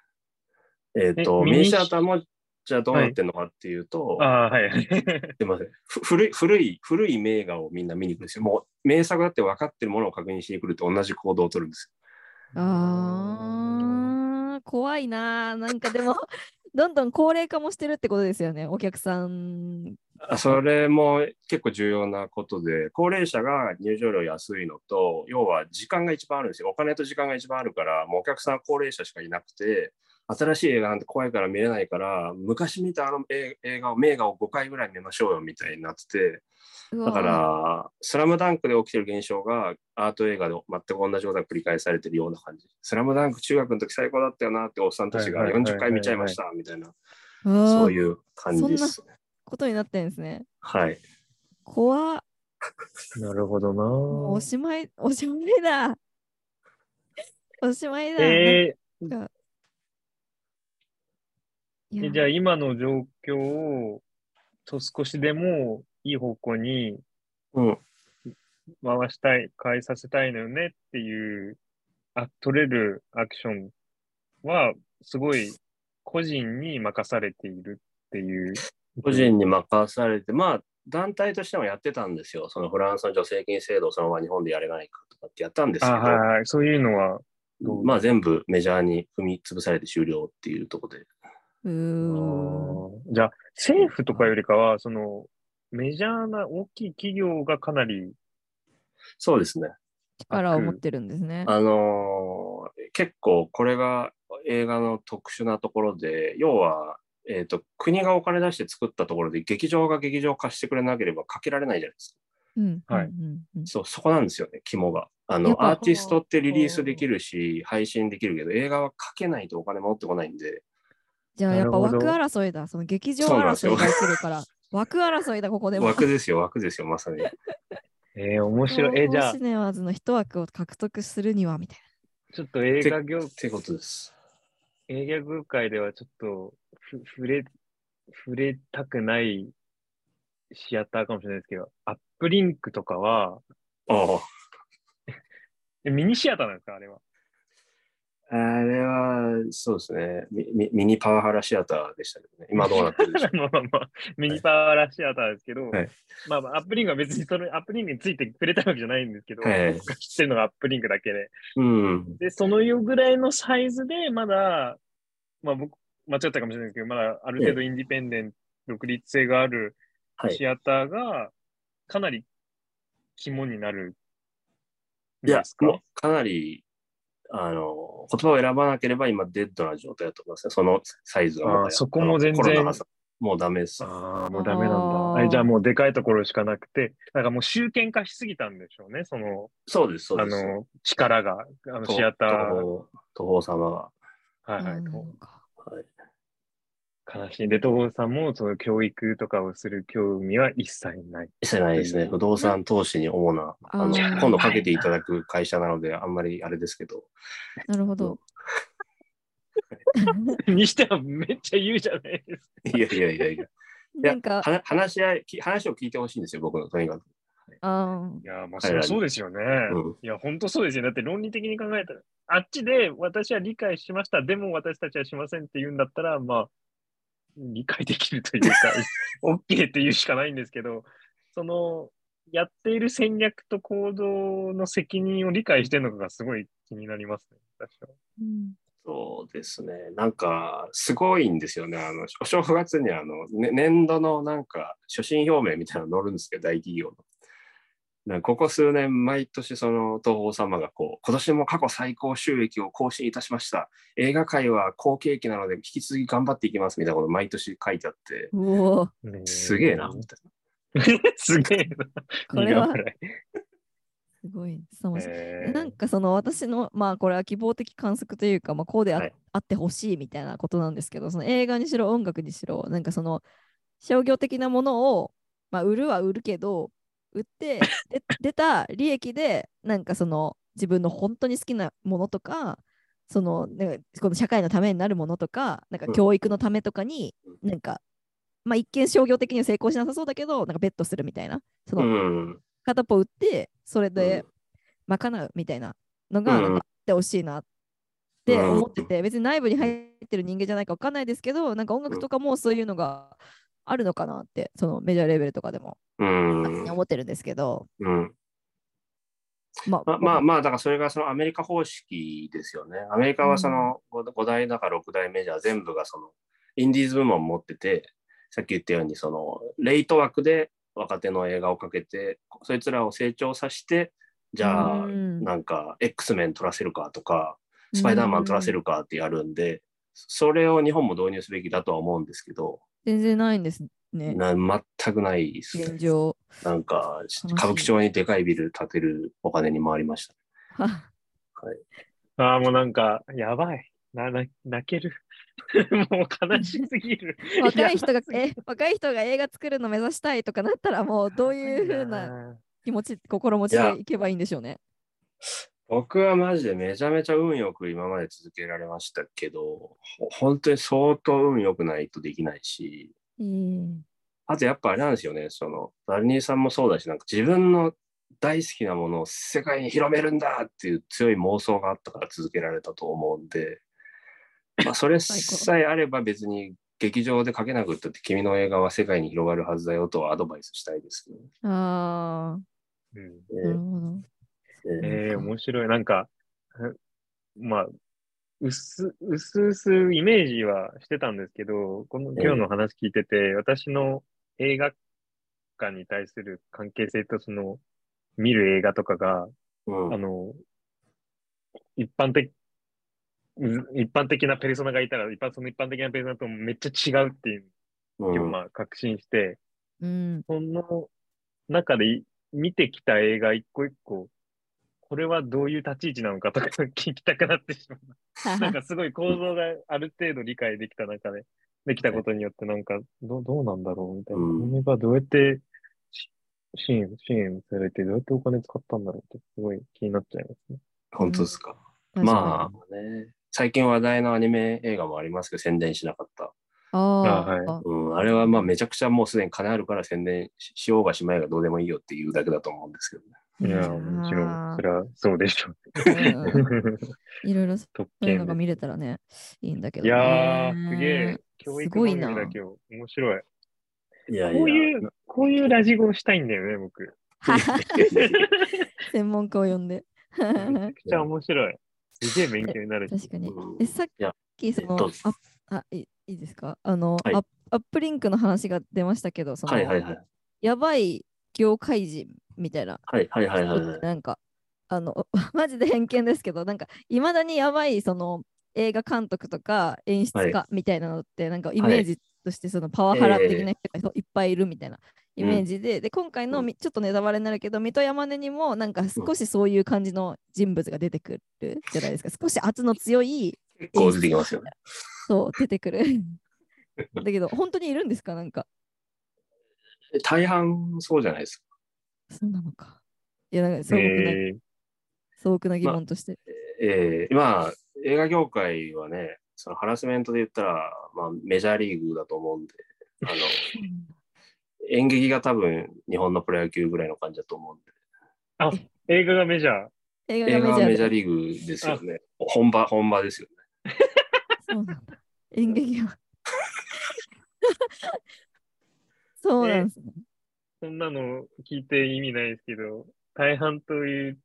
[SPEAKER 4] えっ、と
[SPEAKER 2] え
[SPEAKER 4] ミニシアターもじゃあどうなってんのかっていうと、
[SPEAKER 2] ああ、はい。
[SPEAKER 4] すいません。ふ古い、古い、古い名画をみんな見に行くんですよ。もう名作だって分かってるものを確認しに来ると同じ行動を取るんです
[SPEAKER 1] あー怖いなー。なんかでも、 どんどん高齢化もしてるってことですよね、お客さん。
[SPEAKER 4] よ。あそれも結構重要なことで、高齢者が入場料安いのと、要は時間が一番あるんですよ。お金と時間が一番あるから、もうお客さんは高齢者しかいなくて、新しい映画なんて怖いから見れないから、昔見たあの映映画を、名画を5回ぐらい見ましょうよみたいになってて、
[SPEAKER 1] うわ
[SPEAKER 4] だ
[SPEAKER 1] ー
[SPEAKER 4] から、スラムダンクで起きてる現象がアート映画で全く同じことが繰り返されてるような感じ。スラムダンク中学の時最高だったよなっておっさんたちが
[SPEAKER 2] はいはいはいはい
[SPEAKER 4] 40回見ちゃいましたみたいな、
[SPEAKER 1] あー
[SPEAKER 4] そういう感じですね。
[SPEAKER 1] ことになってるんですね。
[SPEAKER 4] はい。
[SPEAKER 1] 怖っ
[SPEAKER 2] なるほどな
[SPEAKER 1] もうおしまい、おしまいだ。おしまいだ。
[SPEAKER 2] え
[SPEAKER 1] い
[SPEAKER 2] ー
[SPEAKER 1] や
[SPEAKER 2] じゃあ今の状況を、と少しでもいい方向に
[SPEAKER 4] うん。
[SPEAKER 2] 回したい、変えさせたいのよねっていう、あ取れるアクションは、すごい個人に任されているっていう。
[SPEAKER 4] 個人に任されて、まあ、団体としてもやってたんですよ。そのフランスの助成金制度をそのまま日本でやれないかとかってやったんです
[SPEAKER 2] あ
[SPEAKER 4] け
[SPEAKER 2] は
[SPEAKER 4] ど、
[SPEAKER 2] いはい、そういうのは、どう
[SPEAKER 4] まあ全部メジャーに踏み潰されて終了っていうところで。
[SPEAKER 1] うーん
[SPEAKER 2] じゃあ、政府とかよりかは、その、メジャーな大きい企業がかなり、
[SPEAKER 4] そうですね。
[SPEAKER 1] 力を持ってるんですね。
[SPEAKER 4] あのー結構これが映画の特殊なところで要は、えー、と国がお金出して作ったところで劇場が劇場貸してくれなければかけられないじゃないですか
[SPEAKER 1] うん
[SPEAKER 2] はい
[SPEAKER 1] うんうんうん
[SPEAKER 4] そうそこなんですよね肝があ
[SPEAKER 1] やっ
[SPEAKER 4] の
[SPEAKER 1] ぱ
[SPEAKER 4] アーティストってリリースできるし配信できるけど映画はかけないとお金持ってこないんで
[SPEAKER 1] じゃあ
[SPEAKER 2] な
[SPEAKER 1] やっ
[SPEAKER 2] る
[SPEAKER 1] ぱ
[SPEAKER 2] ほ
[SPEAKER 1] 枠
[SPEAKER 2] ど
[SPEAKER 1] 争いだ。その劇場
[SPEAKER 4] そうなんです
[SPEAKER 1] 争
[SPEAKER 4] よ
[SPEAKER 1] いが起きるから。枠争いだ、ここでも。
[SPEAKER 4] 枠ですよ枠ですよまさに
[SPEAKER 2] えー、面白い。えーじゃあ
[SPEAKER 1] 東、宝シネマーズの一枠を獲得するにはみたい
[SPEAKER 2] ちょっと映画業、
[SPEAKER 4] ってことです
[SPEAKER 2] 映画業界ではちょっと、ふ触れ、触れたくないシアターかもしれないですけど、アップリンクとかは、
[SPEAKER 4] あ
[SPEAKER 2] えミニシアターなんですかあれは。
[SPEAKER 4] ああれはそうですねミミミニパワハラシアターでしたけどね今どうなってるでしょ
[SPEAKER 2] まあまあまあ、ミニパワーラシアターですけど、
[SPEAKER 4] はい
[SPEAKER 2] まあまあ、アップリンクは別にその、アップリンクについてくれたわけじゃないんですけ ど、
[SPEAKER 4] うはい
[SPEAKER 2] 僕が知ってるのがアップリンクだけで。
[SPEAKER 4] うん
[SPEAKER 2] で、そのぐらいのサイズで、まだ、まあ僕、間違ったかもしれないですけど、まだある程度インディペンデント、独立性がある
[SPEAKER 4] はい
[SPEAKER 2] シアターが、かなり肝になるん
[SPEAKER 4] いや
[SPEAKER 2] です、か。
[SPEAKER 4] もうかなり、あの、言葉を選ばなければ今、デッドな状態だと思いますね。そのサイズがまだ
[SPEAKER 2] あーそこも全然
[SPEAKER 4] コロナがさもうダメです。
[SPEAKER 2] ああ、もうダメ
[SPEAKER 1] あ
[SPEAKER 2] なん
[SPEAKER 1] ー
[SPEAKER 2] だ。あれじゃあもうでかいところしかなくて、なんかもう集権化しすぎたんでしょうね、その、
[SPEAKER 4] そうです、そう
[SPEAKER 2] あ
[SPEAKER 4] です。
[SPEAKER 2] の、力が、あの、
[SPEAKER 4] と
[SPEAKER 2] シアター。
[SPEAKER 4] 途方、途方様が。
[SPEAKER 2] はい
[SPEAKER 1] な。
[SPEAKER 2] はい。
[SPEAKER 1] そうなのか
[SPEAKER 2] 悲しい。で、東郷さんも、その教育とかをする興味は一切 ない。
[SPEAKER 4] してないですね。不動産投資に主な、あ
[SPEAKER 1] あ
[SPEAKER 4] の、
[SPEAKER 1] ー
[SPEAKER 4] 今度かけていただく会社なので、あんまりあれですけど。
[SPEAKER 1] なるほど。
[SPEAKER 2] にしてはめっちゃ言うじゃないですか。
[SPEAKER 4] いやいやいやいや。い
[SPEAKER 1] な
[SPEAKER 4] や
[SPEAKER 1] んか、
[SPEAKER 4] は話し合い、き話を聞いてほしいんですよ、僕の、とにかく。
[SPEAKER 1] あー
[SPEAKER 2] いや、まあ、
[SPEAKER 4] 彼
[SPEAKER 2] そ
[SPEAKER 4] ら
[SPEAKER 2] りゃ
[SPEAKER 4] に
[SPEAKER 2] そうですよね。
[SPEAKER 4] うん
[SPEAKER 2] いや、本当そうですよ。だって論理的に考えたら、あっちで私は理解しました、でも私たちはしませんって言うんだったら、まあ、理解できるというか、OK って言うしかないんですけど、その、やっている戦略と行動の責任を理解してるのかがすごい気になりますね、私は。
[SPEAKER 1] うん
[SPEAKER 4] そうですね。なんか、すごいんですよね。あの、お正月にあの、ね、年度のなんか、初心表明みたいなの載るんですけど、大企業の。なんかここ数年、毎年その東宝様がこう、今年も過去最高収益を更新いたしました。映画界は好景気なので、引き続き頑張っていきますみたいなこと毎年書いてあって、
[SPEAKER 1] うおー
[SPEAKER 4] すげえな、みたいな。
[SPEAKER 2] すげえな。
[SPEAKER 1] これは
[SPEAKER 2] 苦笑い
[SPEAKER 1] すごい凄まじい
[SPEAKER 2] えー
[SPEAKER 1] なんかその私のまあこれは希望的観測というか、まあ、こうであ,、
[SPEAKER 4] はい
[SPEAKER 1] あってほしいみたいなことなんですけどその映画にしろ音楽にしろなんかその商業的なものを、まあ、売るは売るけど売ってで出た利益でなんかその自分の本当に好きなものとかそのなんかこの社会のためになるものとかなんか
[SPEAKER 4] うん
[SPEAKER 1] 教育のためとかに
[SPEAKER 4] うん
[SPEAKER 1] なんか、まあ、一見商業的には成功しなさそうだけどなんかベットするみたいなその
[SPEAKER 4] うん。
[SPEAKER 1] 片っぽ売ってそれで、
[SPEAKER 4] うん
[SPEAKER 1] 賄うみたいなのが
[SPEAKER 4] うん
[SPEAKER 1] なんかあってほしいなって
[SPEAKER 4] うん
[SPEAKER 1] 思ってて、別に内部に入ってる人間じゃないか分かんないですけどなんか音楽とかもそういうのがあるのかなってそのメジャーレーベルとかでも
[SPEAKER 4] うん。
[SPEAKER 1] 思ってるんですけど、
[SPEAKER 4] うん。
[SPEAKER 1] ま
[SPEAKER 4] まあまあまあ、だからそれがそのアメリカ方式ですよね。アメリカはその 5, 大だか6大メジャー全部がそのインディーズ部門を持ってて、さっき言ったようにそのレイト枠で若手の映画をかけて、そいつらを成長させて、じゃあ
[SPEAKER 1] うん
[SPEAKER 4] なんか X メン取らせるかとか、スパイダーマン取らせ
[SPEAKER 1] る
[SPEAKER 4] るかってやるんで、それを日本も導入すべきだとは思うんですけど、
[SPEAKER 1] 全然ないんですね
[SPEAKER 4] な全くないです
[SPEAKER 1] 現
[SPEAKER 4] ね。
[SPEAKER 1] 状
[SPEAKER 4] なんか
[SPEAKER 1] しい
[SPEAKER 4] 歌舞伎町にでかいビル建てるお金に回りました。
[SPEAKER 1] は
[SPEAKER 2] ああ、もうなんか、やばい。な、な、泣ける。 もう悲しすぎる。
[SPEAKER 1] 若い人が
[SPEAKER 2] やばすぎる
[SPEAKER 1] え若い人が映画作るの目指したいとかなったらもうどういうふうな気持ち心持ちでいけばいいんでしょうね。
[SPEAKER 4] 僕はマジでめちゃめちゃ運よく今まで続けられましたけど、ほ本当に相当運良くないとできないし、
[SPEAKER 1] うん
[SPEAKER 4] あとやっぱあれなんですよね、その、バルニーさんもそうだし、なんか自分の大好きなものを世界に広めるんだっていう強い妄想があったから続けられたと思うんで、まあそれ
[SPEAKER 1] 最高
[SPEAKER 4] さえあれば別に劇場で書けなくったって君の映画は世界に広がるはずだよとアドバイスしたいですけどね
[SPEAKER 1] あ
[SPEAKER 2] うん
[SPEAKER 1] あ、なるほど。
[SPEAKER 4] ええ
[SPEAKER 2] ええ面白い。なんか、えまあ、薄々、薄々イメージはしてたんですけど、この今日の話聞いてて、私の映画館に対する関係性とその、見る映画とかが、
[SPEAKER 4] うん
[SPEAKER 2] あの、一般的、う一般的なペルソナがいたら、一般その一般的なペルソナとめっちゃ違うっていう
[SPEAKER 4] うん
[SPEAKER 2] 今まあ確信して、
[SPEAKER 1] うん
[SPEAKER 2] その中でい見てきた映画一個一個、これはどういう立ち位置なのかと か聞きたくなっ てしまう。なんかすごい構造がある程度理解できた中で、できたことによってなんかどどうなんだろうみたいな。
[SPEAKER 4] うん
[SPEAKER 2] この映画どうやってし支援、支援されてどうやってお金使ったんだろうってすごい気になっちゃいますね。
[SPEAKER 4] 本当ですか。
[SPEAKER 1] あ
[SPEAKER 4] まあね、最近話題のアニメ映画もありますけど、宣伝しなかった。
[SPEAKER 1] あ
[SPEAKER 2] はい
[SPEAKER 1] ー、
[SPEAKER 4] うん、あれはまあめちゃくちゃもうすでに金あるから宣伝ししようがしまいがどうでもいいよっていうだけだと思うんですけどね。
[SPEAKER 2] いや、もちろん、それはそうでしょう。
[SPEAKER 1] うんいろいろ そ
[SPEAKER 2] 特
[SPEAKER 1] ういうの
[SPEAKER 2] 権
[SPEAKER 1] が
[SPEAKER 2] で
[SPEAKER 1] 見れたらね、いいんだけど、
[SPEAKER 2] い
[SPEAKER 1] ね。
[SPEAKER 2] やー、すげえ。教育
[SPEAKER 1] すごいな
[SPEAKER 2] 番組だけど、面白い。
[SPEAKER 4] いや
[SPEAKER 2] こう いう、こういうラジゴをしたいんだよね、僕。
[SPEAKER 1] 専門家を呼んで。
[SPEAKER 2] めちゃくちゃ面白い。すげえ勉強になるし。
[SPEAKER 1] 確かに。
[SPEAKER 4] うん
[SPEAKER 1] え、さっ
[SPEAKER 4] いや
[SPEAKER 1] き、その、
[SPEAKER 4] えどうぞ
[SPEAKER 1] ああい、いいですかあの、
[SPEAKER 4] はい
[SPEAKER 1] アップアップリンクの話が出ましたけど、その、
[SPEAKER 4] はいはいはい。
[SPEAKER 1] やばい業界人みたいな
[SPEAKER 4] はいはいはいはい はい。
[SPEAKER 1] なんかあの マジで偏見ですけどなんかいまだにやばいその映画監督とか演出
[SPEAKER 4] は
[SPEAKER 1] 家みたいなのって、なんかイメージとしてそのパワハラ的な人がそういっぱいいるみたいなイメージで、で今回の
[SPEAKER 4] うん
[SPEAKER 1] みちょっとネタバレになるけど水戸山根にもなんか少しそういう感じの人物が出てくるじゃないですか少し圧の強い
[SPEAKER 4] 結構出てきますよね。
[SPEAKER 1] そう出てくる だけど本当にいるんですかなんか
[SPEAKER 4] 大半そうじゃないですか。
[SPEAKER 1] そうなのかいやなんか素朴な、
[SPEAKER 2] えー
[SPEAKER 1] 素朴な疑問として、
[SPEAKER 4] えー、まあ映画業界はね、そのハラスメントで言ったら、まあ、メジャーリーグだと思うんで、あの演劇が多分日本のプロ野球ぐらいの感じだと思うんで。
[SPEAKER 2] 映画がメジャー。
[SPEAKER 1] 映
[SPEAKER 4] 映
[SPEAKER 1] 画
[SPEAKER 4] 画
[SPEAKER 1] が
[SPEAKER 4] は
[SPEAKER 1] メ
[SPEAKER 4] メ
[SPEAKER 1] ジ
[SPEAKER 4] ジ
[SPEAKER 1] ャ
[SPEAKER 4] ャ
[SPEAKER 1] ー
[SPEAKER 4] ー
[SPEAKER 1] で
[SPEAKER 4] リーグですよね。本場、本場ですよね。
[SPEAKER 1] そうなんだ。 演劇は。そうなんですね。
[SPEAKER 2] そんなの聞いて意味ないですけど、大半という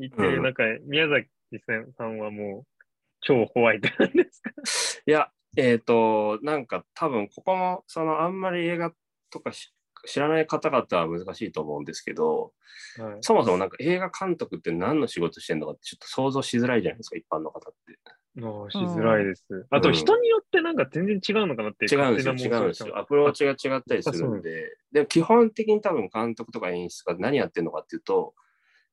[SPEAKER 2] 言って
[SPEAKER 4] う
[SPEAKER 2] る
[SPEAKER 4] ん
[SPEAKER 2] 中、宮崎さんはもう超ホワイトなんですか
[SPEAKER 4] いや、えっ、と、なんか多分ここも、そのあんまり映画とかし知らない方々は難しいと思うんですけど、
[SPEAKER 2] はい。
[SPEAKER 4] そもそもなんか映画監督って何の仕事してんのかってちょっと想像しづらいじゃないですか、一般の方って。
[SPEAKER 2] あしづらいです。あと、
[SPEAKER 4] うん
[SPEAKER 2] 人によってなんか全然違うのかなって
[SPEAKER 4] 違うんですよ、違うんですよ。アプローチが違ったりするんで、でも基本的に多分監督とか演出が何やってるのかっていうと、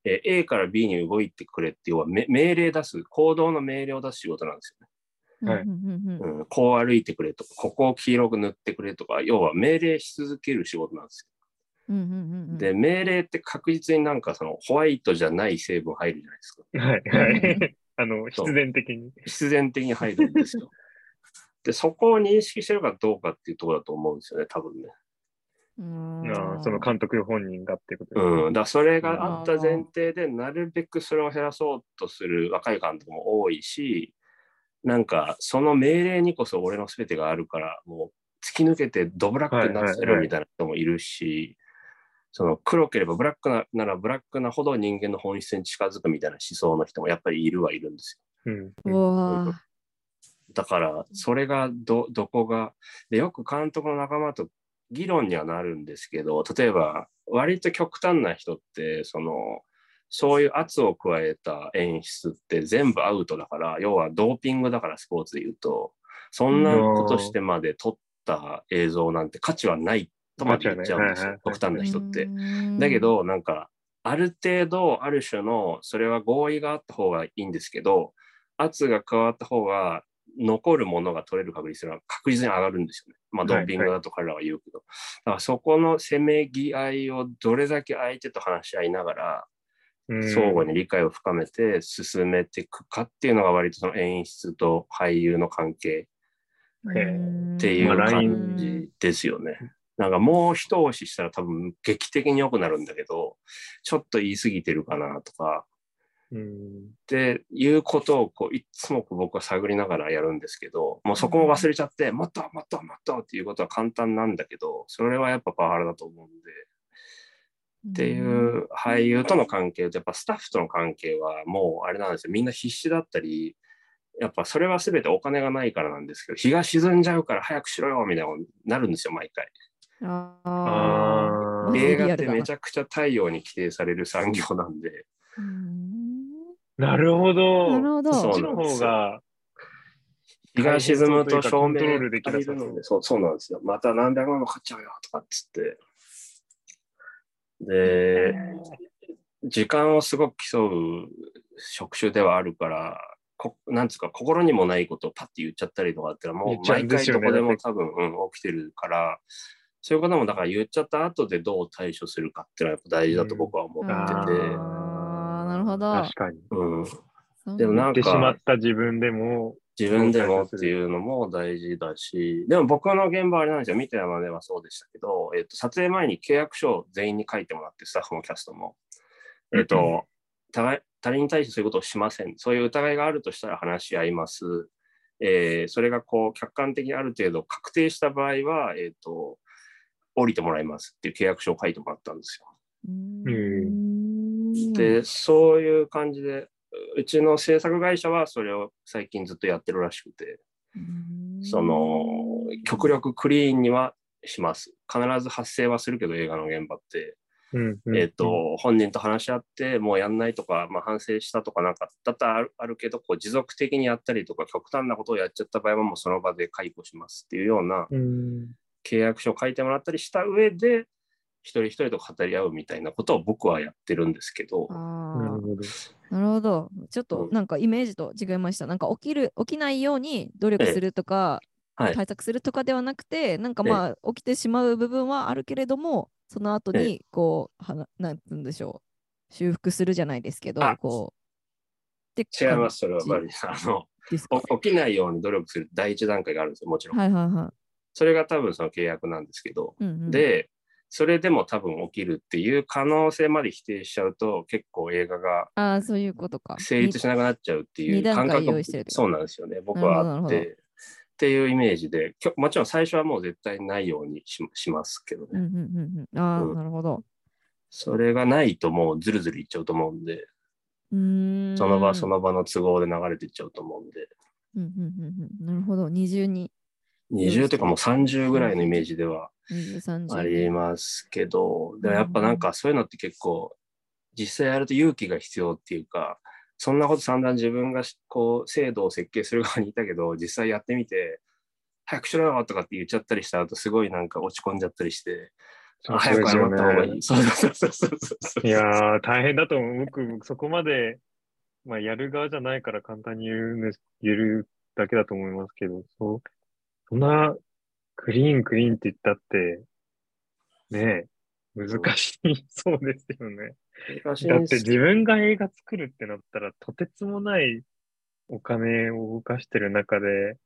[SPEAKER 4] えー A から B に動いてくれっていうのはめ命令出す、行動の命令を出す仕事なんですよね。
[SPEAKER 2] はい
[SPEAKER 1] うんうんうんうん
[SPEAKER 4] うん、こう歩いてくれとか、ここを黄色く塗ってくれとか、要は命令し続ける仕事なんです
[SPEAKER 1] うんうんうんうん
[SPEAKER 4] よ。で、命令って確実になんかそのホワイトじゃない成分入るじゃないですか。
[SPEAKER 2] はい、 はい。あの、必然的に。
[SPEAKER 4] 必然的に入るんで すよ。で、そこを認識してるかどうかっていうところだと思うんですよね、多分ね。
[SPEAKER 1] う
[SPEAKER 2] あ
[SPEAKER 1] ん
[SPEAKER 2] あその監督本人がっていうことですね
[SPEAKER 4] うん、だからそれがあった前提で、なるべくそれを減らそうとする若い監督も多いし、なんかその命令にこそ俺の全てがあるから、もう突き抜けてドブラックになってるみたいな人もいるし、その黒ければブラックなならブラックなほど人間の本質に近づくみたいな思想の人もやっぱりいるはいるんですよ
[SPEAKER 2] う
[SPEAKER 1] う
[SPEAKER 2] ん。
[SPEAKER 1] わー
[SPEAKER 4] だから、それがど、どこが、で、よく監督の仲間と議論にはなるんですけど、例えば、割と極端な人って、その、そういう圧を加えた演出って全部アウトだから、要はドーピングだから、スポーツで言うと、そんなことしてまで撮った映像なんて価値はないとまで言っちゃうんですよ、
[SPEAKER 2] 価
[SPEAKER 4] 極
[SPEAKER 2] 値は
[SPEAKER 4] 端
[SPEAKER 2] な
[SPEAKER 4] な人って。
[SPEAKER 1] うん
[SPEAKER 4] だけど、なんか、ある程度、ある種の、それは合意があった方がいいんですけど、圧が加わった方が、残るものが取れる確率が確実に上がるんですよね。まあ、
[SPEAKER 2] はい
[SPEAKER 4] ドーピングだと彼らは言うけど。だから、そこのせめぎ合いをどれだけ相手と話し合いながら、
[SPEAKER 2] うん
[SPEAKER 4] 相互に理解を深めて進めていくかっていうのが、割とその演出と俳優の関係
[SPEAKER 2] え
[SPEAKER 1] うん
[SPEAKER 4] っていう
[SPEAKER 2] まあライン
[SPEAKER 4] 感じですよね。なんかもう一押ししたら多分劇的に良くなるんだけど、ちょっと言い過ぎてるかなとか、
[SPEAKER 2] うん。
[SPEAKER 4] っていうことをこういつもこう僕は探りながらやるんですけど、もうそこも忘れちゃって、もっともっともっとっていうことは簡単なんだけど、それはやっぱパワハラだと思うんで、ってい
[SPEAKER 1] うん
[SPEAKER 4] う俳優との関係とやっぱスタッフとの関係はもうあれなんですよみんな必死だったりやっぱそれは全てお金がないからなんですけど日が沈んじゃうから早くしろよみたいなことになるんですよ毎回
[SPEAKER 1] あー
[SPEAKER 2] あ
[SPEAKER 1] うん
[SPEAKER 2] あ。
[SPEAKER 4] 映画ってめちゃくちゃ太陽に規定される産業なんで
[SPEAKER 1] うん
[SPEAKER 2] なるほど。
[SPEAKER 1] なるほど
[SPEAKER 2] そっち
[SPEAKER 4] そうな
[SPEAKER 2] の
[SPEAKER 4] んですよ
[SPEAKER 2] 方が、
[SPEAKER 4] 日が沈むと照明
[SPEAKER 2] コントロールできなさ
[SPEAKER 4] 借り
[SPEAKER 2] そ
[SPEAKER 4] る
[SPEAKER 2] う
[SPEAKER 4] のでそうそうなんですよまた何百万も買っちゃうよとかっつってで時間をすごく競う職種ではあるから、こなんつうか心にもないことをパッて言っちゃったりとかってのはも
[SPEAKER 2] 言っ
[SPEAKER 4] う
[SPEAKER 2] ちゃう
[SPEAKER 4] 毎
[SPEAKER 2] んで
[SPEAKER 4] 回
[SPEAKER 2] すよ
[SPEAKER 4] ど
[SPEAKER 2] ね
[SPEAKER 4] こでも多分、うん起きてるから、そういうこともだから言っちゃった後でどう対処するかっていうのはやっぱ大事だと僕は思ってて、
[SPEAKER 1] あーなるほど
[SPEAKER 2] 確かに。
[SPEAKER 4] うん
[SPEAKER 1] そう
[SPEAKER 4] でもな
[SPEAKER 2] 言
[SPEAKER 4] ん
[SPEAKER 2] ってしま
[SPEAKER 4] か
[SPEAKER 2] った自分でも、
[SPEAKER 4] 自分でもっていうのも大事だし、でも僕の現場はあれなんですよ、見てまではそうでしたけど、えっと、撮影前に契約書を全員に書いてもらって、スタッフもキャストも。えっ
[SPEAKER 2] うん
[SPEAKER 4] と、互い他人に対してそういうことをしません。そういう疑いがあるとしたら話し合います。えーそれがこう客観的にある程度確定した場合は、えっと、降りてもらいますっていう契約書を書いてもらったんですよ。
[SPEAKER 1] うん
[SPEAKER 4] で、そういう感じで、うちの制作会社はそれを最近ずっとやってるらしくて。
[SPEAKER 1] うん
[SPEAKER 4] その極力クリーンにはします。必ず発生はするけど映画の現場って、
[SPEAKER 2] うん
[SPEAKER 4] えっ、、と本人と話し合ってもうやんないとか、まあ、反省したとかなんかだったらあるあるけどこう持続的にやったりとか極端なことをやっちゃった場合はもうその場で解雇しますっていうような
[SPEAKER 2] うん
[SPEAKER 4] 契約書を書いてもらったりした上で一人一人と語り合うみたいなことを僕はやってるんですけど、
[SPEAKER 1] あ
[SPEAKER 2] な
[SPEAKER 1] ー
[SPEAKER 2] るほど。
[SPEAKER 1] なるほど。ちょっと
[SPEAKER 4] うん
[SPEAKER 1] なんかイメージと違いました。なんか起きる、起きないように努力
[SPEAKER 4] ええ
[SPEAKER 1] するとか、
[SPEAKER 4] はい
[SPEAKER 1] 対策するとかではなくて、なんかまあ起きてしまう部分はあるけれども、その後
[SPEAKER 4] え
[SPEAKER 1] にこう、はななんて言うんでしょう、修復するじゃないですけど
[SPEAKER 4] あ、
[SPEAKER 1] こう。って
[SPEAKER 4] 違いますそれは
[SPEAKER 1] 感
[SPEAKER 4] バ
[SPEAKER 1] じ
[SPEAKER 4] リさんあの
[SPEAKER 1] ですか
[SPEAKER 4] お起きないように努力する第一段階があるんですよもちろん。
[SPEAKER 1] はいはいは
[SPEAKER 4] それが多分その契約なんですけど、
[SPEAKER 1] い。うんうん、
[SPEAKER 4] で、それでも多分起きるっていう可能性まで否定しちゃうと、結構映画が
[SPEAKER 1] ああ、そういうことか。
[SPEAKER 4] 成立しなくなっちゃうってい
[SPEAKER 1] に
[SPEAKER 4] う
[SPEAKER 1] 段
[SPEAKER 4] 感
[SPEAKER 1] 階
[SPEAKER 4] 覚
[SPEAKER 1] 用意してるってこと
[SPEAKER 4] そうなんですよね、僕はあ
[SPEAKER 1] なるほ
[SPEAKER 4] っ
[SPEAKER 1] どな
[SPEAKER 4] て。っていうイメージで、きょもちろん最初はもう絶対ないようにししますけど
[SPEAKER 1] う
[SPEAKER 4] ね。
[SPEAKER 1] んうんうんうん。ああ、
[SPEAKER 4] うん
[SPEAKER 1] なるほど。
[SPEAKER 4] それがないともうずるずるいっちゃうと思うんで、
[SPEAKER 1] うーん。
[SPEAKER 4] その場そ
[SPEAKER 1] の。
[SPEAKER 4] の場の都合で流れていっちゃうと思うんで、
[SPEAKER 1] うんうんうんうん。なるほど。二重に。
[SPEAKER 4] 20というかもう30ぐらいのイメージでは
[SPEAKER 1] 二重三重。
[SPEAKER 4] ありますけど、でもやっぱなんかそういうのって結構実際やると勇気が必要っていうか、そんなこと散々自分がしこう制度を設計する側にいたけど、実際やってみて、早くしろよとかって言っちゃったりした後、すごいなんか落ち込んじゃったりして、
[SPEAKER 2] そう
[SPEAKER 4] 早く謝った方がい
[SPEAKER 2] そうで
[SPEAKER 4] い。そうそうそうそうそう
[SPEAKER 2] すよねいやー、大変だと思う。僕、そこまで、まあ、やる側じゃないから簡単に言うんです、言えるだけだと思いますけど、そう、そんな、クリーン、クリーンって言ったって、ねえ、難しい そうですよね。
[SPEAKER 4] 難しい
[SPEAKER 2] だ
[SPEAKER 4] ん
[SPEAKER 2] って
[SPEAKER 4] す
[SPEAKER 2] 自分が映画作るってなったら、とてつもないお金を動かしてる中で、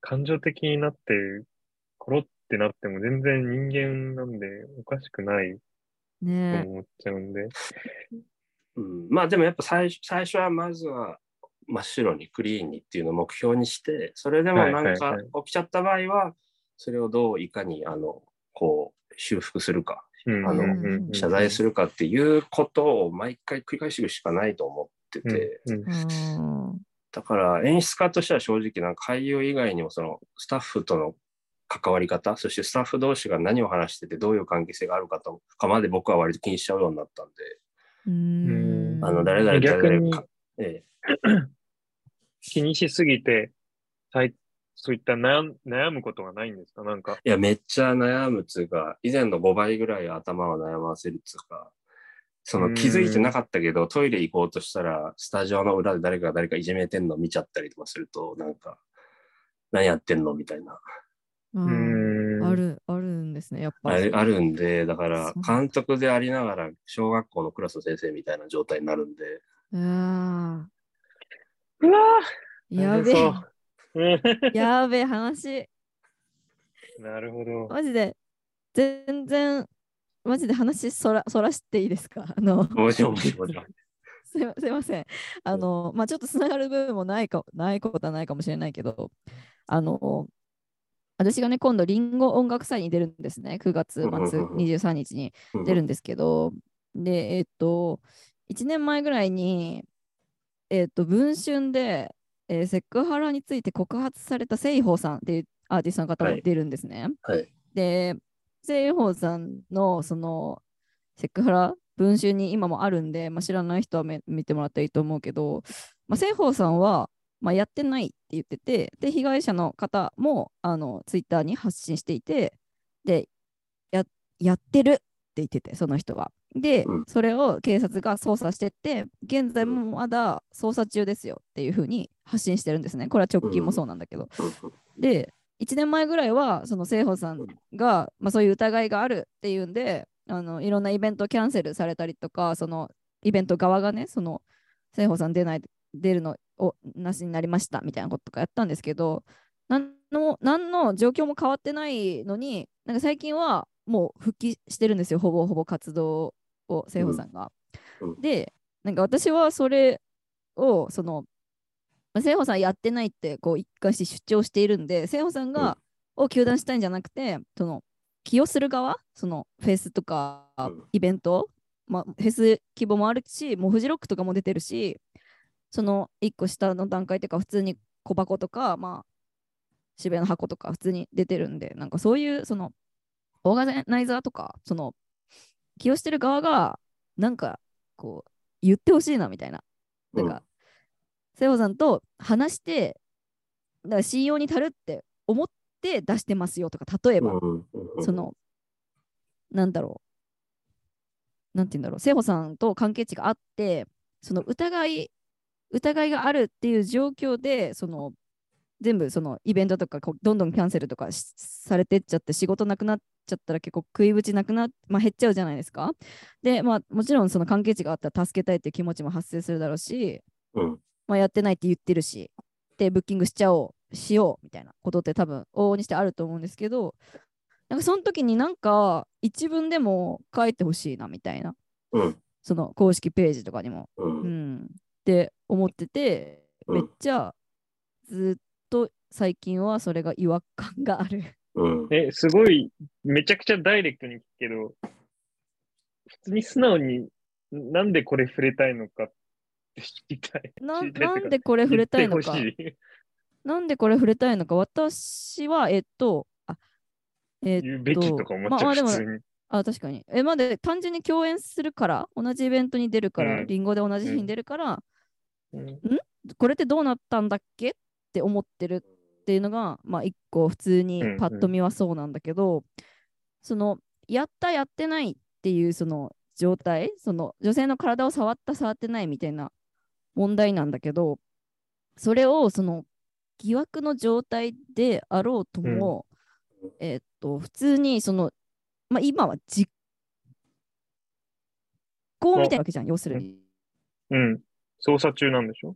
[SPEAKER 2] 感情的になって、コロってなっても全然人間なんでおかしくないと
[SPEAKER 1] ねえ。
[SPEAKER 2] 思っちゃうんで。
[SPEAKER 4] うん、まあでもやっぱ最初最初はまずは真っ白にクリーンにっていうのを目標にしてそれでもな
[SPEAKER 2] はい
[SPEAKER 4] ん
[SPEAKER 2] はい
[SPEAKER 4] か
[SPEAKER 2] はい
[SPEAKER 4] 起きちゃった場合はそれをどういかにあのこう修復するか
[SPEAKER 2] うん
[SPEAKER 4] あの
[SPEAKER 2] うんうん
[SPEAKER 4] 謝罪するかっていうことを毎回繰り返していくしかないと思って
[SPEAKER 2] うん
[SPEAKER 4] て
[SPEAKER 2] うん
[SPEAKER 1] あー
[SPEAKER 4] だから演出家としては正直なんか俳優以外にもそのスタッフとの関わり方そしてスタッフ同士が何を話しててどういう関係性があるかとかまで僕は割と気にしちゃうようになったんで
[SPEAKER 1] うーん。
[SPEAKER 4] あの誰々誰
[SPEAKER 2] 逆
[SPEAKER 4] 々
[SPEAKER 2] に
[SPEAKER 4] か。ええ
[SPEAKER 2] 気にしすぎて、最そういった悩ん悩むことがないんですかなんか。
[SPEAKER 4] いや、めっちゃ悩むつうか、以前の5倍ぐらい頭を悩ませるつうか、そうの
[SPEAKER 2] ん
[SPEAKER 4] 気づいてなかったけど、トイレ行こうとしたら、スタジオの裏で誰かが誰かいじめてんの見ちゃったりとかすると、なんか、何やってんのみたいな。
[SPEAKER 1] あ
[SPEAKER 2] う
[SPEAKER 1] ー
[SPEAKER 2] ーん
[SPEAKER 1] ある、あるんですね。やっぱ。
[SPEAKER 4] あれあるんで、だか
[SPEAKER 1] そ
[SPEAKER 4] ら
[SPEAKER 1] う、なんだ
[SPEAKER 4] 監督でありながら、小学校のクラスの先生みたいな状態になるんで、
[SPEAKER 1] ああ。
[SPEAKER 2] うわ
[SPEAKER 1] やべえ。
[SPEAKER 2] ー
[SPEAKER 1] やべえ話。
[SPEAKER 2] なるほど。
[SPEAKER 1] マジで、全然、マジで話そらそらしていいですか あの、
[SPEAKER 4] 面白い、面白い。
[SPEAKER 1] すいますいません。あの、まあ、ちょっとつながる部分もないか、ないことはないかもしれないけど、あの、私がね、今度、リンゴ音楽祭に出るんですね。9月末
[SPEAKER 4] うんうんうんうん
[SPEAKER 1] 23日に
[SPEAKER 4] うん
[SPEAKER 1] 出るんですけど、で、えっと、1年前ぐらいに、えっと、文春で、えーセクハラについて告発されたセイホーさんっていうアーティストの方が出るんですね。
[SPEAKER 4] はい。
[SPEAKER 1] で、西方さんのそのセクハラ文集に今もあるんで、まあ、知らない人はめ見てもらったらいいと思うけど、まあ、西方さんは、まあ、やってないって言ってて、で、被害者の方もあのツイッターに発信していて、で、ややってるって言ってて、その人は。で、
[SPEAKER 4] うん
[SPEAKER 1] それを警察が捜査してって、現在もまだ捜査中ですよっていうふうに発信してるんですね。これは直近もそうなんだけど。で1年前ぐらいはその生保さんが、まあ、そういう疑いがあるっていうんであのいろんなイベントキャンセルされたりとかそのイベント側がねその生保さん出ない出るのをなしになりましたみたいなこととかやったんですけど何の何の状況も変わってないのになんか最近はもう復帰してるんですよほぼほぼ活動を生保さんが。
[SPEAKER 4] うんうん
[SPEAKER 1] でなんか私はそれをそのまあ聖保さんやってないってこう一貫して主張しているんで聖保さんが、を糾弾したいんじゃなくてその起用する側そのフェスとか
[SPEAKER 4] うん
[SPEAKER 1] イベント、まあ、フェス規模もあるしもうフジロックとかも出てるしその一個下の段階というか普通に小箱とか、まあ、渋谷の箱とか普通に出てるんでなんかそういうそのオーガナイザーとかその起用してる側がなんかこう言ってほしいなみたいな
[SPEAKER 4] う
[SPEAKER 1] なん
[SPEAKER 4] ん
[SPEAKER 1] か、セホさんと話して、だから信用に足るって思って出してますよとか、例えば、
[SPEAKER 4] うんうんうん
[SPEAKER 1] その、なんだろう、なんて言うんだろう、セホさんと関係値があって、その疑い、疑いがあるっていう状況で、その、全部そのイベントとかこうどんどんキャンセルとかしされてっちゃって仕事なくなっちゃったら結構食いぶちなくなっ、まあ、減っちゃうじゃないですか。で、まあ、もちろんその関係値があったら助けたいっていう気持ちも発生するだろうし、
[SPEAKER 4] うん
[SPEAKER 1] まあ、やってないって言ってるし、で、ブッキングしちゃおう、しようみたいなことって多分、往々にしてあると思うんですけど、なんかその時になんか一文でも書いてほしいなみたいな、
[SPEAKER 4] うん
[SPEAKER 1] その公式ページとかにも。
[SPEAKER 4] う
[SPEAKER 1] うんん、って思ってて、
[SPEAKER 4] うん
[SPEAKER 1] めっちゃずっと最近はそれが違和感がある。
[SPEAKER 4] うん。
[SPEAKER 2] え、すごい、めちゃくちゃダイレクトに聞くけど、普通に素直に、なんでこれ触れたいのかって聞きたい。
[SPEAKER 1] な
[SPEAKER 2] 知りたい
[SPEAKER 1] な
[SPEAKER 2] というん
[SPEAKER 1] でこれ触れたいの
[SPEAKER 2] 言
[SPEAKER 1] か
[SPEAKER 2] っ。てほし
[SPEAKER 1] なんでこれ触れたいのか。私は、えっと、あ、え
[SPEAKER 2] い。言うべきとか思っちゃ
[SPEAKER 1] まあまあ
[SPEAKER 2] う、
[SPEAKER 1] でも
[SPEAKER 2] 普通に。
[SPEAKER 1] あ、確かに。え、まあで、単純に共演するから、同じイベントに出るから、
[SPEAKER 2] うん
[SPEAKER 1] リンゴで同じ日
[SPEAKER 2] うん
[SPEAKER 1] に出るから、
[SPEAKER 2] うん
[SPEAKER 1] これってどうなったんだっけって思ってるっていうのが、まあ、一個普通に
[SPEAKER 2] うん
[SPEAKER 1] パッと見はそうなんだけど、その、やった、やってないっていう、その状態、その、女性の体を触った、触ってないみたいな問題なんだけど、それを、その、疑惑の状態であろうとも、
[SPEAKER 4] うん
[SPEAKER 1] えーっと、普通に、その、まあ、今は実行みたいなわけじゃん、要するに。
[SPEAKER 2] うん。捜査中なんでしょ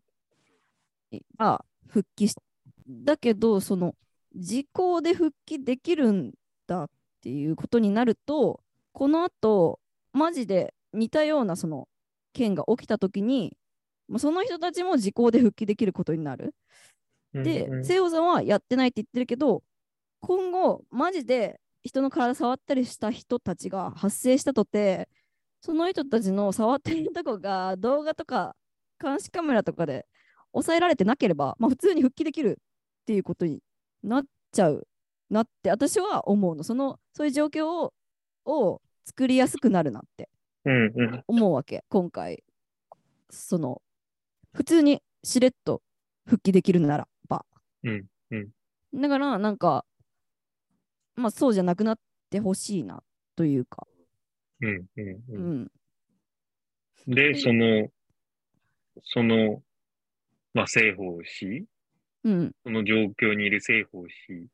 [SPEAKER 1] が復帰しだけどその時効で復帰できるんだっていうことになるとこのあとマジで似たようなその件が起きた時にまあその人たちも時効で復帰できることになる。で、
[SPEAKER 2] うんうん
[SPEAKER 1] 西洋さんはやってないって言ってるけど今後マジで人の体触ったりした人たちが発生したとてその人たちの触ってるとこが動画とか監視カメラとかで抑えられてなければ、まあ、普通に復帰できるっていうことになっちゃうなって私は思うのそのそういう状況をを作りやすくなるなって
[SPEAKER 2] うんうん。
[SPEAKER 1] 思うわけ今回その普通にしれっと復帰できるならば、
[SPEAKER 2] うんうん
[SPEAKER 1] だからなんかまあそうじゃなくなってほしいなというか、
[SPEAKER 2] うんうん
[SPEAKER 1] う
[SPEAKER 2] うんん。で、その、その、まあ、西方氏、
[SPEAKER 1] うん
[SPEAKER 2] その状況にいる西方氏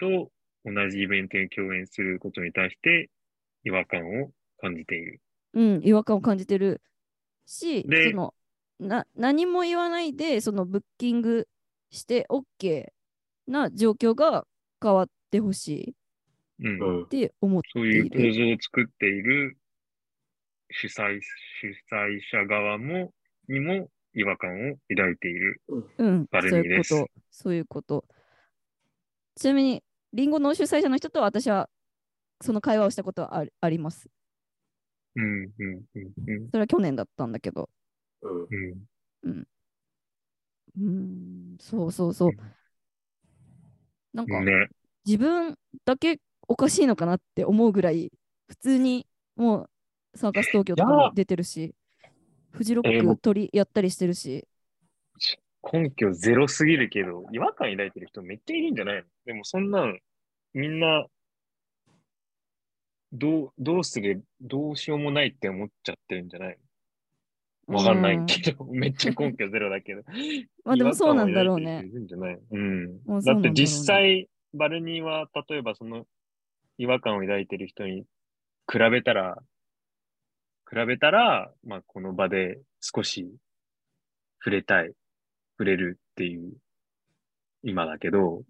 [SPEAKER 2] と同じイベントに共演することに対して違和感を感じている。
[SPEAKER 1] うん、違和感を感じてるし
[SPEAKER 2] で
[SPEAKER 1] そのな何も言わないでそのブッキングして OK な状況が変わってほしいっ
[SPEAKER 2] うん。
[SPEAKER 4] うん。
[SPEAKER 1] て思って
[SPEAKER 2] そう
[SPEAKER 1] い
[SPEAKER 2] い
[SPEAKER 1] る
[SPEAKER 2] う構造を作っている主催主催者側も、にも違和感を抱いている。
[SPEAKER 1] うん、
[SPEAKER 2] バ
[SPEAKER 1] そう
[SPEAKER 2] ル
[SPEAKER 1] い
[SPEAKER 2] ニー
[SPEAKER 1] う
[SPEAKER 2] で
[SPEAKER 1] こ
[SPEAKER 2] す
[SPEAKER 1] と、そういうこと。ちなみに、リンゴの主催者の人と私はその会話をしたことはありあります。
[SPEAKER 2] うん、うん、うん、うん
[SPEAKER 1] それは去年だったんだけど。
[SPEAKER 4] うん。
[SPEAKER 2] うん。
[SPEAKER 1] うーん、そうそうそう。なんか、
[SPEAKER 2] ね。
[SPEAKER 1] 自分だけおかしいのかなって思うぐらい、普通にもうサーカス東京とか
[SPEAKER 2] いや
[SPEAKER 1] も
[SPEAKER 2] ー
[SPEAKER 1] 出てるし、フジロ
[SPEAKER 2] え
[SPEAKER 1] ッ
[SPEAKER 2] ーも
[SPEAKER 1] ク
[SPEAKER 2] う
[SPEAKER 1] 取りやったりしてるし、
[SPEAKER 2] 根拠ゼロすぎるけど、違和感抱いてる人めっちゃいるんじゃないのでもそんなん、みんな、どう、どうすれ、どうしようもないって思っちゃってるんじゃないのわかんな
[SPEAKER 1] う
[SPEAKER 2] いけど、 めっちゃ根拠ゼロだけど。
[SPEAKER 1] まあでもそうなんだろう
[SPEAKER 2] 違和感を抱いてる
[SPEAKER 1] ね。
[SPEAKER 2] 人いるんじゃないうん。
[SPEAKER 1] もうそ
[SPEAKER 2] だ
[SPEAKER 1] うなんだろ
[SPEAKER 2] っ
[SPEAKER 1] うね
[SPEAKER 2] て実際、バルニーは、例えばその、違和感を抱いてる人に比べたら、比べたら、まあこの場で少し触れたい、触れるっていう、今だけど、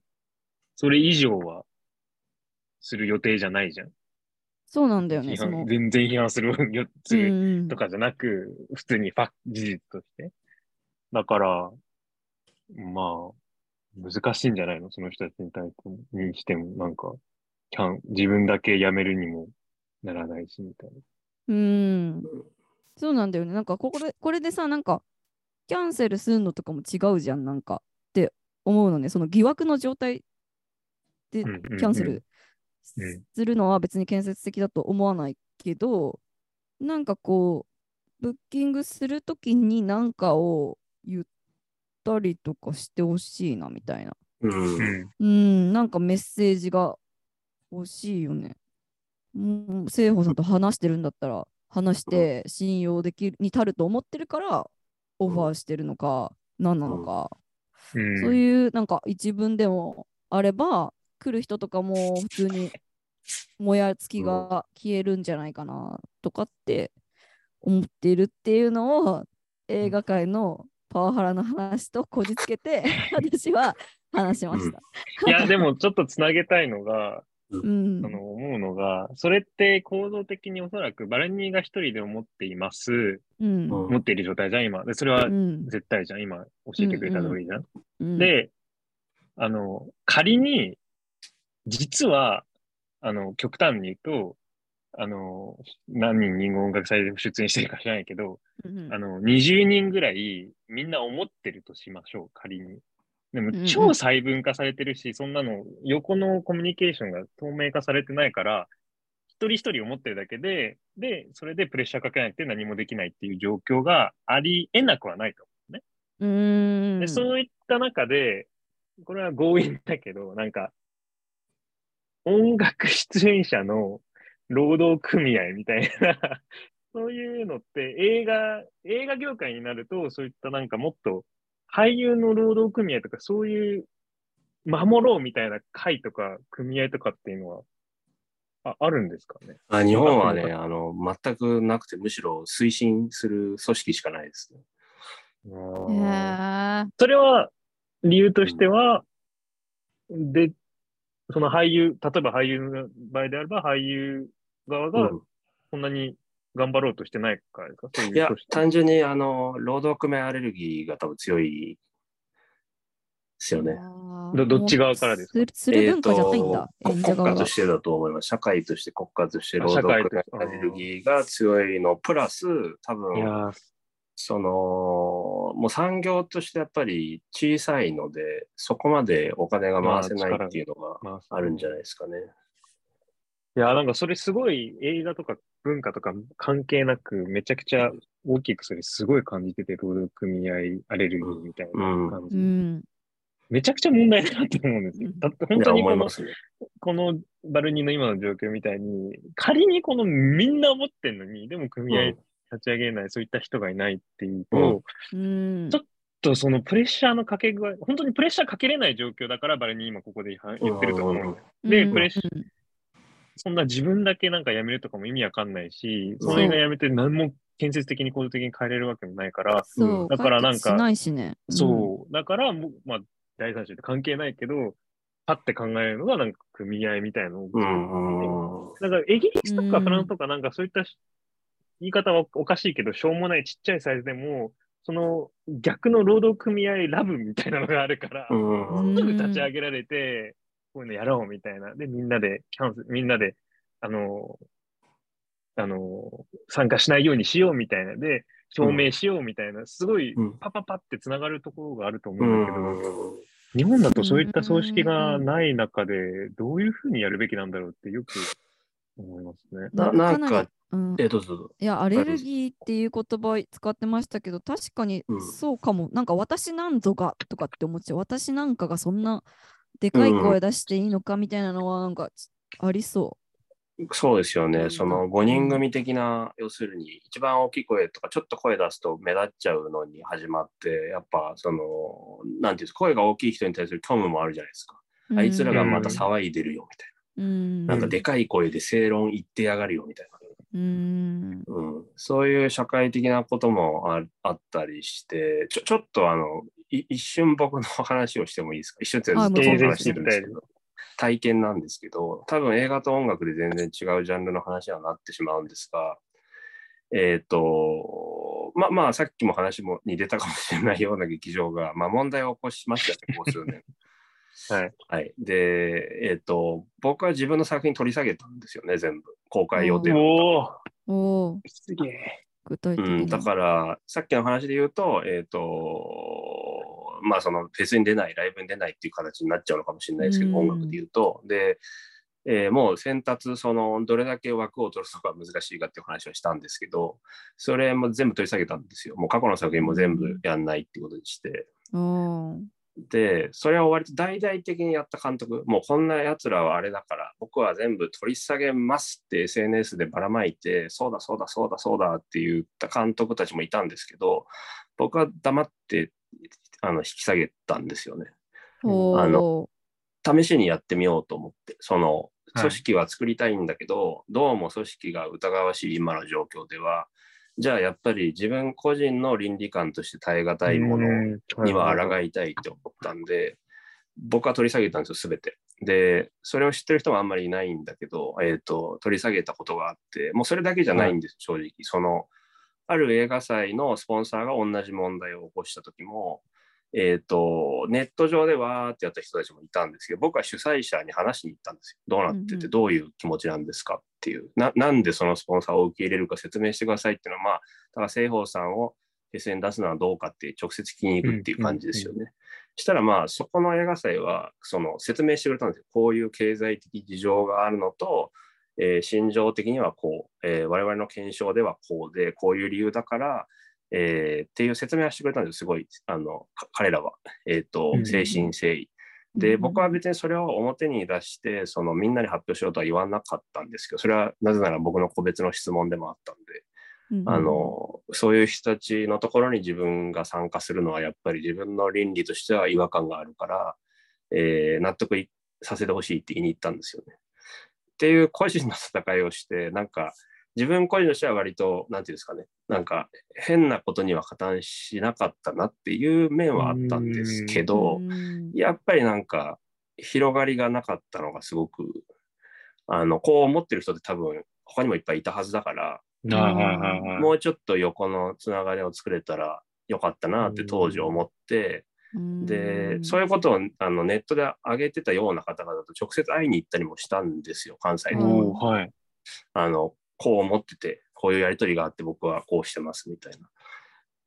[SPEAKER 2] それ以上は、する予定じゃないじゃん。
[SPEAKER 1] そうなんだよね。
[SPEAKER 2] 批
[SPEAKER 1] その
[SPEAKER 2] 判全然批判する、よす
[SPEAKER 1] うん
[SPEAKER 2] る
[SPEAKER 1] うん
[SPEAKER 2] とかじゃなく、普通にファ事実として。だから、まあ、難しいんじゃないのその人たちに対してもにしても、なんか、キャン、自分だけ辞めるにもならないし、みたいな。
[SPEAKER 1] うーん。そうなんだよね。なんかここで、これでさ、なんか、キャンセルするのとかも違うじゃん、なんか、って思うのね。その疑惑の状態で
[SPEAKER 2] うんうんうん
[SPEAKER 1] キャンセルす
[SPEAKER 2] うん
[SPEAKER 1] するのは別に建設的だと思わないけど、なんかこう、ブッキングするときに何かを言ったりとかしてほしいな、みたいな。
[SPEAKER 4] うん。
[SPEAKER 2] うん。
[SPEAKER 1] うん、なんかメッセージが欲しいよね。うん、聖保さんと話してるんだったら、話して信用できるに足ると思ってるから、オファーしてるのか、何なのか、
[SPEAKER 2] うん。
[SPEAKER 1] そういうなんか一文でもあれば、来る人とかも普通にもやつきが消えるんじゃないかなとかって思っているっていうのを映画界のパワハラの話とこじつけて私は話しました。
[SPEAKER 2] いや、でもちょっとつなげたいのが、
[SPEAKER 1] うん
[SPEAKER 2] その思うのが、それって構造的におそらくバルニーが一人で思っています。
[SPEAKER 1] うん
[SPEAKER 4] うん
[SPEAKER 2] 持っている状態じゃん、今。で、それは
[SPEAKER 1] うん
[SPEAKER 2] 絶対じゃん、今教えてくれた通りじゃん。
[SPEAKER 1] うん
[SPEAKER 2] で、あの、仮に、実は、あの、極端に言うと、あの、何人日本音楽祭で出演してるか知らないけど、
[SPEAKER 1] うんうん
[SPEAKER 2] あの、20人ぐらいみんな思ってるとしましょう、仮に。で
[SPEAKER 1] んう
[SPEAKER 2] も
[SPEAKER 1] ん
[SPEAKER 2] 超細分化されてるし、そんなの横のコミュニケーションが透明化されてないから、一人一人思ってるだけで、で、それでプレッシャーかけなくて何もできないっていう状況がありえなくはないと。
[SPEAKER 1] うーん
[SPEAKER 2] でそういった中で、これは強引だけど、なんか、音楽出演者の労働組合みたいな、 そういうのって映画、映画業界になると、そういったなんかもっと俳優の労働組合とかそういう守ろうみたいな会とか組合とかっていうのは、ああるんですかね
[SPEAKER 4] あ日本はね、
[SPEAKER 2] あそう
[SPEAKER 4] あの、全くなくて、むしろ推進する組織しかないですね。
[SPEAKER 1] へー
[SPEAKER 2] それは理由としては、で、その俳優、例えば俳優の場合であれば、俳優側が
[SPEAKER 4] うん
[SPEAKER 2] そんなに頑張ろうとしてないからですか、そういう
[SPEAKER 4] いや
[SPEAKER 2] 組、織
[SPEAKER 4] 単純に、あの、労働組合アレルギーが多分強いですよね。
[SPEAKER 1] あー
[SPEAKER 2] どどっち側からですか
[SPEAKER 1] もうするする文化じゃないんだ。
[SPEAKER 4] えーと
[SPEAKER 1] 演者
[SPEAKER 4] 国
[SPEAKER 1] 側
[SPEAKER 4] 家
[SPEAKER 1] が
[SPEAKER 4] と。してだと思います。社会として、国家として、
[SPEAKER 2] あ
[SPEAKER 4] 労働組
[SPEAKER 2] 社会と
[SPEAKER 4] 合
[SPEAKER 2] して
[SPEAKER 4] アレルギーが強いの、プラス、多
[SPEAKER 2] いや
[SPEAKER 4] 分、
[SPEAKER 2] ー
[SPEAKER 4] その、もう産業としてやっぱり小さいので、そこまでお金が回せないっていうのが
[SPEAKER 2] まあ、
[SPEAKER 4] あるんじゃないですかね。
[SPEAKER 2] いやー、なんかそれすごい映画とか文化とか関係なく、めちゃくちゃ大きくそれすごい感じてて、労働組合アレルギーみたいな感じ。
[SPEAKER 1] うん。
[SPEAKER 2] めちゃくちゃ問題だなって思うんですよ。だって本当
[SPEAKER 4] い
[SPEAKER 2] に
[SPEAKER 4] や思
[SPEAKER 2] こ
[SPEAKER 4] い
[SPEAKER 2] の
[SPEAKER 4] ますね。
[SPEAKER 2] このバルニーの今の状況みたいに、仮にこのみんな思ってんのに、でも組合
[SPEAKER 4] うん
[SPEAKER 2] 立ち上げない、そういった人がいないっていうと、
[SPEAKER 4] うん
[SPEAKER 1] うん
[SPEAKER 2] ちょっとそのプレッシャーのかけ具合、本当にプレッシャーかけれない状況だから、バルニー今ここでは言ってると思う。でプレッシ
[SPEAKER 1] うん
[SPEAKER 2] そんな自分だけなんか辞めるとかも意味わかんないし、
[SPEAKER 4] うん
[SPEAKER 2] それが辞めて何も建設的に構造的に変えれるわけもないから、
[SPEAKER 1] そうう。
[SPEAKER 2] んだからなん
[SPEAKER 1] 解決
[SPEAKER 2] か
[SPEAKER 1] しないしね。うん
[SPEAKER 2] そう。だからもう、まあ、第三者って関係ないけど、パッて考えるのがなんか組合みたいなのを作
[SPEAKER 4] う
[SPEAKER 2] って
[SPEAKER 4] んうんうん
[SPEAKER 2] なんかイギリスと
[SPEAKER 1] う
[SPEAKER 2] か
[SPEAKER 1] ん
[SPEAKER 2] フランスとかなんかそういったし言い方はおかしいけど、しょうもないちっちゃいサイズでも、その逆の労働組合ラブみたいなのがあるから、
[SPEAKER 4] うんうん
[SPEAKER 1] ん
[SPEAKER 2] すぐ立ち上げられて、こういうのやろうみたいな。で、みんなでキャンセル、みんなで、あの、あの、参加しないようにしようみたいな。で、証明しようみたいな、すごい
[SPEAKER 4] うん
[SPEAKER 2] パパパってつながるところがあると思
[SPEAKER 4] う
[SPEAKER 2] うんだけど、
[SPEAKER 4] ん
[SPEAKER 2] 日本だとそういった葬式がない中で、どういうふうにやるべきなんだろうってよく思いますね。
[SPEAKER 4] な
[SPEAKER 1] な
[SPEAKER 4] なんん
[SPEAKER 1] か
[SPEAKER 4] か
[SPEAKER 1] なりうん
[SPEAKER 4] え、どうぞどうぞ。
[SPEAKER 1] いや、アレルギーっていう言葉使ってましたけど、確かに
[SPEAKER 4] うん
[SPEAKER 1] そうかも。なんか私なんぞがとかって思っちゃう。私なんかがそんなでかい声出していいのかみたいなのはなんかちありそ
[SPEAKER 4] そうですよ
[SPEAKER 1] う
[SPEAKER 4] ね。
[SPEAKER 1] ん
[SPEAKER 4] その5人組的な、要するに、一番大きい声とか、ちょっと声出すと目立っちゃうのに始まって、やっぱ、その、なんていうんですか、声が大きい人に対する虚無もあるじゃないですか。
[SPEAKER 1] う。
[SPEAKER 4] あいつらが
[SPEAKER 1] うん
[SPEAKER 4] また騒いでるよ、みたい
[SPEAKER 1] うん。
[SPEAKER 4] な。なんかでかい声で正論言ってやがるよ、みたいな。
[SPEAKER 1] うん。
[SPEAKER 4] うん、そういう社会的なこともああったりして、ちょちょっとあのい一瞬僕の話をしてもいいですか一瞬っていう
[SPEAKER 1] あ
[SPEAKER 4] かず
[SPEAKER 1] も
[SPEAKER 4] っ
[SPEAKER 1] ち
[SPEAKER 4] と
[SPEAKER 1] ろん
[SPEAKER 4] 話してるんですけど、体験なんですけど、多分映画と音楽で全然違うジャンルの話にはなってしまうんですが、えっ、と、まあまあ、さっきも話もに出たかもしれないような劇場が、まあ問題を起こしましたね、ここ数年。
[SPEAKER 2] はい。
[SPEAKER 4] はい。で、えっ、と、僕は自分の作品取り下げたんですよね、全部。公開予定だった
[SPEAKER 2] おお
[SPEAKER 1] おお、
[SPEAKER 2] すげえ。
[SPEAKER 1] 具体的
[SPEAKER 4] う
[SPEAKER 1] に。
[SPEAKER 4] ん、だから、さっきの話で言うと、えっ、と、まあ、そのフェスに出ない、ライブに出ないっていう形になっちゃうのかもしれないですけど、
[SPEAKER 1] うん
[SPEAKER 4] 音楽で言うと。で、えーもう選択、その、どれだけ枠を取るのが難しいかっていう話をしたんですけど、それも全部取り下げたんですよ。もう過去の作品も全部やんないってことにして。
[SPEAKER 1] おー
[SPEAKER 4] で、それを割と大々的にやった監督、もうこんな奴らはあれだから、僕は全部取り下げますって SNS でばらまいて、そうだそうだそうだそうだって言った監督たちもいたんですけど、僕は黙ってあの引き下げたんですよね。
[SPEAKER 1] おー。
[SPEAKER 4] あの試しにやってみようと思って、その
[SPEAKER 2] い
[SPEAKER 4] 組織は作りたいんだけど、どうも組織が疑わしい今の状況では、じゃあやっぱり自分個人の倫理観として耐え難いものをには抗いたいって思ったんで、僕は取り下げたんですよ、すべて。で、それを知ってる人もあんまりいないんだけど、えっ、と、取り下げたことがあって、もうそれだけじゃないんです、正直。その、ある映画祭のスポンサーが同じ問題を起こした時も、えっ、と、ネット上でわーってやった人たちもいたんですけど、僕は主催者に話しに行ったんですよ。どうなって
[SPEAKER 1] うんう
[SPEAKER 4] て、
[SPEAKER 1] ん
[SPEAKER 4] どういう気持ちなんですかっていう、ななんでそのスポンサーを受け入れるか説明してくださいっていうのは、まあ、だから西方さんを SN 出すのはどうかって直接聞きに行くっていう感じですよね。したらまあそこの映画祭はその説明してくれたんですよ。こういう経済的事情があるのと、えー心情的にはこう、えー我々の検証ではこうで、こういう理由だから、えーっていう説明はしてくれたんですよすごい、あの、か彼らは。えっ、と
[SPEAKER 2] う、ん
[SPEAKER 4] 誠心誠意。で、
[SPEAKER 1] うん
[SPEAKER 4] 僕は別にそれを表に出して、そのみんなに発表しようとは言わなかったんですけど、それはなぜなら僕の個別の質問でもあったんで、
[SPEAKER 1] うん
[SPEAKER 4] あのそういう人たちのところに自分が参加するのはやっぱり自分の倫理としては違和感があるから、えー納得いさせてほしいって言いに行ったんですよね。っていう個人の戦いをしてなんか自分個人としては割と何て言うんですかねなんか変なことには加担しなかったなっていう面はあったんですけど。
[SPEAKER 1] うん
[SPEAKER 4] やっぱりなんか広がりがなかったのがすごくあのこう思ってる人って多分他にもいっぱいいたはずだから、
[SPEAKER 2] はいはいはいはい。
[SPEAKER 4] もうちょっと横のつながりを作れたらよかったなって当時思って、でそういうことをあのネットで上げてたような方々と直接会いに行ったりもしたんですよ関西に、
[SPEAKER 1] うん
[SPEAKER 2] おーはい。
[SPEAKER 4] あのこう思っててこういうやり取りがあって僕はこうしてますみたいな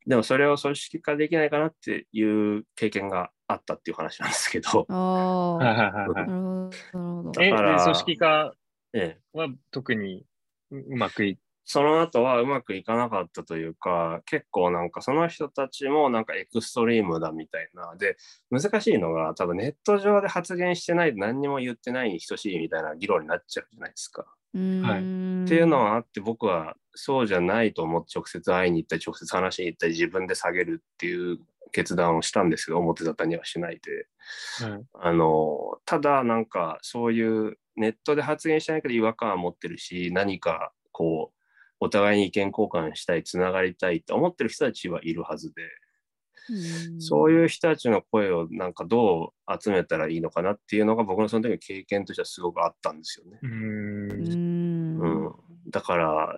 [SPEAKER 4] でもそれを組織化できないかなっていう経験があったっていう話なんですけど、
[SPEAKER 1] あ
[SPEAKER 2] はい
[SPEAKER 1] あ、
[SPEAKER 2] はいはいは
[SPEAKER 1] なる
[SPEAKER 2] い
[SPEAKER 1] ほど、なるほど。
[SPEAKER 2] え、
[SPEAKER 4] だから
[SPEAKER 2] で組織化
[SPEAKER 4] ええ、
[SPEAKER 2] は特にううまくいっ
[SPEAKER 4] その後はうまくいかなかったというか、結構なんかその人たちもなんかエクストリームだみたいな。で、難しいのが多分ネット上で発言してない、何にも言ってないに等しいみたいな議論になっちゃうじゃないですか。
[SPEAKER 2] はい
[SPEAKER 4] っていうの
[SPEAKER 1] は、
[SPEAKER 4] はあって僕はそうじゃないと思って直接会いに行ったり、直接話しに行ったり、自分で下げるっていう決断をしたんですけど、表沙汰にはしないで。
[SPEAKER 2] はい
[SPEAKER 4] あのただなんかそういうネットで発言してないけど違和感は持ってるし何かこうお互いに意見交換したいつながりたいって思ってる人たちはいるはずで、そう
[SPEAKER 1] う
[SPEAKER 4] いう人たちの声をなんかどう集めたらいいのかなっていうのが僕のその時の経験としてはすごくあったんですよね。
[SPEAKER 2] うー
[SPEAKER 1] ん。
[SPEAKER 2] ん。
[SPEAKER 1] うん
[SPEAKER 4] うん、だから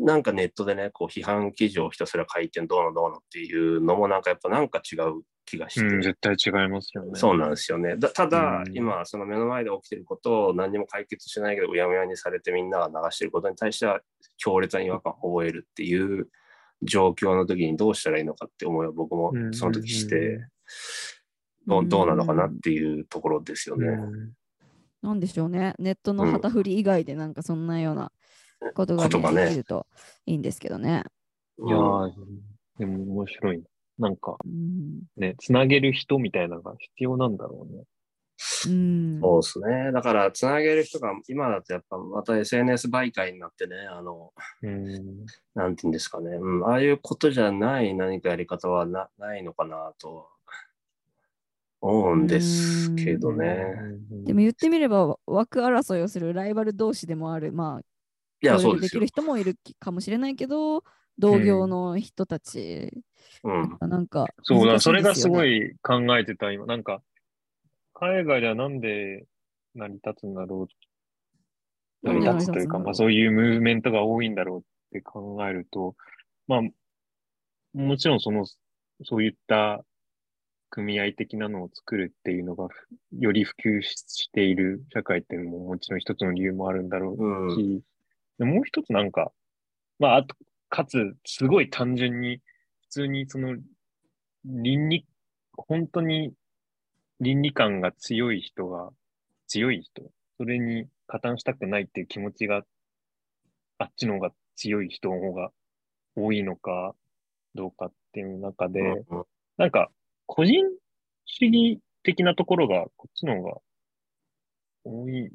[SPEAKER 4] なんかネットでねこう批判記事をひたすら書いてどうのどうのっていうのもなんかやっぱなんか違う気がして、
[SPEAKER 2] うん、絶対違いますよね。
[SPEAKER 4] そうなんですよね。だただ、
[SPEAKER 2] うん
[SPEAKER 4] 今、その目の前で起きてることを何にも解決してないけど、うやむやにされてみんなが流してることに対しては、強烈な違和感を覚えるっていう状況の時にどうしたらいいのかって思いを僕も
[SPEAKER 2] うん
[SPEAKER 4] その時して、
[SPEAKER 1] うんうん
[SPEAKER 4] どうどうなのかなっていうところですよね。
[SPEAKER 2] うん
[SPEAKER 1] なんでしょうね。ネットの
[SPEAKER 4] うん
[SPEAKER 1] 旗振り以外で、なんかそんなようなことが
[SPEAKER 4] ことがね
[SPEAKER 1] できるといいんですけどね。
[SPEAKER 4] うん
[SPEAKER 2] いやーでも面白い。なんか
[SPEAKER 1] うん。
[SPEAKER 2] ね、つなげる人みたいなのが必要なんだろうね。
[SPEAKER 1] うん
[SPEAKER 4] そうですね。だから、つなげる人が、今だとやっぱまた SNS 媒介になってね、あの、
[SPEAKER 2] うん。
[SPEAKER 4] なんていうんですかね、うん、ああいうことじゃない何かやり方はなないのかなとは思うんですけどね。
[SPEAKER 2] うん
[SPEAKER 1] でも言ってみれば枠争いをするライバル同士でもある、まあ、
[SPEAKER 4] いや、そ
[SPEAKER 1] 協力
[SPEAKER 4] うで
[SPEAKER 1] ですき
[SPEAKER 4] よ
[SPEAKER 1] る。人もいるかもしれないけど、同業の人たち、
[SPEAKER 4] うん。
[SPEAKER 1] なんか
[SPEAKER 2] そうだ、
[SPEAKER 1] 難し
[SPEAKER 2] それが
[SPEAKER 1] ですよね
[SPEAKER 2] ごい考えてた、今。なんか、海外ではなんで成り立つんだろう。
[SPEAKER 4] う
[SPEAKER 2] 成
[SPEAKER 4] ん
[SPEAKER 2] り立つというか、まあそういうムーブメントが多いんだろうって考えると、まあ、もちろんその、そういった組合的なのを作るっていうのが、より普及ししている社会っていうのももちろん一つの理由もあるんだろう
[SPEAKER 4] うん
[SPEAKER 2] し、でもう一つなんか、まあ、あと、かつ、すごい単純に、普通にその、倫理、本当に倫理観が強い人が、強い人、それに加担したくないっていう気持ちが、あっちの方が強い人の方が多いのか、どうかっていう中で、
[SPEAKER 4] うん
[SPEAKER 2] なんか、個人主義的なところが、こっちの方が多い、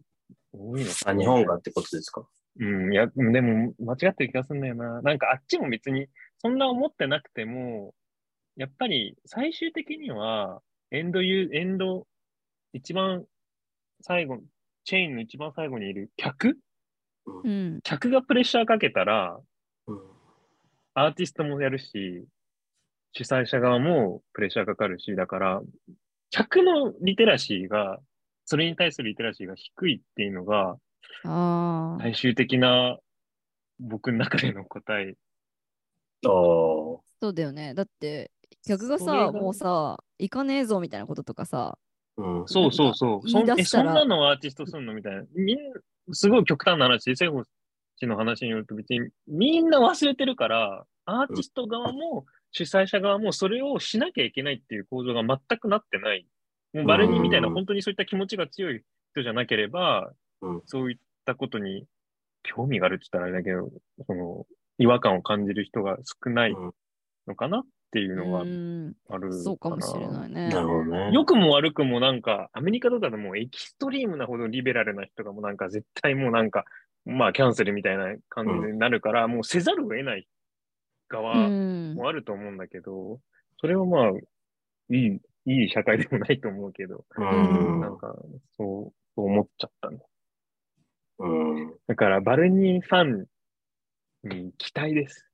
[SPEAKER 2] 多いのか
[SPEAKER 4] あ
[SPEAKER 2] な
[SPEAKER 4] 日本がってことですか
[SPEAKER 2] うん、いや、でも、間違ってる気がするんだよな。なんか、あっちも別に、そんな思ってなくても、やっぱり、最終的には、エンドユー、エンド、一番、最後、チェーンの一番最後にいる客
[SPEAKER 1] うん
[SPEAKER 2] 客がプレッシャーかけたら、
[SPEAKER 4] うん。
[SPEAKER 2] アーティストもやるし、主催者側もプレッシャーかかるし、だから、客のリテラシーが、それに対するリテラシーが低いっていうのが、
[SPEAKER 1] ああ、
[SPEAKER 2] 最終的な僕の中での答え。
[SPEAKER 4] ああ。
[SPEAKER 1] そうだよね。だって客が
[SPEAKER 2] それ
[SPEAKER 1] さ、
[SPEAKER 2] が
[SPEAKER 1] もうさ、行かねえぞみたいなこととかさ、
[SPEAKER 4] うん。
[SPEAKER 2] そうそうそう。そん
[SPEAKER 1] 言い出
[SPEAKER 2] え
[SPEAKER 1] した
[SPEAKER 2] そん
[SPEAKER 1] ら
[SPEAKER 2] なのアーティストすんのみたいな。みんな、すごい極端な話、セフ氏の話によると別にみんな忘れてるから、アーティスト側も主催者側もそれをしなきゃいけないっていう構造が全くなってない。もうバレニーみたいな
[SPEAKER 4] うん
[SPEAKER 2] 本当にそういった気持ちが強い人じゃなければ、
[SPEAKER 4] うん
[SPEAKER 2] そういったことに興味があるって言ったらあれだけど、その違和感を感じる人が少ないのかなっていう
[SPEAKER 1] う
[SPEAKER 2] のが
[SPEAKER 1] ーん、
[SPEAKER 2] ある
[SPEAKER 1] そうかもしれ
[SPEAKER 2] い
[SPEAKER 1] ないね
[SPEAKER 4] な。るほどね。
[SPEAKER 2] 良くも悪くもなんか、アメリカとかでもエキストリームなほどリベラルな人がもうなんか絶対もうなんか、まあキャンセルみたいな感じになるから、もうせざるを得ない側
[SPEAKER 1] うん、
[SPEAKER 2] もあると思うんだけど、それはまあ、いい、いい社会でもないと思うけど、
[SPEAKER 4] うん
[SPEAKER 2] なんか、そう、そう思っちゃったね。
[SPEAKER 4] うん。
[SPEAKER 2] だから、バルニーファンに期待です。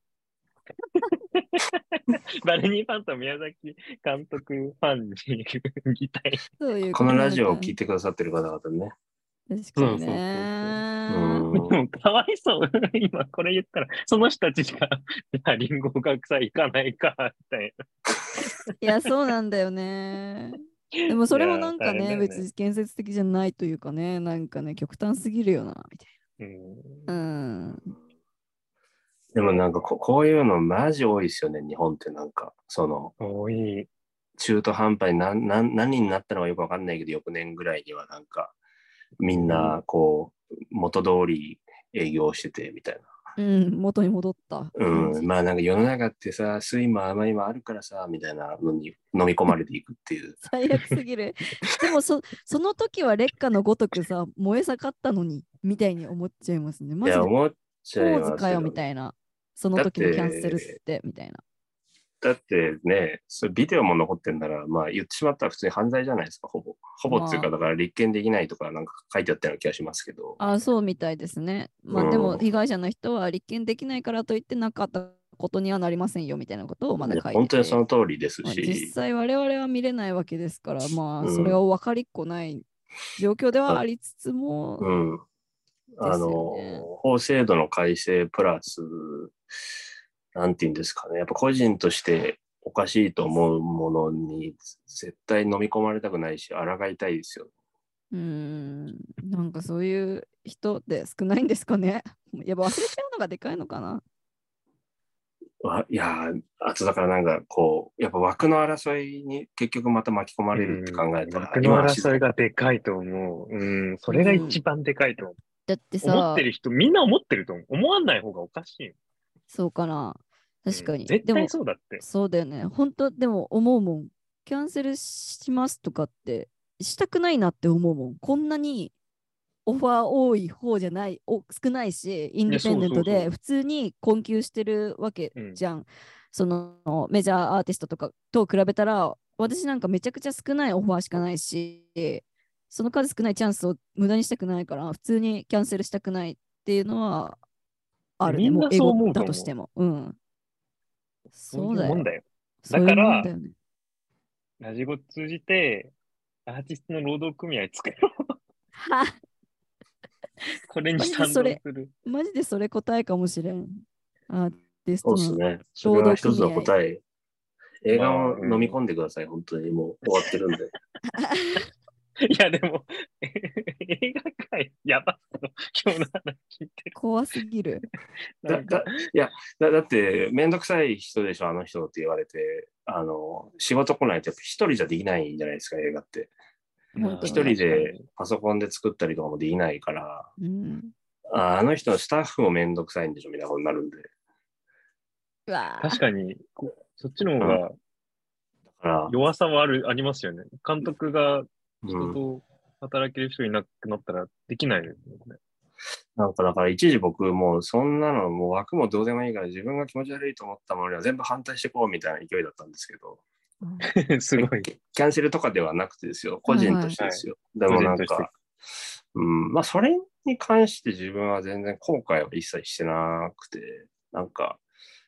[SPEAKER 2] バルニーファンと宮崎監督ファンに 期待。
[SPEAKER 1] そういう
[SPEAKER 4] このラジオを聞
[SPEAKER 1] き
[SPEAKER 4] いてくださってる方々ね。
[SPEAKER 1] 確かにね。
[SPEAKER 4] う
[SPEAKER 2] で
[SPEAKER 4] ん。
[SPEAKER 2] もかわいそう。今これ言ったら、その人たちが、いや、リンゴ学祭行かないか、みたい
[SPEAKER 1] いや、そうなんだよね。でもそれもなんか
[SPEAKER 2] いや
[SPEAKER 1] ね、
[SPEAKER 2] 大変だよね
[SPEAKER 1] 別に建設的じゃないというかね、なんかね、極端すぎるよな、みたい
[SPEAKER 2] な。
[SPEAKER 1] な。うん。
[SPEAKER 4] でもなんかこ、こういうのマジ多いですよね、日本ってなんか。その、
[SPEAKER 2] うん。多い。
[SPEAKER 4] 中途半端に何何何になったのかよくわかんないけど、翌年ぐらいにはなんか、みんなこう、元通り営業しててみたいな。
[SPEAKER 1] うん、元に戻った。
[SPEAKER 4] うん、まあなんか世の中ってさ、酸いも甘いもあるからさ、みたいなのに飲み込まれていくっていう。
[SPEAKER 1] 最悪すぎる。 でもそ、その時は劣化のごとくさ、燃え盛ったのに、みたいに思っちゃいますね。
[SPEAKER 4] い
[SPEAKER 1] マジで
[SPEAKER 4] や、、思っち
[SPEAKER 1] ポ
[SPEAKER 4] ゃい
[SPEAKER 1] ー
[SPEAKER 4] ます
[SPEAKER 1] ズかよ、みたいな。その時のキャンセルって、みたいな。
[SPEAKER 4] だってね、それビデオも残ってんなら、まあ言ってしまったら普通に犯罪じゃないですか、ほぼ。ほぼっていう
[SPEAKER 1] ま
[SPEAKER 4] か、だから立件できないとかなんか書いてあったような気がしますけど。
[SPEAKER 1] あそうみたいですね。ま
[SPEAKER 4] う
[SPEAKER 1] あ
[SPEAKER 4] ん
[SPEAKER 1] でも被害者の人は立件できないからといってなかったことにはなりませんよみたいなことをまだ
[SPEAKER 4] い
[SPEAKER 1] 書い
[SPEAKER 4] や
[SPEAKER 1] てて
[SPEAKER 4] 本当にその通りです
[SPEAKER 1] まあ実
[SPEAKER 4] し、
[SPEAKER 1] 際我々は見れないわけですからま
[SPEAKER 4] う
[SPEAKER 1] あ
[SPEAKER 4] ん
[SPEAKER 1] それを分かりっこない状況ではありつつも、
[SPEAKER 4] うん。あ
[SPEAKER 1] です
[SPEAKER 4] の
[SPEAKER 1] よね、
[SPEAKER 4] 法制度の改正プラス、なんて言うんですかね、やっぱ個人としておかしいと思うものに絶対飲み込まれたくないし、抗いたいですよ。
[SPEAKER 1] うーんなんかそういう人って少ないんですかね やっぱ忘れちゃうのがでかいのかな
[SPEAKER 4] わいやー、あとだからなんかこう、やっぱ枠の争いに結局また巻き込まれるって考えたら、
[SPEAKER 2] 枠
[SPEAKER 4] 今
[SPEAKER 2] の
[SPEAKER 4] は静
[SPEAKER 2] 争いがでかいと思う。うん。それが一番でかいと思う。
[SPEAKER 1] だってさ
[SPEAKER 2] 思ってる人、みんな思ってると思う。思わない方がおかしいよ。
[SPEAKER 1] そうかな確かに、
[SPEAKER 2] うん絶
[SPEAKER 1] でも
[SPEAKER 2] 対そうだって。
[SPEAKER 1] そうだよね。本当でも思うもん。キャンセルしますとかってしたくないなって思うもん。こんなにオファー多い方じゃない、お少ないし、インディペンデント
[SPEAKER 2] そうそうそ
[SPEAKER 1] で
[SPEAKER 2] う
[SPEAKER 1] 普通に困窮してるわけじゃん。そのメジャーアーティストとかと比べたら、私なんかめちゃくちゃ少ないオファーしかないし、その数少ないチャンスを無駄にしたくないから、普通にキャンセルしたくないっていうのはあるね。
[SPEAKER 2] みんな
[SPEAKER 1] もう英
[SPEAKER 2] そう思
[SPEAKER 1] 語
[SPEAKER 2] うと
[SPEAKER 1] だ
[SPEAKER 2] 思う
[SPEAKER 1] としても。うん。そうだ
[SPEAKER 2] い
[SPEAKER 1] よ
[SPEAKER 2] もん。だよ。
[SPEAKER 1] そういう
[SPEAKER 2] だから
[SPEAKER 1] もんだよね
[SPEAKER 2] ラジゴ通じて、アーティストの労働組合作ろう。
[SPEAKER 1] は
[SPEAKER 2] これに
[SPEAKER 1] マジで
[SPEAKER 2] 賛同
[SPEAKER 1] そ
[SPEAKER 2] す
[SPEAKER 1] れ
[SPEAKER 2] る。
[SPEAKER 1] マジでそれ答えかもしれん。アーティス
[SPEAKER 4] そ
[SPEAKER 1] ト
[SPEAKER 4] うです
[SPEAKER 1] の。
[SPEAKER 4] ね。それが一つの答え。映画を
[SPEAKER 2] まあうん
[SPEAKER 4] 飲み込んでください、本当に。もう終わってるんで。
[SPEAKER 2] いや、でも、 映画界、やばそう。今日の話聞いてる。
[SPEAKER 1] 怖すぎる。
[SPEAKER 4] だ
[SPEAKER 2] なんか
[SPEAKER 4] だいやだ、だって、めんどくさい人でしょ、あの人って言われて、あの、仕事来ないと、やっぱ一人じゃできないんじゃないですか、映画って。
[SPEAKER 1] 本当
[SPEAKER 4] 一
[SPEAKER 1] に
[SPEAKER 4] 人でパソコンで作ったりとかもできないから、
[SPEAKER 1] うん。
[SPEAKER 4] ああの人のスタッフもめんどくさいんでしょ、みたいなことになるんで。
[SPEAKER 1] うわ
[SPEAKER 4] だ
[SPEAKER 2] 確かに、こそっちの方が
[SPEAKER 4] から、
[SPEAKER 2] 弱さはある、ありますよね。監督が
[SPEAKER 4] う
[SPEAKER 2] 人
[SPEAKER 4] ん、
[SPEAKER 2] と働ける人いなくなったらできないですよね。
[SPEAKER 4] なんかだから一時僕もうそんなのもう枠もどうでもいいから自分が気持ち悪いと思ったものには全部反対してこうみたいな勢いだったんですけど、
[SPEAKER 2] すごい。
[SPEAKER 4] キキャンセルとかではなくてですよ。個人としてですよ。
[SPEAKER 2] い
[SPEAKER 4] でもなん
[SPEAKER 2] 個人として
[SPEAKER 4] か、うん、まあそれに関して自分は全然後悔は一切してなくて、なんか、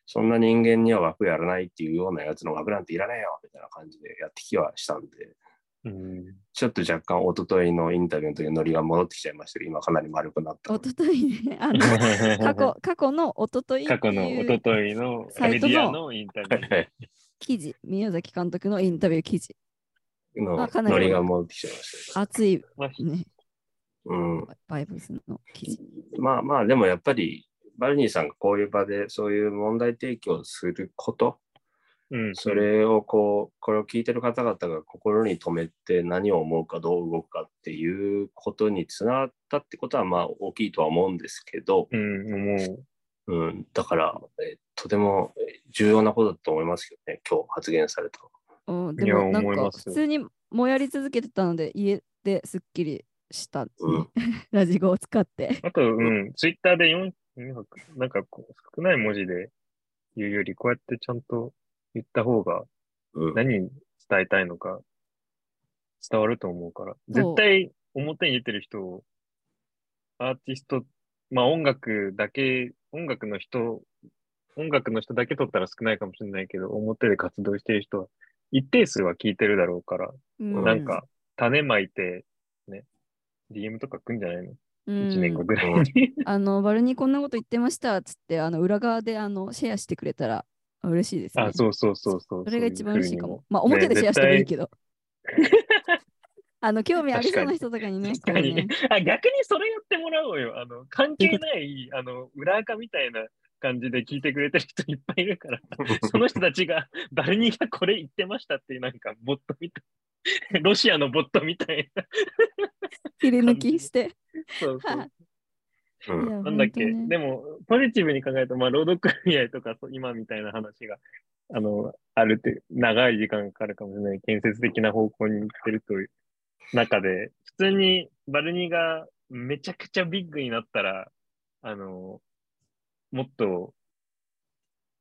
[SPEAKER 4] そんな人間には枠やらないっていうようなやつの枠なんていらないよみたいな感じでやってきはしたんで、
[SPEAKER 2] うん
[SPEAKER 4] ちょっと若干一昨日のインタビューの時のノリが戻ってきちゃいましたけど、今かなり丸くなった
[SPEAKER 1] お
[SPEAKER 4] ので。
[SPEAKER 1] とといね。あの過去過去のおととい。
[SPEAKER 2] 過去の一昨日の
[SPEAKER 1] サ
[SPEAKER 2] メ
[SPEAKER 1] イ
[SPEAKER 2] デ
[SPEAKER 1] トの
[SPEAKER 2] ィアのインタビュー。
[SPEAKER 1] 記事、宮崎監督のインタビュー記事、あ
[SPEAKER 4] の
[SPEAKER 1] かなり
[SPEAKER 4] ノリが戻ってきちゃいましたね。
[SPEAKER 1] 熱い
[SPEAKER 2] まあ
[SPEAKER 1] ね、
[SPEAKER 4] うん。
[SPEAKER 1] バイブスの記事。
[SPEAKER 4] まあまあ、でもやっぱり、バルニーさんがこういう場でそういう問題提起をすること、
[SPEAKER 2] うん。
[SPEAKER 4] それをこう、これを聞いてる方々が心に留めて何を思うかどう動くかっていうことにつながったってことはまあ大きいとは思うんですけど、
[SPEAKER 2] うん、思
[SPEAKER 4] うん、だから、えーとてもえー重要なことだと思いますけどね、今日発言された。
[SPEAKER 1] うん、
[SPEAKER 2] い
[SPEAKER 1] で
[SPEAKER 2] や
[SPEAKER 1] もなん
[SPEAKER 2] 思い
[SPEAKER 1] か
[SPEAKER 2] ます
[SPEAKER 1] 普通にもやり続けてたので家ですっきりした、
[SPEAKER 4] うん、
[SPEAKER 1] ラジゴを使って。
[SPEAKER 2] う。あと、うん、ツイッターで4、400なんかこう少ない文字で言うより、こうやってちゃんと言った方が
[SPEAKER 4] うん、
[SPEAKER 2] 何伝えたいのか伝わると思うから、
[SPEAKER 1] う
[SPEAKER 2] 絶対表に出てる人を、アーティスト、まあ音楽だけ、音楽の人、音楽の人だけ撮ったら少ないかもしれないけど、表で活動してる人は一定数は聞いてるだろうから、
[SPEAKER 1] う
[SPEAKER 2] なんか種まいて、ね、DM とか来んじゃないの、
[SPEAKER 1] うん
[SPEAKER 2] 一 ?1 年後ぐらい
[SPEAKER 4] うん
[SPEAKER 2] に。
[SPEAKER 1] あのバルニーこんなこと言ってましたっつってあの裏側であのシェアしてくれたらあ嬉しいですね。
[SPEAKER 2] あ、そうそうそうそう。
[SPEAKER 1] それが一番嬉しいかも。まあ
[SPEAKER 2] ね
[SPEAKER 1] 表でシェアしてもいい
[SPEAKER 2] 絶
[SPEAKER 1] け ど。あの興味ありそうな人とかにね。
[SPEAKER 2] 確かに、
[SPEAKER 1] こうね
[SPEAKER 2] あ逆にそれやってもらおうよ。あの関係ないあの裏垢みたいな感じで聞いてくれてる人いっぱいいるから、 その人たちがバルニーがこれ言ってましたっていうなんかボットみたい。ロシアのボットみたいな。
[SPEAKER 1] 切り抜きして。
[SPEAKER 2] そう そう
[SPEAKER 4] うん
[SPEAKER 1] いや
[SPEAKER 2] なんだっけ、
[SPEAKER 1] 本当ね
[SPEAKER 2] でも、ポジティブに考えると、まあ、労働組合とか、そう今みたいな話が、あの、あるって、長い時間かかるかもしれない、建設的な方向に行ってるという中で、普通にバルニーがめちゃくちゃビッグになったら、あの、もっと、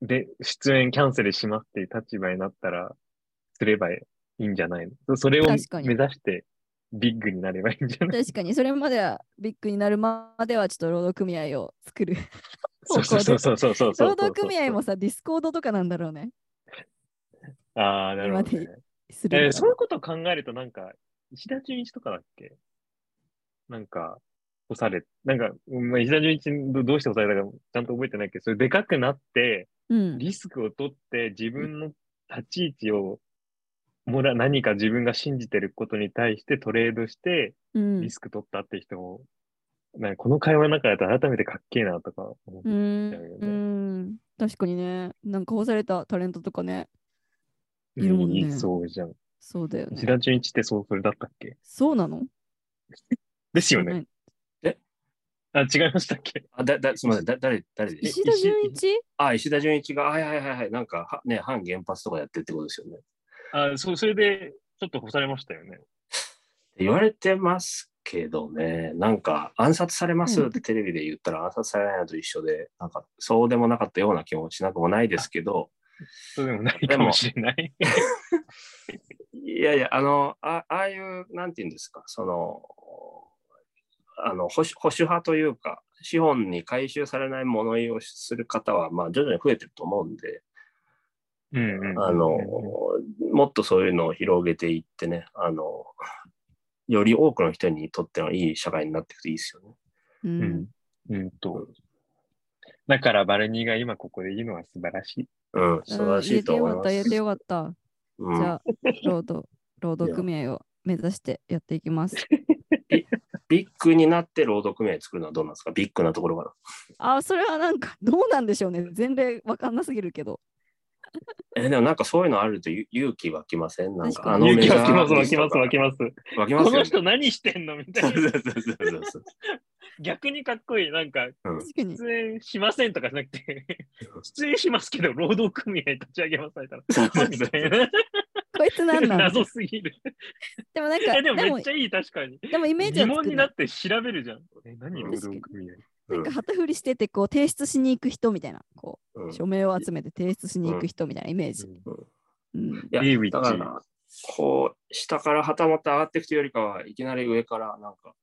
[SPEAKER 2] で、出演キャンセルしますっていう立場になったら、すればいいんじゃないのそれを目指
[SPEAKER 1] 確かに
[SPEAKER 2] して、ビッグになればいいんじゃない
[SPEAKER 1] 確かにそれまではビッグになるまではちょっと労働組合を作る方
[SPEAKER 2] そう
[SPEAKER 1] 向
[SPEAKER 2] そう
[SPEAKER 1] で。
[SPEAKER 2] そうそうそうそうそう。
[SPEAKER 1] 労働組合もさ、ディスコードとかなんだろうね。
[SPEAKER 2] ああ、なるほど、
[SPEAKER 1] 今
[SPEAKER 2] ね
[SPEAKER 1] で。する
[SPEAKER 2] え
[SPEAKER 1] の
[SPEAKER 2] ー
[SPEAKER 1] か
[SPEAKER 2] そ
[SPEAKER 1] な
[SPEAKER 2] ういうこと考えると、なんか、石田純一とかだっけなんか、干され、なんか、うんまあ、石田純一どどうして干されたかちゃんと覚えてないけど、それでかくなって、
[SPEAKER 1] うん、
[SPEAKER 2] リスクを取って、自分の立ち位置を、もら、何か自分が信じてることに対してトレードして、
[SPEAKER 1] うん
[SPEAKER 2] リスク取ったって人も、なんかこの会話の中だと改めてかっけえなとか思っ
[SPEAKER 1] う
[SPEAKER 2] て
[SPEAKER 1] ん
[SPEAKER 2] だよね
[SPEAKER 1] うん確かにね、なんか干されたタレントとかね、いるもんね
[SPEAKER 2] いそうじゃん。
[SPEAKER 1] そうだよね
[SPEAKER 2] 石。田純一ってそう、それだったっけ
[SPEAKER 1] そうなの
[SPEAKER 2] ですよね。
[SPEAKER 4] え
[SPEAKER 2] あ、違いましたっけ
[SPEAKER 4] あだだすみません、だ誰誰で
[SPEAKER 1] 石田純一
[SPEAKER 4] あ、石田純一が、はいはいはいはい、なんかは、ね、反原発とかやってるってことですよね。
[SPEAKER 2] あ、そう、それで、ちょっと干されましたよね。
[SPEAKER 4] 言われてますけどね、なんか、暗殺されます
[SPEAKER 1] うん
[SPEAKER 4] ってテレビで言ったら暗殺されないのと一緒で、なんか、そうでもなかったような気もしなくもないですけど、
[SPEAKER 2] そうでもないかもしれない。
[SPEAKER 4] いやいや、あの、あああいう、なんていうんですか、その、あの保守保守派というか、資本に回収されない物言いをする方は、まあ、徐々に増えてると思うんで、
[SPEAKER 2] うんうん
[SPEAKER 4] あの、もっとそういうのを広げていってね、あの、より多くの人にとってのいい社会になっていくといいですよね。
[SPEAKER 1] う
[SPEAKER 2] うんん。うんと。だから、バルニーが今ここでいいのは素晴らしい。
[SPEAKER 4] うん、素晴らしいと思います。
[SPEAKER 1] 言えてよかった、
[SPEAKER 4] う
[SPEAKER 1] 言えてよ
[SPEAKER 4] ん
[SPEAKER 1] か、った。じゃあ、労働、労働組合を目指してやっていきます。
[SPEAKER 4] ビッグになって労働組合作るのはどうなんですかビッグなところか
[SPEAKER 1] あ、それはなんか、どうなんでしょうね。前例わかんなすぎるけど。
[SPEAKER 4] ら。えでもなんかそういうのあるとゆ勇気湧きませんなん
[SPEAKER 1] 確
[SPEAKER 4] か
[SPEAKER 1] か
[SPEAKER 4] あ
[SPEAKER 1] に
[SPEAKER 2] 勇
[SPEAKER 4] の
[SPEAKER 2] 気湧きます、
[SPEAKER 4] メ
[SPEAKER 2] 湧
[SPEAKER 4] ジ
[SPEAKER 2] き
[SPEAKER 4] ャー
[SPEAKER 2] ます、湧きます。
[SPEAKER 4] 湧きま
[SPEAKER 2] こ
[SPEAKER 4] すよ
[SPEAKER 2] の
[SPEAKER 4] ね。
[SPEAKER 2] 人何してんのみた
[SPEAKER 4] そう
[SPEAKER 2] い
[SPEAKER 4] そう
[SPEAKER 2] な。
[SPEAKER 4] そうそうそう
[SPEAKER 2] 逆にかっこいい。なんか、
[SPEAKER 1] 確かに。
[SPEAKER 2] 出演しませんとかじゃなくて、出演しますけど、労働組合立ち上げますみたい
[SPEAKER 4] そうそうそう
[SPEAKER 2] な。 みたいな
[SPEAKER 1] こいつなんなん
[SPEAKER 2] 謎すぎる。
[SPEAKER 1] でもなんか、で
[SPEAKER 2] え、でもめ
[SPEAKER 1] も
[SPEAKER 2] っち、ゃいい、確かに。
[SPEAKER 1] でもイメージ
[SPEAKER 2] 疑
[SPEAKER 1] はつ
[SPEAKER 2] 問
[SPEAKER 1] く
[SPEAKER 2] に
[SPEAKER 1] な
[SPEAKER 2] なって調べるじゃん。え、何労働組合
[SPEAKER 1] なんか
[SPEAKER 4] うん
[SPEAKER 1] 旗振りしててこう提出しに行く人みたいなこ
[SPEAKER 4] う
[SPEAKER 1] うん署名を集めて提出しに行く人みたいなイメージ。
[SPEAKER 2] うん
[SPEAKER 1] うん、
[SPEAKER 4] いや
[SPEAKER 2] リーウィッチ
[SPEAKER 4] だから、こう、下から旗持って上がっていくというよりかは、いきなり上から、なんか、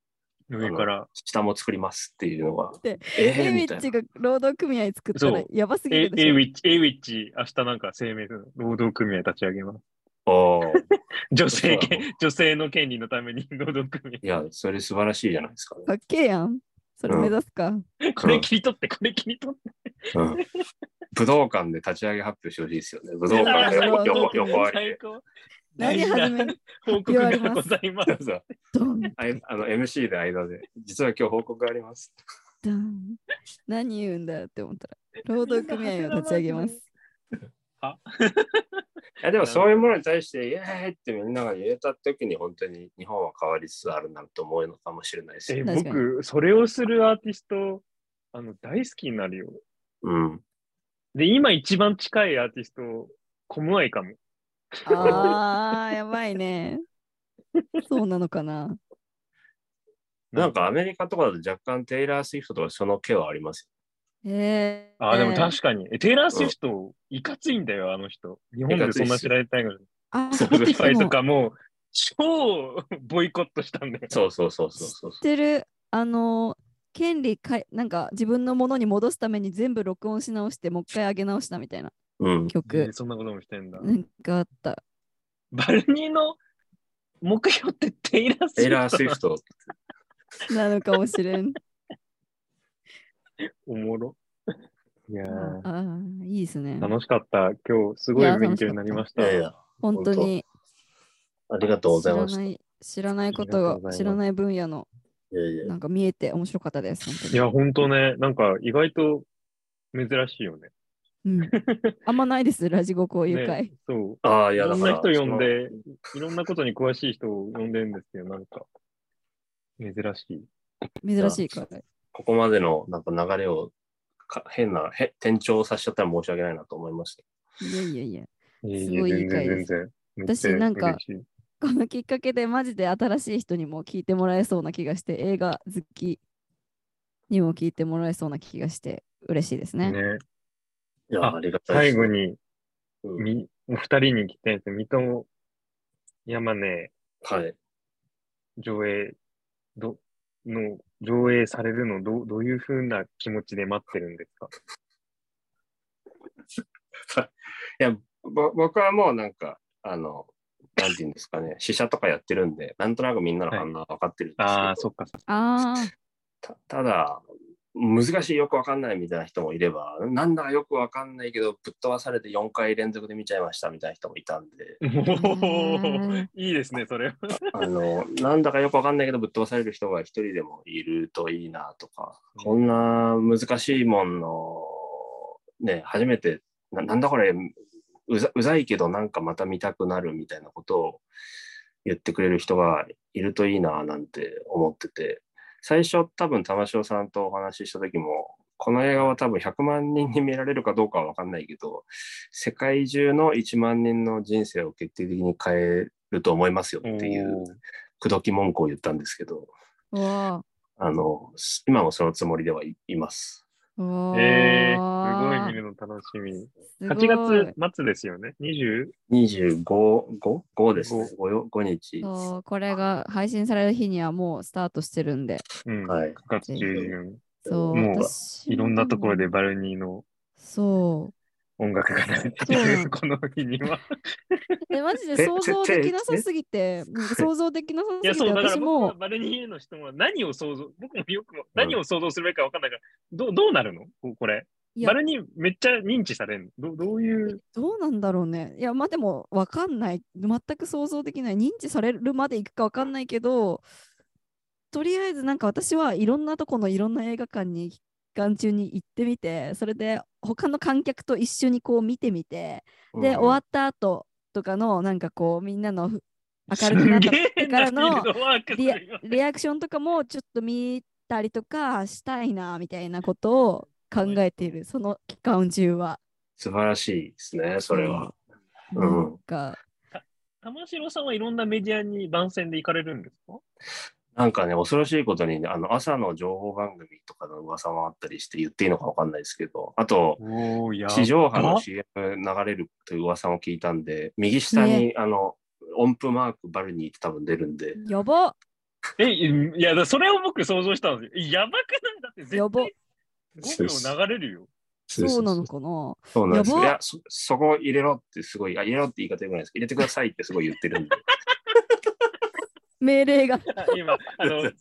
[SPEAKER 2] 上から。
[SPEAKER 4] 下も作りますっていうのが
[SPEAKER 1] で、
[SPEAKER 4] え
[SPEAKER 1] エ
[SPEAKER 4] ー、
[SPEAKER 1] イ
[SPEAKER 4] み
[SPEAKER 1] ミ
[SPEAKER 4] たい
[SPEAKER 1] ッ
[SPEAKER 4] な
[SPEAKER 1] チ。が労働組合作ったら
[SPEAKER 2] そう
[SPEAKER 1] やばすぎ
[SPEAKER 2] え
[SPEAKER 1] る、で
[SPEAKER 2] え
[SPEAKER 1] し
[SPEAKER 2] ウ
[SPEAKER 1] ょ。
[SPEAKER 2] ィッチ、えウィッチ、明日なんか声明するの労働組合立ち上げます。
[SPEAKER 4] おー
[SPEAKER 2] 女性
[SPEAKER 4] そうな
[SPEAKER 2] 権、女性の権利のために 労働組
[SPEAKER 4] いや、それ素晴らしいじゃないですかね。
[SPEAKER 1] かっけえやん。それ目指すか。
[SPEAKER 2] 合。これ切り取って、これ切り取って。
[SPEAKER 4] うん武道館で立ち上げ発表してほしいですよ ね。武 道館で
[SPEAKER 1] そう
[SPEAKER 4] 横横横あり
[SPEAKER 2] 最
[SPEAKER 4] で。
[SPEAKER 2] 高。
[SPEAKER 1] 何
[SPEAKER 2] 大事な
[SPEAKER 1] 始める
[SPEAKER 2] 報告がございます。
[SPEAKER 4] そうそう
[SPEAKER 1] ドン
[SPEAKER 4] あいあの MC で間で、実は今日報告があり ます。
[SPEAKER 1] ドン 何言うんだよって思ったら、 労働組合を立ち上げます。
[SPEAKER 4] いやでもそういうものに対して、イエーイってみんなが言えた時に、本当に日本は変わりつつあるなと思うのかもしれないです
[SPEAKER 2] え、
[SPEAKER 4] よ。
[SPEAKER 1] 確かに
[SPEAKER 2] 僕、それをするアーティスト、あの、大好きになるよ。
[SPEAKER 4] うん。
[SPEAKER 2] で、今一番近いアーティスト、コムアイかも。
[SPEAKER 1] あー、やばいね。そうなのかな。
[SPEAKER 4] なんかアメリカとかだと若干テイラー・スウィフトとかその気はあります
[SPEAKER 1] えー、
[SPEAKER 2] あ、でも確かに。えテイラー・スウィフト、いかついんだよ、あの人。日本でそんな知られてない から。
[SPEAKER 1] あ
[SPEAKER 4] そ
[SPEAKER 1] ー
[SPEAKER 4] う
[SPEAKER 1] 見て
[SPEAKER 2] Spotify
[SPEAKER 1] も
[SPEAKER 2] とかもう、超ボイコットしたんだよ。
[SPEAKER 4] よ。そうそうそうそうそう
[SPEAKER 1] 知っ。てるあの権利かいなんか自分のものに戻すために全部録音し直してもう一回上げ直したみたいな
[SPEAKER 4] うん。
[SPEAKER 1] 曲
[SPEAKER 2] そんなこともしてんだ。
[SPEAKER 1] なんかあった
[SPEAKER 2] バルニーの目標ってテイラー・スウ
[SPEAKER 4] テイ
[SPEAKER 2] ィ
[SPEAKER 4] ラ
[SPEAKER 2] フ
[SPEAKER 4] ー・
[SPEAKER 2] ト
[SPEAKER 4] スウィ
[SPEAKER 2] なの
[SPEAKER 4] フ ト。
[SPEAKER 1] なのかもしれん
[SPEAKER 2] おもろ。いやー
[SPEAKER 1] あーいいですね
[SPEAKER 2] 楽しかった。今日、すごい勉強になりまし
[SPEAKER 4] い
[SPEAKER 2] た。
[SPEAKER 4] やいや、
[SPEAKER 1] 本当に
[SPEAKER 4] ありがとうございま
[SPEAKER 1] 知
[SPEAKER 4] し
[SPEAKER 1] ら
[SPEAKER 4] た。
[SPEAKER 1] ない知らないこ
[SPEAKER 2] ありが
[SPEAKER 1] と
[SPEAKER 2] とうご
[SPEAKER 1] が
[SPEAKER 2] ざいます
[SPEAKER 1] 知らない分野の
[SPEAKER 4] いやいや
[SPEAKER 1] なんか見えて面白かったです本
[SPEAKER 2] いや、ほんとね、なんか意外と珍しいよね。
[SPEAKER 1] 当に、うん、あんまないですラジゴこういう回、
[SPEAKER 2] ねそう。
[SPEAKER 4] ああ、い
[SPEAKER 2] い
[SPEAKER 4] や、
[SPEAKER 2] ろ
[SPEAKER 4] だ
[SPEAKER 2] ん
[SPEAKER 4] か
[SPEAKER 2] な
[SPEAKER 4] ら。
[SPEAKER 2] 人呼んで、いろんなことに詳しい人を呼んでるんですけど、なんか、珍しい。
[SPEAKER 1] 珍しいから
[SPEAKER 4] ここまでのなんか流れをか変なへ転調させちゃったら申し訳ないなと思いました。
[SPEAKER 1] いやいやいや
[SPEAKER 2] え
[SPEAKER 1] すごいいい回です
[SPEAKER 2] 全然、全然。めっ
[SPEAKER 1] 私
[SPEAKER 2] ちゃ
[SPEAKER 1] なんか
[SPEAKER 2] 嬉しい
[SPEAKER 1] このきっかけでマジで新しい人にも聞いてもらえそうな気がして映画好きにも聞いてもらえそうな気がして嬉しいですね。
[SPEAKER 2] ね、
[SPEAKER 4] いや、
[SPEAKER 2] あ
[SPEAKER 4] ありがたいで
[SPEAKER 2] 最
[SPEAKER 4] す。
[SPEAKER 2] 後に、
[SPEAKER 4] うん
[SPEAKER 2] み、お二人に聞きたいんですけど、水戸山根
[SPEAKER 4] はい。
[SPEAKER 2] 上映どの上映されるのど、どういうふうな気持ちで待ってるんですか
[SPEAKER 4] いや、ぼ僕はもうなんか、あの、なんて言うんですかね、 試写とかやってるんで、なんとなくみんなの反応は分かってるんですけど、
[SPEAKER 2] ああ、そっか、そっか。
[SPEAKER 1] ああ、
[SPEAKER 4] たただ、難しいよくわかんないみたいな人もいれば、なんだかよくわかんないけど、ぶっ飛ばされて4回連続で見ちゃいましたみたいな人もいたんで、
[SPEAKER 2] お
[SPEAKER 1] ー
[SPEAKER 2] ーいいですね、それは。
[SPEAKER 4] あの、なんだかよくわかんないけど、ぶっ飛ばされる人が一人でもいるといいなとか、こんな難しいもんの、ね、初めて、ななんだこれうざ、うざいけどなんかまた見たくなるみたいなことを言ってくれる人がいるといいななんて思ってて、最初多分玉城さんとお話しした時も、この映画は多分100万人に見られるかどうかは分かんないけど、世界中の1万人の人生を決定的に変えると思いますよっていう
[SPEAKER 2] おー
[SPEAKER 4] 口説き文句を言ったんですけど、
[SPEAKER 1] うわ
[SPEAKER 4] あの、す今もそのつもりではいいます。
[SPEAKER 1] ーうわー
[SPEAKER 2] えー、すごい見るの楽しみ。
[SPEAKER 1] すごい
[SPEAKER 2] 8月末ですよね。20?
[SPEAKER 4] 25、5? 5ですね。5, よ5日。
[SPEAKER 1] そう、これが配信される日にはもうスタートしてるんで、
[SPEAKER 2] うん。
[SPEAKER 4] は
[SPEAKER 2] 9
[SPEAKER 4] い
[SPEAKER 2] 月中
[SPEAKER 1] そう、
[SPEAKER 2] もう
[SPEAKER 1] 私
[SPEAKER 2] 旬。いろんなところで。バルニーの
[SPEAKER 1] そ
[SPEAKER 2] 音楽が流れて
[SPEAKER 1] そうな
[SPEAKER 2] る、
[SPEAKER 1] の
[SPEAKER 2] この日には。
[SPEAKER 1] う。え、マジで
[SPEAKER 4] て
[SPEAKER 1] 想像
[SPEAKER 4] て
[SPEAKER 1] できなさすぎて、なんか想像できなさ
[SPEAKER 2] い
[SPEAKER 1] す
[SPEAKER 2] や、
[SPEAKER 1] ぎ
[SPEAKER 2] そう、
[SPEAKER 1] て、
[SPEAKER 2] だから
[SPEAKER 1] 私
[SPEAKER 2] 僕は
[SPEAKER 1] も
[SPEAKER 2] バルニーの人は何を想像、僕もよく何を想像するべきか分かんないから、どうどうなるのここれ。
[SPEAKER 1] いや
[SPEAKER 2] バルニーめっちゃ認知されるのどどういう、
[SPEAKER 1] どうなんだろうね。いや、まあでも分かんない。全く想像できない。認知されるまでいくか分かんないけど、とりあえずなんか私はいろんなとこのいろんな映画館に期間中に行ってみて、それで他の観客と一緒にこう見てみて、で、終わ
[SPEAKER 4] っ
[SPEAKER 1] った後とかのなんかこうみんなのふ明
[SPEAKER 2] す
[SPEAKER 1] るくなった
[SPEAKER 2] げえ
[SPEAKER 1] 時か
[SPEAKER 2] な
[SPEAKER 1] ら
[SPEAKER 2] フィ
[SPEAKER 1] の
[SPEAKER 2] ールドワークする
[SPEAKER 1] リア
[SPEAKER 2] よね
[SPEAKER 1] リアクションとかもちょっと見たりとかしたいなみたいなことを考えている、その期間中は。
[SPEAKER 4] 素晴らしいですね、それは。
[SPEAKER 1] な
[SPEAKER 4] うん
[SPEAKER 1] んか、
[SPEAKER 2] 玉城さんはいろんなメディアに番宣で行かれるんですか
[SPEAKER 4] なんかね、恐ろしいことに、あの、朝の情報番組とかの噂もあったりして言っていいのかわかんないですけど、あと、
[SPEAKER 2] おー、や
[SPEAKER 4] 地上波の CM 流れるという噂も聞いたんで、右下に、あの、音符マークバルニーって多分出るんで、
[SPEAKER 1] やばっ
[SPEAKER 2] え、いや、だそれを僕想像したんですよ。やばくないだって絶対
[SPEAKER 1] やばっ
[SPEAKER 2] 5秒流れる よ。
[SPEAKER 1] そうなのかな
[SPEAKER 4] そうなんですよ。い
[SPEAKER 1] やば
[SPEAKER 4] や、そ、そこを入れろってすごい、あ、入れろって言い方よくないですけど入れてくださいってすごい言ってるんで。
[SPEAKER 1] 命令が。
[SPEAKER 2] あ今、あの、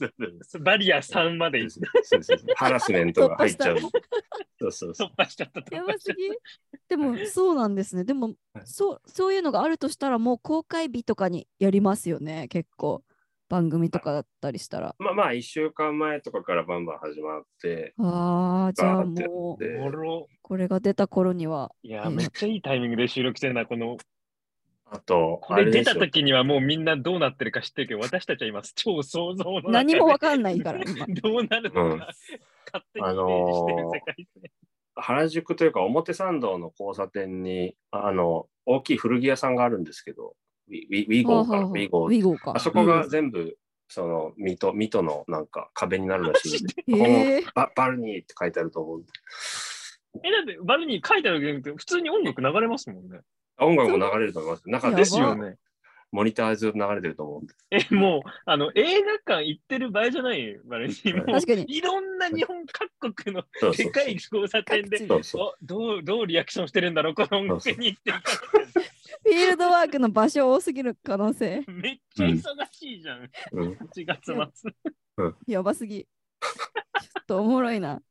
[SPEAKER 2] バリア3まで行っ
[SPEAKER 4] そうそうそうハラスメントが入っちゃうんで。そうそうそ
[SPEAKER 2] 突
[SPEAKER 4] う。
[SPEAKER 2] 破しちゃった。突
[SPEAKER 1] や
[SPEAKER 2] 破
[SPEAKER 1] ば
[SPEAKER 2] し
[SPEAKER 1] す
[SPEAKER 2] ちゃっ
[SPEAKER 1] ぎ。でもそうなんですね。でも
[SPEAKER 2] はい
[SPEAKER 1] そうそういうのがあるとしたらもう公開日とかにやりますよね。結構番組とかだったりしたら。
[SPEAKER 4] まあまあ、一週間前とかからバンバン始まって、
[SPEAKER 1] ああじゃあ
[SPEAKER 4] バーってやって
[SPEAKER 1] もう
[SPEAKER 2] た。おもろ。
[SPEAKER 1] これが出た頃には。
[SPEAKER 2] いや、めっちゃいいタイミングで収録してるな、この。
[SPEAKER 4] あと、
[SPEAKER 2] こ
[SPEAKER 4] あ
[SPEAKER 2] れ
[SPEAKER 4] れで
[SPEAKER 2] 出
[SPEAKER 4] すよ
[SPEAKER 2] た時にはもうみんなどうなってるか知ってるけど、私たちは今、超想像の中で。
[SPEAKER 1] 何もわかんないから今
[SPEAKER 2] どうなるのか、
[SPEAKER 4] うん
[SPEAKER 2] 勝手にイメージしてる世界ですね。
[SPEAKER 4] 原宿というか表参道の交差点に、ああの、大きい古着屋さんがあるんですけど、ウィウ ィウィゴーかな、
[SPEAKER 1] はあはあ
[SPEAKER 4] ウ
[SPEAKER 1] はあ
[SPEAKER 4] ィゴ
[SPEAKER 1] ウ
[SPEAKER 4] ー。
[SPEAKER 1] ィゴーか。
[SPEAKER 4] あそこが
[SPEAKER 1] うん
[SPEAKER 4] 全部、その、水戸、水戸のなんか壁になるらしいんで、ここ
[SPEAKER 1] へえ
[SPEAKER 4] もババルニーって書いてあると思うんで。
[SPEAKER 2] え、だって、バルニー書いてあるけど、普通に音楽流れますもんね。
[SPEAKER 4] 音楽も流れると思います。中
[SPEAKER 1] やば
[SPEAKER 4] で
[SPEAKER 2] ですす
[SPEAKER 4] よ
[SPEAKER 2] よ
[SPEAKER 4] ね。
[SPEAKER 2] ね。
[SPEAKER 4] モニターずっと流れてると思うんで。
[SPEAKER 2] え、もう、あの、映画館行ってる場合じゃないよ、バルニー。もう
[SPEAKER 1] 確かに
[SPEAKER 2] いろんな日本各国の
[SPEAKER 4] そうそう
[SPEAKER 2] 世界交差点で、
[SPEAKER 4] そうそう。
[SPEAKER 2] おどう、どうリアクションしてるんだろう、この音楽にって。
[SPEAKER 1] フィールドワークの場所多すぎる可能性。
[SPEAKER 2] めっちゃ忙しいじゃん、
[SPEAKER 4] うん
[SPEAKER 2] 8月末。
[SPEAKER 1] やばす ぎ。ちょっとおもろいな。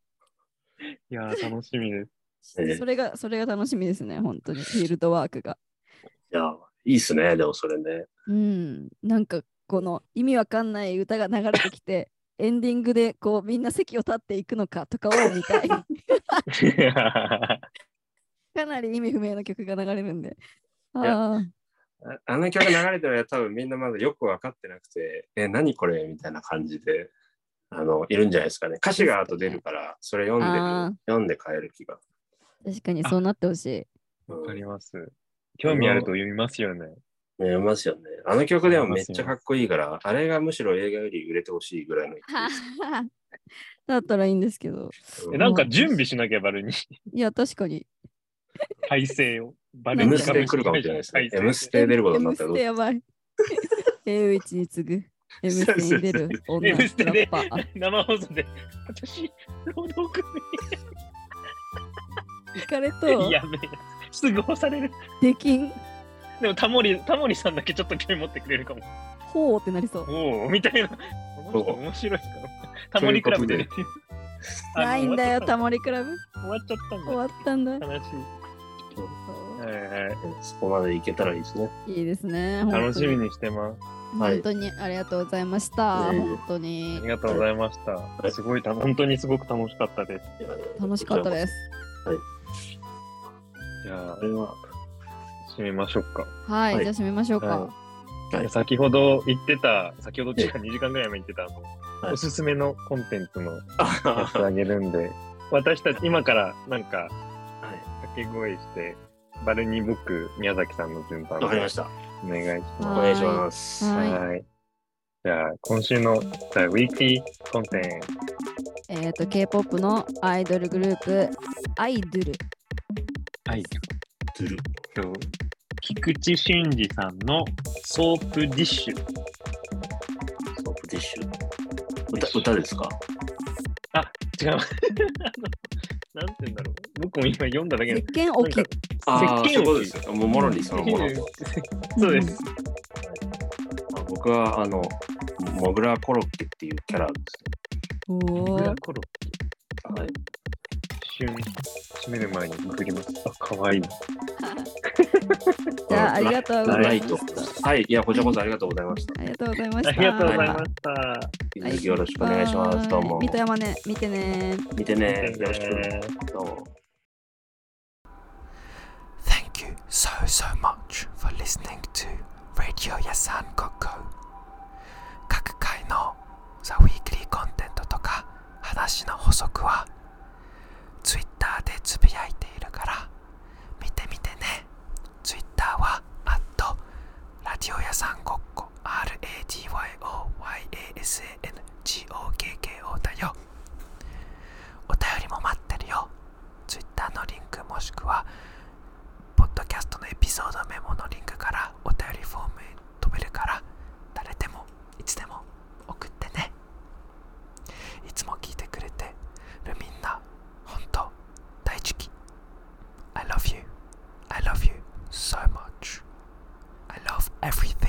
[SPEAKER 2] いやー、楽しみです。
[SPEAKER 4] ええ
[SPEAKER 1] それがそれが楽しみですね。本当にフィールドワークが。
[SPEAKER 4] いや、いいっすね、でもそれね。
[SPEAKER 1] うん、なんかこの意味わかんない歌が流れてきて エンディングでこうみんな席を立っていくのかとかを見たい か なり意味不明の曲が流れるんで
[SPEAKER 4] や
[SPEAKER 1] あー
[SPEAKER 4] ああの曲流れてるや多分みんなまだよく分かってなくて、え、何これみたいな感じで、あの、いるんじゃないですかね。歌詞が後出るから、それ読んで
[SPEAKER 1] あー
[SPEAKER 4] る、読んで帰る気が。
[SPEAKER 1] 確かにそうなってほしい
[SPEAKER 4] うん
[SPEAKER 2] わかります。興味あると読みますよね。
[SPEAKER 4] ね読みますよね。あの曲でもめっちゃかっこいいから、あれがむしろ映画より売れてほしいぐらいの勢いです。
[SPEAKER 1] だったらいいんですけど
[SPEAKER 4] うん
[SPEAKER 2] えなんか準備しなきゃバ ルニー。
[SPEAKER 1] いや確かに
[SPEAKER 2] 改正を。バルニー
[SPEAKER 4] M ステ来るかもしれないです
[SPEAKER 2] 改
[SPEAKER 4] ね。M
[SPEAKER 2] 正
[SPEAKER 4] ステ出ることになったら
[SPEAKER 1] M ステやばい AU1 に次ぐ M ステに出る女
[SPEAKER 2] M ステ
[SPEAKER 1] ラ
[SPEAKER 2] で
[SPEAKER 1] ッパー
[SPEAKER 2] 生放送で、私、労働組
[SPEAKER 1] イカレ
[SPEAKER 2] 合
[SPEAKER 1] と
[SPEAKER 2] やべえ。すぐ干される。
[SPEAKER 1] 出禁
[SPEAKER 2] でもタモリ、タモリさんだけちょっと興味持ってくれるかも。
[SPEAKER 1] ほうってなりそう
[SPEAKER 2] おお、みたいな。この人面白いかタモリクラブで出てる。あの
[SPEAKER 1] ないんだよタモリクラブ
[SPEAKER 2] 終わっちゃったん
[SPEAKER 1] 終わ
[SPEAKER 2] だ。
[SPEAKER 1] った んだ
[SPEAKER 2] 悲しい。はいはい
[SPEAKER 4] うんそこまでいけたらいいですね。
[SPEAKER 1] いいですね。
[SPEAKER 2] 楽しみにしてます。
[SPEAKER 4] はい
[SPEAKER 1] 本当に本当にありがとうございました。
[SPEAKER 4] ええ
[SPEAKER 1] 本当
[SPEAKER 2] あり
[SPEAKER 1] に
[SPEAKER 2] がとうございました。
[SPEAKER 4] い
[SPEAKER 2] すごいた、本当にすごく楽しかったです。
[SPEAKER 4] いや
[SPEAKER 1] 楽しかったです。
[SPEAKER 2] じゃあ
[SPEAKER 4] あ、れは、
[SPEAKER 2] 締めましょうか。
[SPEAKER 1] はい、
[SPEAKER 4] はい
[SPEAKER 1] じゃあ締めましょうか。
[SPEAKER 2] は
[SPEAKER 4] はい
[SPEAKER 2] 先ほど言ってた、先ほどっていうか2時間ぐらい前に言ってた、あ
[SPEAKER 4] はい
[SPEAKER 2] のおすすめのコンテンツのやつ
[SPEAKER 4] は
[SPEAKER 2] あげるんで、私たち今からなんか掛け声して、バルニー僕、宮崎さんの順番
[SPEAKER 4] い。
[SPEAKER 2] で
[SPEAKER 4] わ
[SPEAKER 2] お
[SPEAKER 4] かり
[SPEAKER 2] 願
[SPEAKER 4] ま
[SPEAKER 2] い
[SPEAKER 4] した。
[SPEAKER 2] し
[SPEAKER 4] お
[SPEAKER 2] ま
[SPEAKER 4] 願いします。
[SPEAKER 1] は
[SPEAKER 2] す。
[SPEAKER 1] い
[SPEAKER 2] はい。じゃあ、今週の The Weekly コンテンツ。
[SPEAKER 1] えっ、と K-pop のアイドルグループアイドル
[SPEAKER 2] はい。
[SPEAKER 4] トゥル
[SPEAKER 2] と、菊池真二さんのソープディッシュ。
[SPEAKER 4] ソープティッシュ。歌歌ですか
[SPEAKER 2] 違う。あのなんて言うんだろう。僕も今読んだだけ
[SPEAKER 1] 石
[SPEAKER 2] で。
[SPEAKER 1] 鹸置き。
[SPEAKER 4] ああ、
[SPEAKER 2] 石
[SPEAKER 4] そ
[SPEAKER 2] 鹸
[SPEAKER 4] ういうことで
[SPEAKER 2] 置き
[SPEAKER 4] すよ。もうもろにそのもの。
[SPEAKER 2] そうです。
[SPEAKER 4] あ僕は、あの、モグラコロッケっていうキャラです
[SPEAKER 1] お
[SPEAKER 2] オ
[SPEAKER 1] お
[SPEAKER 2] クラ
[SPEAKER 1] ー。
[SPEAKER 2] コロ
[SPEAKER 4] ね。はい。
[SPEAKER 2] 一瞬閉める前にくぐります。あ、かわいい。
[SPEAKER 1] じゃあありがとうござ
[SPEAKER 4] ラ
[SPEAKER 1] い
[SPEAKER 4] イ
[SPEAKER 1] ま
[SPEAKER 4] ト
[SPEAKER 1] し。
[SPEAKER 4] はい。いや、こちらこそありがとうございました。
[SPEAKER 1] た。ありがとうございました。
[SPEAKER 2] ありがとうございました。
[SPEAKER 4] 引き続きよろしくお願いします。どうも
[SPEAKER 1] 水。戸山ね、見てね
[SPEAKER 4] 見てね。よろしく。どうも。
[SPEAKER 5] Thank you so, so much for listening to Radio Yasan Koko. 各回の The Weekly コンテンツとか話の補足は Twitter でつぶやいているから見てみてね。Twitter は Radio Yasan Koko RADYOYASANGOKKO だよ。お便りも待ってるよ。Twitter のリンクもしくはポッドキャストのエピソードメモのリンクからお便りフォームへ飛べるから誰でもいつでも送ってねいつも聞いてくれてるみんな本当大好き I love you I love you so much I love everything